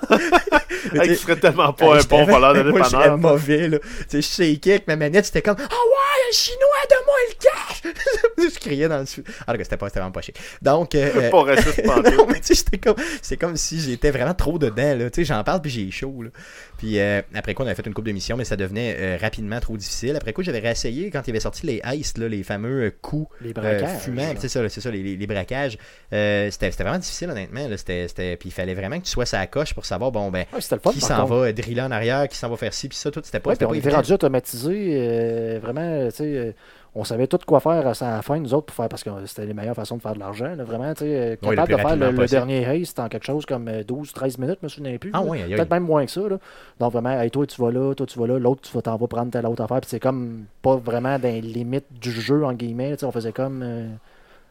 Speaker 1: Mais [laughs]
Speaker 2: Hey,
Speaker 1: tu sais,
Speaker 2: tu serais tellement
Speaker 1: ah,
Speaker 2: pas un
Speaker 1: j'étais-
Speaker 2: bon voleur de
Speaker 1: [laughs] Moi, je serais
Speaker 2: dépanneur. toi.
Speaker 1: mauvais, là. Tu sais, je shakeais avec ma manette, c'était comme Ah ouais, le chinois, donne-moi le cash! [laughs] je criais dans le sou. Alors que c'était pas, c'était vraiment pas chic. Donc,
Speaker 2: [laughs]
Speaker 1: euh, euh,
Speaker 2: Pas raciste
Speaker 1: [laughs]
Speaker 2: pantoute.
Speaker 1: non, mais tu sais, j'étais comme, c'est comme si j'étais vraiment trop dedans, là. Tu sais, j'en parle puis j'ai chaud, là. Puis euh, après quoi, on avait fait une coupe de missions, mais ça devenait euh, rapidement trop difficile. Après quoi, j'avais réessayé quand il avait sorti les ice, là, les fameux euh, coups
Speaker 3: Les
Speaker 1: euh,
Speaker 3: braquages.
Speaker 1: fumants, c'est ça, c'est ça, les, les- les braquages. Euh, c'était c'était vraiment difficile, honnêtement. là. C'était, c'était- puis il fallait vraiment que tu sois sa coche pour savoir, bon, ben,
Speaker 3: Ouais, Ah, c'était le fun.
Speaker 1: qui
Speaker 3: par
Speaker 1: s'en
Speaker 3: contre.
Speaker 1: va euh, driller en arrière, qui s'en va faire ci, puis ça, tout, c'était pas,
Speaker 3: Ouais,
Speaker 1: c'était
Speaker 3: puis on
Speaker 1: pas
Speaker 3: était
Speaker 1: évident.
Speaker 3: rendu automatisé, euh, vraiment, tu sais, euh, on savait tout quoi faire à sa fin, nous autres, pour faire, parce que euh, c'était les meilleures façons de faire de l'argent, là, vraiment, tu sais, euh,
Speaker 1: Ouais, le
Speaker 3: capable
Speaker 1: plus
Speaker 3: de faire le,
Speaker 1: rapidement
Speaker 3: le
Speaker 1: possible.
Speaker 3: dernier haste en quelque chose comme 12-13 minutes, je me souviens plus.
Speaker 1: Ah
Speaker 3: là.
Speaker 1: ouais, aïe, aïe.
Speaker 3: Peut-être même moins que ça, là. Donc vraiment, hey, toi, tu vas là, toi, tu vas là, l'autre, tu vas t'en vas prendre telle autre affaire, puis c'est comme pas vraiment dans les limites du jeu, en guillemets, tu sais, on faisait comme... euh,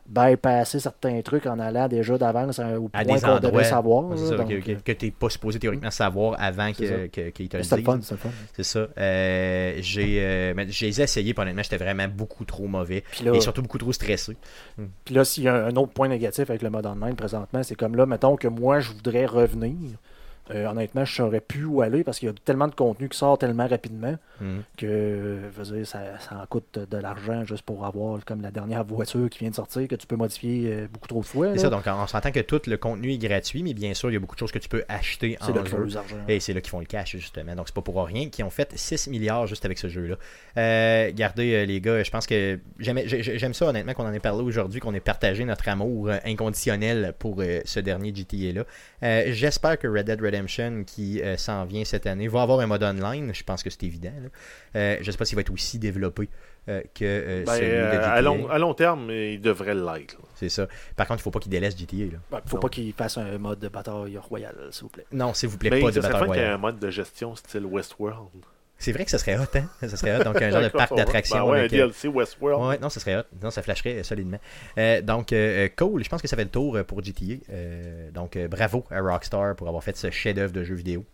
Speaker 3: bypasser certains trucs en allant déjà d'avance à- au
Speaker 1: À
Speaker 3: point
Speaker 1: des
Speaker 3: qu'on
Speaker 1: endroits
Speaker 3: devait savoir.
Speaker 1: c'est
Speaker 3: là,
Speaker 1: ça,
Speaker 3: donc,
Speaker 1: que, que,
Speaker 3: euh,
Speaker 1: que t'es pas supposé théoriquement savoir avant que-
Speaker 3: C'est ça.
Speaker 1: que- qu'ils te le
Speaker 3: C'était le
Speaker 1: disent.
Speaker 3: fun, c'était le fun.
Speaker 1: C'est ça. Euh, j'ai, euh, mais j'ai essayé, puis honnêtement, j'étais vraiment beaucoup trop mauvais.
Speaker 3: Puis là-
Speaker 1: et surtout beaucoup trop stressé.
Speaker 3: Puis là, s'il y a un autre point négatif avec le mode online présentement, c'est comme là, mettons que moi, je voudrais revenir. Euh, honnêtement, je ne saurais plus où aller parce qu'il y a tellement de contenu qui sort tellement rapidement
Speaker 1: Mhm.
Speaker 3: que euh, je veux dire, ça, ça en coûte de l'argent juste pour avoir comme la dernière voiture qui vient de sortir que tu peux modifier euh, beaucoup trop de fois.
Speaker 1: C'est
Speaker 3: là.
Speaker 1: ça, donc on s'entend que tout le contenu est gratuit, mais bien sûr, il y a beaucoup de choses que tu peux acheter
Speaker 3: C'est
Speaker 1: en
Speaker 3: là que
Speaker 1: jeu.
Speaker 3: je veux l'argent.
Speaker 1: Et c'est là qu'ils font le cash, justement. Donc, c'est pas pour rien qu'ils ont fait 6 milliards juste avec ce jeu-là. Euh, regardez, euh, les gars, je pense que j'aimais- j'ai- j'ai- j'aime ça, honnêtement, qu'on en ait parlé aujourd'hui, qu'on ait partagé notre amour euh, inconditionnel pour euh, ce dernier GTA-là. Euh, J'espère que Red Dead Redemption, qui euh, s'en vient cette année, va avoir un mode online. Je pense que c'est évident. là. Euh, je sais pas s'il va être aussi développé euh, que euh,
Speaker 2: Ben,
Speaker 1: celui de
Speaker 2: euh,
Speaker 1: GTA.
Speaker 2: à, long, à long terme, il devrait l'être. là.
Speaker 1: C'est ça. Par contre, il faut pas qu'il délaisse GTA. là.
Speaker 3: Ouais, faut pas qu'il fasse un mode de bataille royale, s'il vous plaît.
Speaker 1: Non, s'il vous plaît,
Speaker 2: Mais
Speaker 1: pas de
Speaker 2: ça serait
Speaker 1: Battle
Speaker 2: fun qu'il y ait
Speaker 1: Royale.
Speaker 2: un mode de gestion style Westworld.
Speaker 1: C'est vrai que ce serait hot, hein? Ça serait hot. Donc, un genre de parc
Speaker 2: crossover.
Speaker 1: d'attractions.
Speaker 2: Ben ouais, un
Speaker 1: avec, euh,
Speaker 2: DLC Westworld.
Speaker 1: Ouais, non, ça serait hot. Non, ça flasherait euh, solidement. Euh, donc, euh, euh, cool. Je pense que ça fait le tour euh, pour GTA. Euh, donc, euh, bravo à Rockstar pour avoir fait ce chef-d'œuvre de jeu vidéo.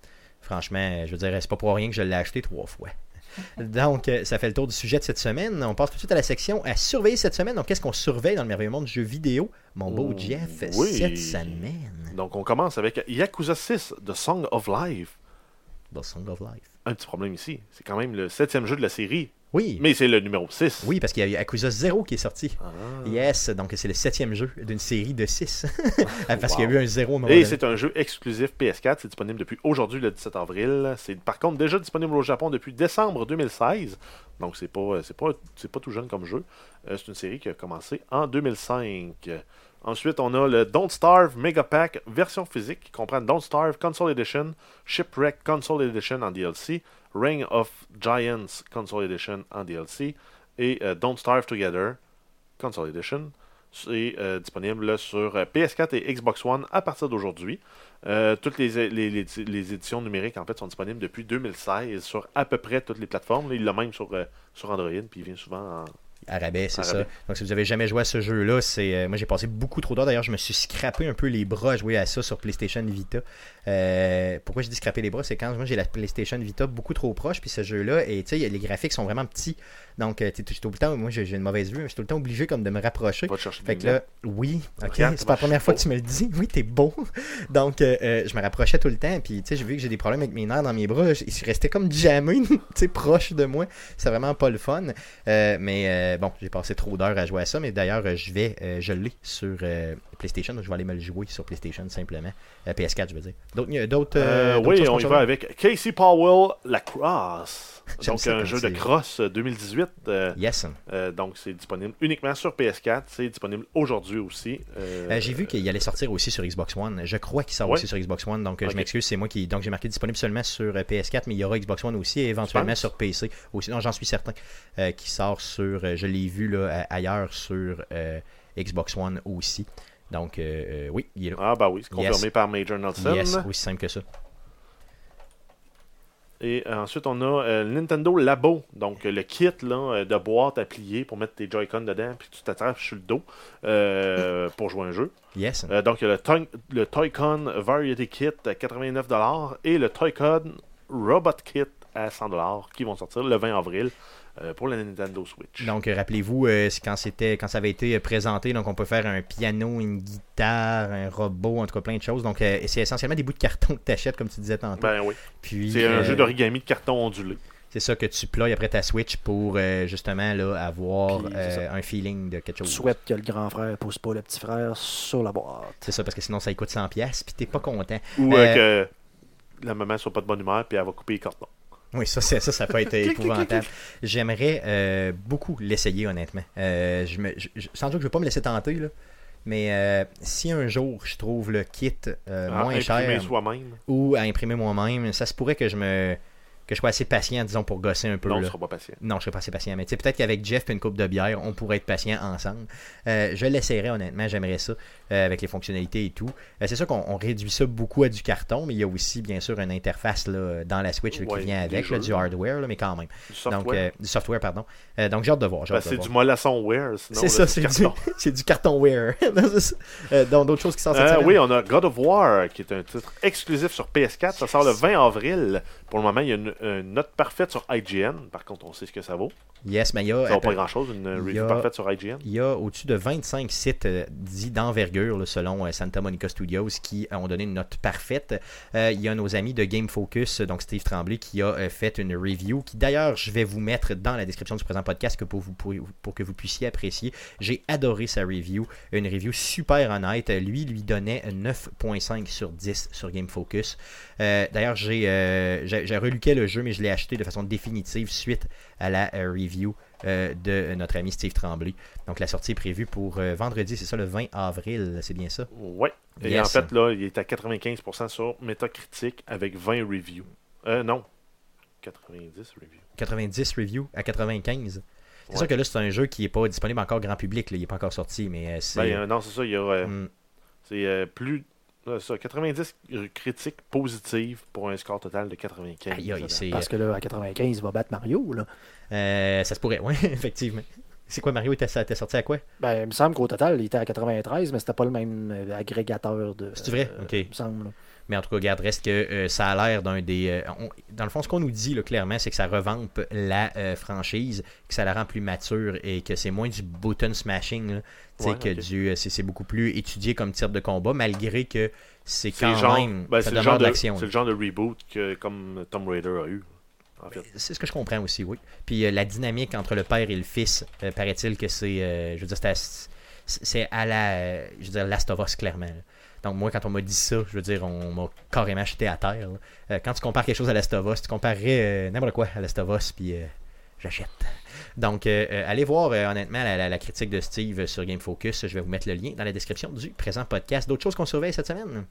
Speaker 1: Franchement, euh, je veux dire, c'est pas pour rien que je l'ai acheté trois fois. [laughs] Donc, euh, ça fait le tour du sujet de cette semaine. On passe tout de suite à la section à surveiller cette semaine. Donc, qu'est-ce qu'on surveille dans le merveilleux monde du jeu vidéo Mon beau
Speaker 2: Oh,
Speaker 1: Jeff,
Speaker 2: oui.
Speaker 1: cette semaine.
Speaker 2: Donc, on commence avec Yakuza 6, The Song of Life.
Speaker 1: The Song of Life.
Speaker 2: Un petit problème ici, c'est quand même le septième jeu de la série,
Speaker 1: Oui.
Speaker 2: Mais c'est le numéro 6.
Speaker 1: Oui, parce qu'il y a eu Yakuza 0 qui est sorti. Yes, donc c'est le septième jeu d'une série de [laughs] 6. parce qu'il y a eu un 0 au moment
Speaker 2: Et
Speaker 1: donné.
Speaker 2: c'est un jeu exclusif PS4. C'est disponible depuis aujourd'hui, le 17 avril. C'est par contre déjà disponible au Japon depuis décembre 2016. Donc c'est pas euh, c'est pas c'est pas tout jeune comme jeu. Euh, c'est une série qui a commencé en 2005. Ensuite, on a le Don't Starve Mega Pack version physique qui comprend Don't Starve Console Edition, Shipwreck Console Edition en DLC, Ring of Giants Console Edition en DLC et euh, Don't Starve Together Console Edition. C'est euh, disponible sur euh, PS4 et Xbox One à partir d'aujourd'hui. Euh, toutes les, les- les- les éditions numériques en fait sont disponibles depuis 2016 sur à peu près toutes les plateformes. Il l'a même sur, euh, sur Android, puis il vient souvent en.
Speaker 1: Arabais, c'est ça.
Speaker 2: Arabais.
Speaker 1: Donc si vous avez jamais joué à ce jeu-là, c'est euh, moi j'ai passé beaucoup trop d'heures. D'ailleurs, je me suis scrappé un peu les bras à jouer à ça sur PlayStation Vita. Euh, pourquoi je dis scrappé les bras, c'est quand moi j'ai la PlayStation Vita beaucoup trop proche, puis ce jeu-là et tu sais les graphiques sont vraiment petits. Donc euh, t'es t'es tout le temps, moi j'ai j'ai une mauvaise vue, mais je suis tout le temps obligé comme de me rapprocher.
Speaker 2: Va te chercher des
Speaker 1: Fait que là, euh, oui, ok,
Speaker 2: Regarde
Speaker 1: c'est pas la
Speaker 2: comment je
Speaker 1: première
Speaker 2: suis
Speaker 1: fois que tu me le dis. Oui, t'es beau. [laughs] Donc, euh, euh, je me rapprochais tout le temps. Puis, tu sais, j'ai vu que j'ai des problèmes avec mes nerfs dans mes bras. J- Ils restaient comme jammés, [laughs] tu sais, proches de moi. C'est vraiment pas le fun. Euh, mais euh, bon, j'ai passé trop d'heures à jouer à ça. Mais d'ailleurs, euh, je vais, euh, je l'ai sur euh, PlayStation. Donc, je vais aller me le jouer sur PlayStation simplement. Euh, PS4, je veux dire. D'autres. euh, d'autres, euh,
Speaker 2: Euh,
Speaker 1: d'autres
Speaker 2: oui,
Speaker 1: choses
Speaker 2: on
Speaker 1: qu'on
Speaker 2: y
Speaker 1: joue?
Speaker 2: va avec Casey Powell Lacrosse.
Speaker 1: [laughs] J'aime
Speaker 2: Donc
Speaker 1: ça
Speaker 2: un
Speaker 1: quand
Speaker 2: jeu de
Speaker 1: c'est-
Speaker 2: cross euh, 2018. euh,
Speaker 1: Yes.
Speaker 2: euh, donc c'est disponible uniquement sur PS4. C'est disponible aujourd'hui aussi. Euh,
Speaker 1: Euh, j'ai vu qu'il allait sortir aussi sur Xbox One. Je crois qu'il sort
Speaker 2: Ouais.
Speaker 1: aussi sur Xbox One, donc euh,
Speaker 2: Ok.
Speaker 1: je m'excuse, c'est moi qui. Donc j'ai marqué disponible seulement sur euh, PS4, mais il y aura Xbox One aussi et éventuellement
Speaker 2: penses?
Speaker 1: sur PC. Aussi, non, j'en suis certain euh, qu'il sort sur. euh, je l'ai vu là, euh, ailleurs sur euh, Xbox One aussi. Donc euh, euh, oui, il est là.
Speaker 2: Ah bah oui, c'est
Speaker 1: Yes.
Speaker 2: confirmé par Major Nelson.
Speaker 1: Yes, aussi simple que ça.
Speaker 2: Et euh, ensuite, on a euh, le Nintendo Labo, donc euh, le kit là, euh, de boîte à plier pour mettre tes Joy-Con dedans, puis tu t'attrapes sur le dos euh, pour jouer à un jeu.
Speaker 1: Yes.
Speaker 2: Euh, donc, il y a le, Toy- le Toy-Con Variety Kit à 89$ et le Toy-Con Robot Kit à 100$ qui vont sortir le 20 avril euh, pour la Nintendo Switch.
Speaker 1: Donc euh, rappelez-vous euh, c'est quand c'était quand ça avait été euh, présenté donc on peut faire un piano, une guitare, un robot, en tout cas plein de choses. Donc euh, c'est essentiellement des bouts de carton que tu achètes comme tu disais tantôt.
Speaker 2: Ben oui.
Speaker 1: Puis
Speaker 2: C'est un
Speaker 1: euh,
Speaker 2: jeu d'origami de carton ondulé.
Speaker 1: C'est ça que tu ploies après ta Switch pour euh, justement là, avoir
Speaker 3: Puis, c'est
Speaker 1: euh, un feeling de quelque
Speaker 3: Tu
Speaker 1: chose.
Speaker 3: souhaites que le grand frère pousse pas le petit frère sur la boîte.
Speaker 1: C'est ça, parce que sinon ça lui coûte 100$, puis t'es pas content.
Speaker 2: Ou euh,
Speaker 1: Euh,
Speaker 2: que la maman soit pas de bonne humeur, puis elle va couper les cordons.
Speaker 1: Oui, ça, c'est- ça, ça
Speaker 2: [laughs]
Speaker 1: peut être épouvantable. J'aimerais euh, beaucoup l'essayer, honnêtement. Euh, je me, je- je- sans doute que je ne vais pas me laisser tenter, là. mais euh, si un jour je trouve le kit euh,
Speaker 2: Ah,
Speaker 1: moins
Speaker 2: imprimer
Speaker 1: cher
Speaker 2: soi-même.
Speaker 1: ou à imprimer moi-même, ça se pourrait que je me que je sois assez patient, disons, pour gosser un peu.
Speaker 2: Non, on
Speaker 1: là.
Speaker 2: sera pas patient.
Speaker 1: Non, je serais pas assez patient, mais tu sais, peut-être qu'avec Jeff et une coupe de bière, on pourrait être patient ensemble. Euh, je l'essaierai honnêtement, j'aimerais ça, euh, avec les fonctionnalités et tout. Euh, c'est sûr qu'on on réduit ça beaucoup à du carton, mais il y a aussi, bien sûr, une interface là, dans la Switch là, qui
Speaker 2: Ouais,
Speaker 1: vient
Speaker 2: des
Speaker 1: avec, là,
Speaker 2: jeux.
Speaker 1: du hardware, là, mais quand même.
Speaker 2: Du
Speaker 1: Donc,
Speaker 2: software.
Speaker 1: euh, du software, pardon. Euh, donc, j'ai hâte de voir. j'ai
Speaker 2: Ben,
Speaker 1: hâte de
Speaker 2: c'est
Speaker 1: voir.
Speaker 2: du mollassonware, sinon.
Speaker 1: C'est
Speaker 2: là,
Speaker 1: ça, c'est du, [laughs]
Speaker 2: carton.
Speaker 1: c'est du cartonware. [laughs] Non, c'est ça. Euh, donc, d'autres choses qui sortent cette
Speaker 2: Euh,
Speaker 1: semaine.
Speaker 2: oui, on a God of War, euh, qui est un titre exclusif sur PS4. Ça sort le 20 avril. Pour le moment, il y a une, euh, une note parfaite sur IGN. Par contre, on sait ce que ça vaut.
Speaker 1: Yes, mais il y a.
Speaker 2: Ça vaut
Speaker 1: attends,
Speaker 2: pas grand-chose, une
Speaker 1: Il y
Speaker 2: review
Speaker 1: a-
Speaker 2: parfaite sur IGN.
Speaker 1: Il y a au-dessus de 25 sites euh, dits d'envergure, là, selon euh, Santa Monica Studios, qui euh, ont donné une note parfaite. Euh, il y a nos amis de Game Focus, euh, donc Steve Tremblay, qui a euh, fait une review, qui d'ailleurs, je vais vous mettre dans la description du présent podcast que pour, vous, pour, pour que vous puissiez apprécier. J'ai adoré sa review, une review super honnête. Euh, Lui, lui donnait 9.5 sur 10 sur Game Focus. Euh, d'ailleurs, j'ai, euh, j'ai, j'ai reluqué le jeu, mais je l'ai acheté de façon définitive suite à la euh, review euh, de notre ami Steve Tremblay. Donc la sortie est prévue pour euh, vendredi, c'est ça, le 20 avril, c'est bien ça?
Speaker 2: Ouais. Et
Speaker 1: Yes.
Speaker 2: en fait, là, il est à 95% sur Metacritic avec 20 reviews. Euh, non. 90 reviews.
Speaker 1: 90 reviews à 95. C'est
Speaker 2: Ouais.
Speaker 1: sûr que là, c'est un jeu qui n'est pas disponible encore grand public, là, il n'est pas encore sorti, mais euh, c'est...
Speaker 2: Ben, euh, non, c'est ça. Il y a euh,
Speaker 1: Hmm,
Speaker 2: c'est, euh, plus. euh, ça, 90 critiques positives pour un score total de 95.
Speaker 1: aïe, aïe, c'est-
Speaker 3: Parce que là, à 95, il va battre Mario. Là.
Speaker 1: euh, ça se pourrait, oui, [laughs] effectivement. C'est quoi, Mario, t'es t'es sorti à quoi?
Speaker 3: Ben, il me semble qu'au total, il était à 93, mais c'était pas le même euh, agrégateur de. euh,
Speaker 1: C'est vrai? Ok.
Speaker 3: Il me semble. là.
Speaker 1: Mais en tout cas, regarde, reste que euh, ça a l'air d'un des. euh, on- dans le fond, ce qu'on nous dit là, clairement, c'est que ça revampe la euh, franchise, que ça la rend plus mature et que c'est moins du button smashing. là. Tu sais,
Speaker 2: Ouais,
Speaker 1: que
Speaker 2: ok.
Speaker 1: du, euh, c'est, c'est beaucoup plus étudié comme type de combat, malgré que c'est
Speaker 2: C'est
Speaker 1: quand
Speaker 2: le genre-
Speaker 1: même.
Speaker 2: ben,
Speaker 1: ça
Speaker 2: c'est le
Speaker 1: demande
Speaker 2: genre de-
Speaker 1: l'action.
Speaker 2: c'est le genre de reboot que comme Tomb Raider a eu. en fait.
Speaker 1: C'est ce que je comprends aussi, oui. Puis euh, la dynamique entre le père et le fils, euh, paraît-il que c'est, euh, je veux dire, c'est à, c'est à la, euh, je veux dire, Last of Us, clairement. là. Donc moi, quand on m'a dit ça, je veux dire, on m'a carrément jeté à terre. là. Euh, quand tu compares quelque chose à Last of Us, tu comparerais euh, n'importe quoi à Last of Us, puis euh, j'achète. Donc, euh, euh, allez voir euh, honnêtement la, la- la critique de Steve sur Game Focus. Je vais vous mettre le lien dans la description du présent podcast. D'autres choses qu'on surveille cette semaine?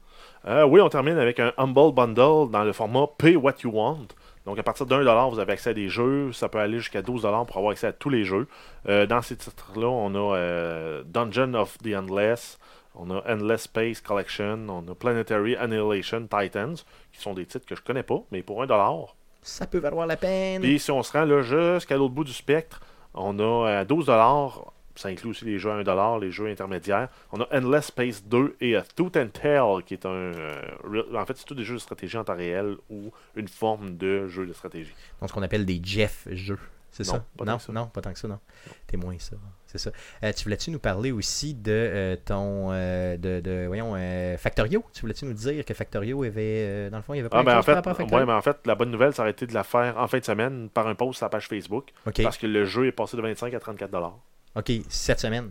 Speaker 2: Euh, oui, on termine avec un Humble Bundle dans le format Pay What You Want. Donc, à partir d'un dollar, vous avez accès à des jeux. Ça peut aller jusqu'à 12 dollars pour avoir accès à tous les jeux. Euh, dans ces titres-là, on a euh, Dungeon of the Endless, on a Endless Space Collection, on a Planetary Annihilation Titans, qui sont des titres que je connais pas, mais pour un dollar.
Speaker 1: Ça peut valoir la peine.
Speaker 2: Puis, si on se rend là jusqu'à l'autre bout du spectre, on a à 12 dollars. Ça inclut aussi les jeux à 1 dollar, les jeux intermédiaires. On a Endless Space 2 et euh, Tooth and Tail, qui est un. euh, re- en fait, c'est tous des jeux de stratégie en temps réel ou une forme de jeu de stratégie.
Speaker 1: Donc, ce qu'on appelle des Jeff jeux. C'est
Speaker 2: Non,
Speaker 1: ça?
Speaker 2: pas tant
Speaker 1: non,
Speaker 2: que ça.
Speaker 1: non, pas tant que ça, non. T'es moins ça. C'est ça. Euh, tu voulais-tu nous parler aussi de euh, ton. euh, de, de- voyons, euh, Factorio Tu voulais-tu nous dire que Factorio avait. euh, dans le fond, il y avait pas
Speaker 2: Ah,
Speaker 1: de
Speaker 2: ben, en
Speaker 1: chose par
Speaker 2: fait,
Speaker 1: rapport à
Speaker 2: ouais,
Speaker 1: Factorio.
Speaker 2: mais en fait, la bonne nouvelle, ça aurait été de la faire en fin de semaine par un post sur la page Facebook
Speaker 1: Ok,
Speaker 2: ben, parce que le jeu est passé de 25 à 34 dollars.
Speaker 1: ok, cette semaine.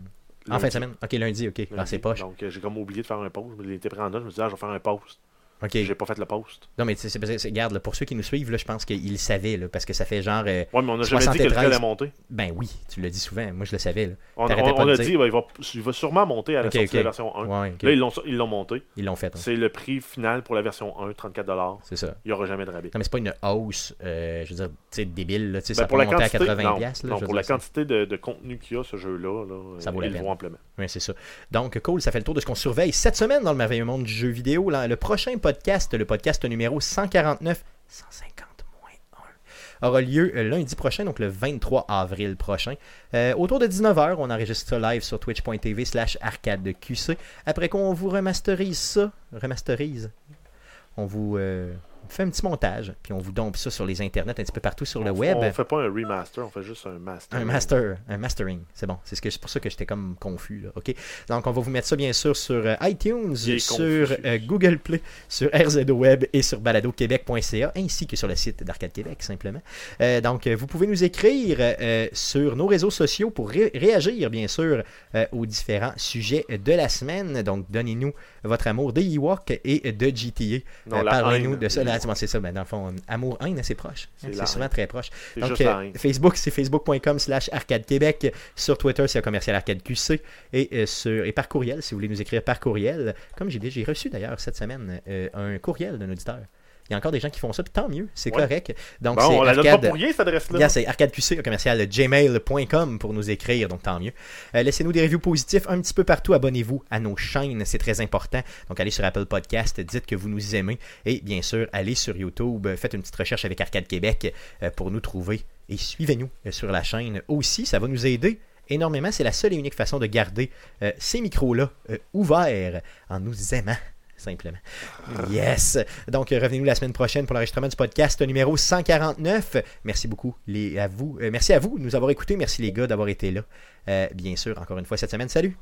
Speaker 1: En fin de semaine. Ok, lundi, ok. Ah, c'est poche.
Speaker 2: Donc, euh, j'ai comme oublié de faire un post. Il était pris en note. Je me disais, ah, je vais faire un post.
Speaker 1: Ok.
Speaker 2: J'ai pas fait le post.
Speaker 1: Non, mais tu sais, c'est parce que- c'est- regarde, là, pour ceux qui nous suivent, là, je pense qu'ils le savaient, là, parce que ça fait genre. euh,
Speaker 2: Ouais, mais on a jamais dit que le
Speaker 1: 73.
Speaker 2: prix allait monter.
Speaker 1: ben oui, tu le dis souvent. Moi, je le savais. Là.
Speaker 2: On,
Speaker 1: T'arrêtais
Speaker 2: on-
Speaker 1: pas
Speaker 2: on
Speaker 1: de
Speaker 2: a
Speaker 1: dire.
Speaker 2: dit, ouais, il, va, il va sûrement monter à la
Speaker 1: Ok,
Speaker 2: sortie
Speaker 1: ok.
Speaker 2: de la version 1.
Speaker 1: Ouais, ok.
Speaker 2: Là, ils l'ont, ils l'ont monté.
Speaker 1: Ils l'ont fait. hein.
Speaker 2: C'est le prix final pour la version 1, 34$.
Speaker 1: C'est ça.
Speaker 2: Il n'y aura jamais de rabais.
Speaker 1: Non, mais c'est pas une hausse, euh, je veux dire, tu sais, débile. Là, tu sais,
Speaker 2: Ben,
Speaker 1: ça
Speaker 2: pour
Speaker 1: peut
Speaker 2: la
Speaker 1: monter à
Speaker 2: quantité,
Speaker 1: 80$.
Speaker 2: non,
Speaker 1: piastres, là,
Speaker 2: non,
Speaker 1: je veux
Speaker 2: pour
Speaker 1: dire,
Speaker 2: la
Speaker 1: ça-
Speaker 2: quantité de, de contenu qu'il y a, ce jeu-là, là,
Speaker 1: Ça vaut la
Speaker 2: ils le
Speaker 1: peine.
Speaker 2: vont amplement.
Speaker 1: Oui, c'est ça. Donc, cool, ça fait le tour de ce qu'on surveille cette semaine dans le merveilleux monde du jeu vidéo. Là, Le prochain podcast, le podcast numéro 149, 150 moins 1, aura lieu euh, lundi prochain, donc le 23 avril prochain. Euh, autour de 19h, on enregistre ça live sur twitch.tv slash arcadeqc. Après qu'on vous remasterise ça, remasterise, on vous euh, fait un petit montage, puis on vous dompe ça sur les internets, un petit peu partout sur le
Speaker 2: on,
Speaker 1: web.
Speaker 2: on fait pas un remaster, on fait juste un master.
Speaker 1: Un master, un mastering, c'est bon. C'est ce que- c'est pour ça que j'étais comme confus. Là. ok Donc, on va vous mettre ça bien sûr sur euh, iTunes,
Speaker 2: Il est
Speaker 1: sur
Speaker 2: confus.
Speaker 1: euh, Google Play, sur RZO Web et sur baladoquebec.ca, ainsi que sur le site d'Arcade Québec, simplement. Euh, donc, euh, vous pouvez nous écrire euh, sur nos réseaux sociaux pour ré- réagir, bien sûr, euh, aux différents sujets de la semaine. Donc, donnez-nous votre amour des Ewoks et de GTA.
Speaker 2: Non,
Speaker 1: Euh,
Speaker 2: la
Speaker 1: Parlez-nous
Speaker 2: haine.
Speaker 1: de ça. Là, tu vois, c'est ça, ben, dans le fond, amour-haine, c'est proche.
Speaker 2: C'est la
Speaker 1: C'est souvent
Speaker 2: haine.
Speaker 1: très proche.
Speaker 2: C'est
Speaker 1: Donc,
Speaker 2: juste la
Speaker 1: euh,
Speaker 2: haine.
Speaker 1: Facebook, c'est facebook.com slash arcade Québec. Sur Twitter, c'est commercial arcade QC. Et, euh, sur, et par courriel, si vous voulez nous écrire par courriel, comme j'ai dit, j'ai reçu d'ailleurs cette semaine euh, un courriel d'un auditeur. Il y a encore des gens qui font ça, puis tant mieux, c'est
Speaker 2: Ouais.
Speaker 1: correct. Donc,
Speaker 2: Bon, on
Speaker 1: c'est
Speaker 2: la donne pas
Speaker 1: arcade.
Speaker 2: pour rien, cette adresse-là.
Speaker 1: Yeah, c'est arcadeqc au commercial gmail.com pour nous écrire, donc tant mieux. Euh, Laissez-nous des reviews positifs un petit peu partout. Abonnez-vous à nos chaînes, c'est très important. Donc allez sur Apple Podcast, dites que vous nous aimez. Et bien sûr, allez sur YouTube, euh, faites une petite recherche avec Arcade Québec euh, pour nous trouver. Et suivez-nous euh, sur la chaîne aussi, ça va nous aider énormément. C'est la seule et unique façon de garder euh, ces micros-là euh, ouverts en nous aimant, simplement. Yes! Donc, euh, revenez-nous la semaine prochaine pour l'enregistrement du podcast numéro 149. Merci beaucoup les, à vous. Euh, merci à vous de nous avoir écoutés. Merci les gars d'avoir été là. Euh, bien sûr, encore une fois cette semaine. Salut!